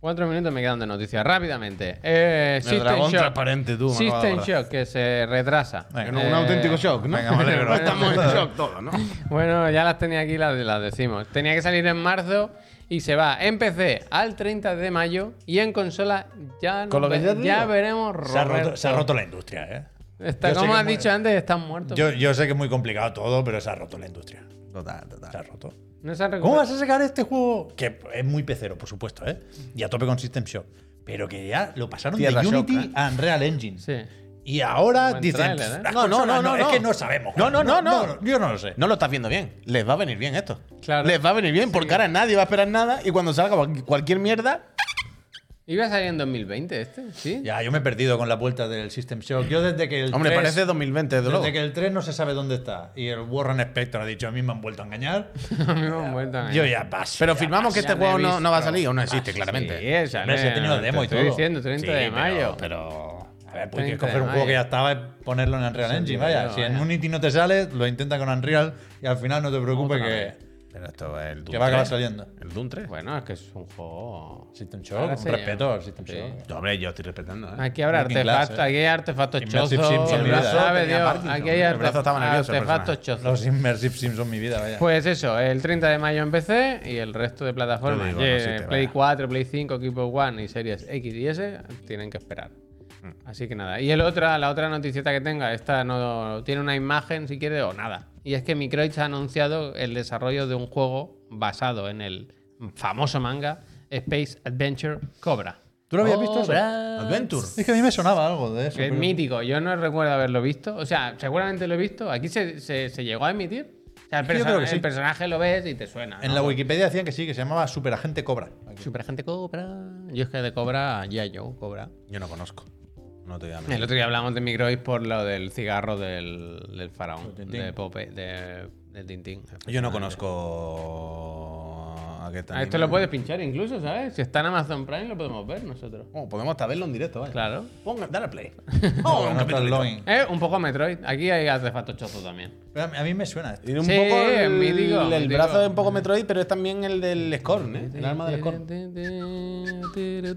Speaker 3: Cuatro minutos me quedan de noticias. Rápidamente. Eh,
Speaker 1: El
Speaker 3: System
Speaker 1: dragón
Speaker 3: Shock.
Speaker 1: transparente, tú. me acabo de
Speaker 3: System
Speaker 1: acordar.
Speaker 3: Shock, que se retrasa.
Speaker 2: Venga,
Speaker 1: Un
Speaker 3: Eh,
Speaker 1: auténtico shock, ¿no?
Speaker 2: venga, me alegro.
Speaker 1: Estamos en shock todos, ¿no?
Speaker 3: Bueno, ya las tenía aquí, las, las decimos. Tenía que salir en marzo y se va en PC al 30 de mayo y en consola ya, no
Speaker 1: Con lo que
Speaker 3: ve-
Speaker 1: ya te digo,
Speaker 3: veremos
Speaker 2: Se ha, roto, se ha
Speaker 3: Roberto.
Speaker 2: roto la industria, ¿eh?
Speaker 3: Está-
Speaker 2: Yo sé
Speaker 3: como
Speaker 2: que
Speaker 3: has
Speaker 2: mu-
Speaker 3: dicho antes, están muertos.
Speaker 2: Yo, yo sé que es muy complicado todo, pero se ha roto la industria.
Speaker 1: Total,
Speaker 2: Se ha
Speaker 1: total.
Speaker 2: roto.
Speaker 3: No se han
Speaker 2: ¿Cómo
Speaker 3: recuperado.
Speaker 2: vas a sacar este juego? Que es muy pecero, por supuesto, ¿eh? Y a tope con System Shock. Pero que
Speaker 1: Ah,
Speaker 2: ya lo pasaron
Speaker 1: Tierra
Speaker 2: de Unity
Speaker 1: Shock, ¿eh?
Speaker 2: a Unreal Engine.
Speaker 3: Sí.
Speaker 2: Y ahora
Speaker 3: Buen
Speaker 2: dicen.
Speaker 3: tráiler, ¿eh?
Speaker 2: "Las
Speaker 1: No, no,
Speaker 2: consolas
Speaker 1: no, no,
Speaker 2: Es
Speaker 1: no.
Speaker 2: que no sabemos.
Speaker 1: No, no, no, no.
Speaker 2: Yo no lo sé.
Speaker 1: No lo estás viendo bien. Les va a venir bien esto.
Speaker 3: Claro.
Speaker 1: Les va a venir bien, porque ahora nadie va a esperar nada y cuando salga cual- cualquier mierda.
Speaker 3: Iba a salir en 2020 este, ¿sí?
Speaker 2: Ya, yo me he perdido con la vuelta del System Shock. Yo desde que el.
Speaker 1: Hombre,
Speaker 2: 3
Speaker 1: parece 2020, desde
Speaker 2: Desde que
Speaker 1: luego.
Speaker 2: el 3 no se sabe dónde está y el Warren Spector ha dicho a mí me han vuelto a engañar,
Speaker 3: A mí me han vuelto a
Speaker 2: yo ya paso.
Speaker 1: Pero
Speaker 2: ya
Speaker 1: firmamos que
Speaker 3: Ah, ya
Speaker 1: este
Speaker 3: me he
Speaker 1: juego no,
Speaker 3: visto. Ah,
Speaker 1: no va a salir o no existe,
Speaker 3: Sí,
Speaker 1: claramente.
Speaker 3: esa,
Speaker 2: Hombre, si
Speaker 3: no,
Speaker 2: he tenido
Speaker 3: te
Speaker 2: demo y
Speaker 3: estoy
Speaker 2: todo.
Speaker 3: diciendo, 30
Speaker 1: Sí,
Speaker 3: de
Speaker 1: pero-
Speaker 3: mayo.
Speaker 1: Pero.
Speaker 2: A ver, pues
Speaker 3: 30
Speaker 2: tienes
Speaker 3: de
Speaker 2: que coger un juego
Speaker 3: mayo.
Speaker 2: que ya estaba y ponerlo en Unreal
Speaker 3: Sí,
Speaker 2: Engine.
Speaker 3: tío,
Speaker 2: Vaya,
Speaker 3: yo,
Speaker 2: si en
Speaker 3: vaya.
Speaker 2: Unity no te sale, lo intenta con Unreal y al final no te preocupes
Speaker 3: Otra
Speaker 2: que
Speaker 1: Pero esto es el Doom
Speaker 2: Que va a acabar
Speaker 1: 3.
Speaker 2: saliendo.
Speaker 1: El Doom 3.
Speaker 3: Bueno, es que es un juego.
Speaker 2: System
Speaker 3: Ahora
Speaker 2: Shock, un
Speaker 3: se
Speaker 2: respeto
Speaker 3: llama.
Speaker 2: al System
Speaker 3: Sí.
Speaker 2: Shock.
Speaker 1: Yo, hombre, yo estoy respetando. ¿eh?
Speaker 3: Aquí habrá
Speaker 2: Working class,
Speaker 3: artefactos,
Speaker 2: eh.
Speaker 3: aquí hay artefactos
Speaker 2: Immersive
Speaker 3: chozos.
Speaker 2: Sims en mi vida.
Speaker 3: sabe
Speaker 1: Tenía
Speaker 3: Dios,
Speaker 1: Parkinson.
Speaker 3: aquí hay
Speaker 1: El brazo estaba nervioso, el
Speaker 3: artefactos chozos.
Speaker 2: Los Immersive Sims son mi vida, vaya.
Speaker 3: Pues eso, el 30 de mayo en PC y el resto de
Speaker 1: Yo
Speaker 3: plataformas,
Speaker 1: digo,
Speaker 3: eh,
Speaker 1: no sé, te
Speaker 3: Play
Speaker 1: vaya.
Speaker 3: 4, Play 5, Equipo One y series X y S, tienen que esperar. Así que nada. Y el otra, la otra noticieta que tenga, esta no tiene una imagen si quiere o nada. Y es que Microids ha anunciado el desarrollo de un juego basado en el famoso manga Space Adventure Cobra.
Speaker 2: ¿Tú lo habías visto eso?
Speaker 1: Adventure.
Speaker 2: Es que a mí me sonaba algo de eso.
Speaker 3: Que es
Speaker 2: pero-
Speaker 3: mítico, yo no recuerdo haberlo visto. O sea, seguramente lo he visto. Aquí se, se- se llegó a emitir. O sea, el,
Speaker 2: Yo creo
Speaker 3: persona-
Speaker 2: que sí.
Speaker 3: el personaje lo ves y te suena.
Speaker 2: En
Speaker 3: ¿no?
Speaker 2: la Wikipedia decían que sí, que se llamaba Superagente Cobra.
Speaker 3: Superagente Cobra. Yo es que de Cobra, ya yo, Cobra.
Speaker 1: Yo no conozco. No te voy a mentir.
Speaker 3: El otro día hablamos de Microis por lo del cigarro del, del faraón,
Speaker 2: Tintín.
Speaker 3: de Pope, de, del Tintín.
Speaker 1: Yo no conozco. A qué
Speaker 3: Ah,
Speaker 1: tal.
Speaker 3: esto lo puedes pinchar incluso, ¿sabes? Si está en Amazon Prime lo podemos ver nosotros.
Speaker 1: Oh, podemos hasta verlo en directo, vaya.
Speaker 3: Claro.
Speaker 1: Ponga, dale a play.
Speaker 2: No,
Speaker 1: Oh, un
Speaker 2: no está el
Speaker 1: capitulito.
Speaker 2: login.
Speaker 3: Eh, un poco Metroid. Aquí hay artefactos chozos también.
Speaker 2: Pero a mí- a mí me suena esto.
Speaker 1: Tiene un
Speaker 3: Sí,
Speaker 1: poco el,
Speaker 3: mítico,
Speaker 1: el
Speaker 3: mítico.
Speaker 1: brazo de un poco Metroid, pero es también el del Scorn, ¿eh? El arma del Scorn.
Speaker 3: Eh.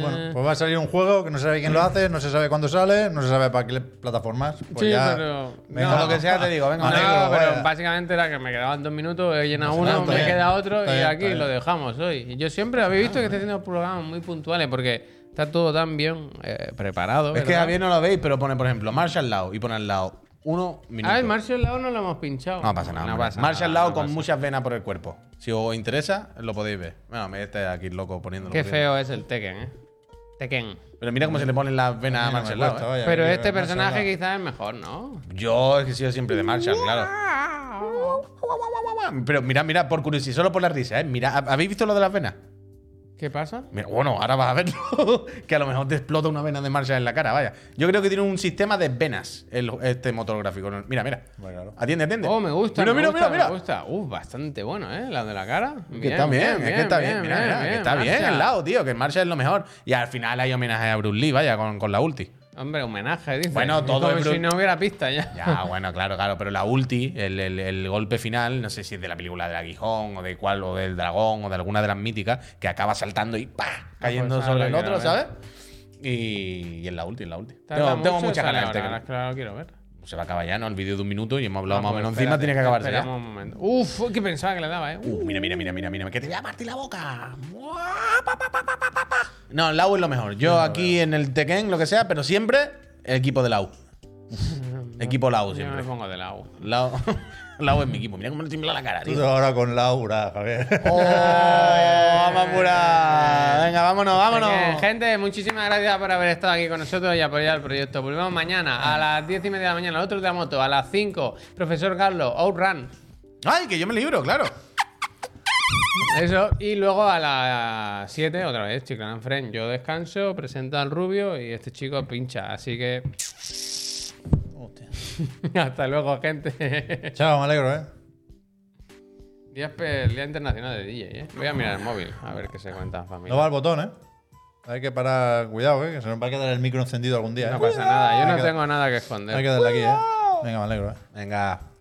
Speaker 2: Bueno, pues va a salir un juego que no se sabe quién lo hace, no se sabe cuándo sale, no se sabe para qué plataformas. Pues
Speaker 3: Sí,
Speaker 2: ya-
Speaker 3: pero-
Speaker 2: Venga,
Speaker 3: no.
Speaker 2: lo que sea, te digo, venga,
Speaker 3: No,
Speaker 2: me alegro,
Speaker 3: pero
Speaker 2: vaya.
Speaker 3: básicamente era que me quedaban dos minutos, he llenado
Speaker 2: No pasa
Speaker 3: uno,
Speaker 2: nada,
Speaker 3: me
Speaker 2: está
Speaker 3: queda
Speaker 2: bien,
Speaker 3: otro
Speaker 2: está
Speaker 3: y
Speaker 2: bien,
Speaker 3: aquí
Speaker 2: está
Speaker 3: lo
Speaker 2: bien.
Speaker 3: dejamos hoy. Y Yo siempre habéis visto que estoy haciendo programas muy puntuales porque está todo tan bien eh, preparado.
Speaker 1: Es que
Speaker 3: ¿verdad?
Speaker 1: Javier no lo veis, pero pone, por ejemplo, Marsh al lado y pone al lado uno minuto.
Speaker 3: Ah, el Marshall Lao no lo hemos pinchado.
Speaker 1: no pasa nada.
Speaker 3: No
Speaker 1: hombre.
Speaker 3: pasa
Speaker 1: Marsh al
Speaker 3: nada,
Speaker 1: lado
Speaker 3: no
Speaker 1: con
Speaker 3: pasa
Speaker 1: muchas venas por el cuerpo. Si os interesa, lo podéis ver. Bueno, me está aquí loco poniéndolo.
Speaker 3: nada. Qué
Speaker 1: poniéndolo.
Speaker 3: feo es el Tekken, ¿eh? Tekken.
Speaker 1: Pero mira cómo se le ponen las venas
Speaker 2: A
Speaker 1: a
Speaker 2: mí no
Speaker 1: Marsh
Speaker 2: me
Speaker 1: al lado.
Speaker 2: cuesta,
Speaker 1: ¿eh?
Speaker 2: vaya,
Speaker 3: Pero
Speaker 2: que
Speaker 3: este
Speaker 2: me ha
Speaker 3: personaje
Speaker 2: sonado.
Speaker 3: quizás es mejor, ¿no?
Speaker 1: Yo es que he sido siempre de Marshall, claro. Pero mira, mira, por curiosidad, solo por la risa, ¿eh? Mira, ¿habéis visto lo de las venas?
Speaker 3: ¿Qué pasa?
Speaker 1: Mira, bueno, ahora vas a verlo. que a lo mejor te explota una vena de marcha en la cara, vaya. Yo creo que tiene un sistema de venas el- este motor gráfico. Mira, mira.
Speaker 2: Bueno, claro.
Speaker 1: Atiende, atiende.
Speaker 3: Oh, me gusta,
Speaker 1: Mira,
Speaker 3: me
Speaker 1: mira,
Speaker 3: gusta,
Speaker 1: mira,
Speaker 3: me
Speaker 1: mira.
Speaker 3: gusta. Uf, bastante bueno, ¿eh? La de la cara.
Speaker 1: Que está bien, es que está bien, mira, mira, que está bien
Speaker 3: Marshall.
Speaker 1: al lado, tío, que el Marshall es lo mejor. Y al final hay homenaje a Bruce Lee, vaya, con, con la ulti.
Speaker 3: Hombre, homenaje, dice.
Speaker 1: Bueno,
Speaker 3: Es
Speaker 1: todo
Speaker 3: como
Speaker 1: es
Speaker 3: si
Speaker 1: brut-
Speaker 3: no hubiera pista ya.
Speaker 1: Ya, bueno, claro, claro, pero la ulti, el, el- el golpe final, no sé si es de la película del aguijón o de cuál, o del dragón o de alguna de las míticas, que acaba saltando y ¡pa! cayendo
Speaker 3: pues,
Speaker 1: sobre
Speaker 3: ahora
Speaker 1: el
Speaker 3: quiero
Speaker 1: otro,
Speaker 3: ver.
Speaker 1: ¿sabes? Y, y en la ulti, en la ulti.
Speaker 3: Tarda
Speaker 1: Tengo, tengo
Speaker 3: mucho
Speaker 1: muchas
Speaker 3: esa
Speaker 1: ganas
Speaker 3: hora,
Speaker 1: de este
Speaker 3: ahora es que ahora lo quiero ver.
Speaker 1: clip. Se va a acabar ya, ¿no? El vídeo de un minuto y hemos hablado
Speaker 3: Ah,
Speaker 1: más o
Speaker 3: pues
Speaker 1: menos
Speaker 3: espérate,
Speaker 1: encima, tiene que acabarse ¿eh? ya.
Speaker 3: esperamos un momento. Uf, que pensaba que le daba, eh. Uh,
Speaker 1: Uh, mira, mira, mira, mira, mira, que te voy a partir la boca. Buah, pa, pa, pa, pa, pa, pa, pa. No, en la U es lo mejor. Yo aquí en el Tekken, lo que sea, pero siempre el equipo de la U. equipo la U Oh,
Speaker 3: yo me
Speaker 1: siempre.
Speaker 3: pongo del agua.
Speaker 1: La U, la U es mi equipo. Mira cómo le tiembla la cara,
Speaker 2: Tú
Speaker 1: tío.
Speaker 2: ahora con Laura, Javier.
Speaker 1: ¡Oh! Vamos a apurar. Venga, vámonos,
Speaker 3: Eh,
Speaker 1: vámonos.
Speaker 3: gente, muchísimas gracias por haber estado aquí con nosotros y apoyar el proyecto. Volvemos mañana a las 10 y media de la mañana, otro de la moto, a las 5, profesor Carlos, Outrun.
Speaker 1: Ay, que yo me libro, claro.
Speaker 3: Eso, y luego a las 7, otra vez, Chiclan and Friend. Yo descanso, presento al rubio y este chico pincha. Así que
Speaker 2: Hostia.
Speaker 3: hasta luego, gente.
Speaker 2: Chao, me alegro, ¿eh?
Speaker 3: Día, espe- Día Internacional de DJ, ¿eh? Voy a mirar el móvil, a ver qué se cuenta,
Speaker 2: No
Speaker 3: familia.
Speaker 2: va el botón, ¿eh? Hay que parar. Cuidado, ¿eh? Que se nos va a quedar el micro encendido algún día, ¿eh?
Speaker 3: No pasa nada, yo
Speaker 2: Hay
Speaker 3: no
Speaker 2: que-
Speaker 3: tengo nada que
Speaker 2: Hay
Speaker 3: esconder.
Speaker 2: que darle aquí, ¿eh? Venga, me alegro, ¿eh?
Speaker 1: Venga.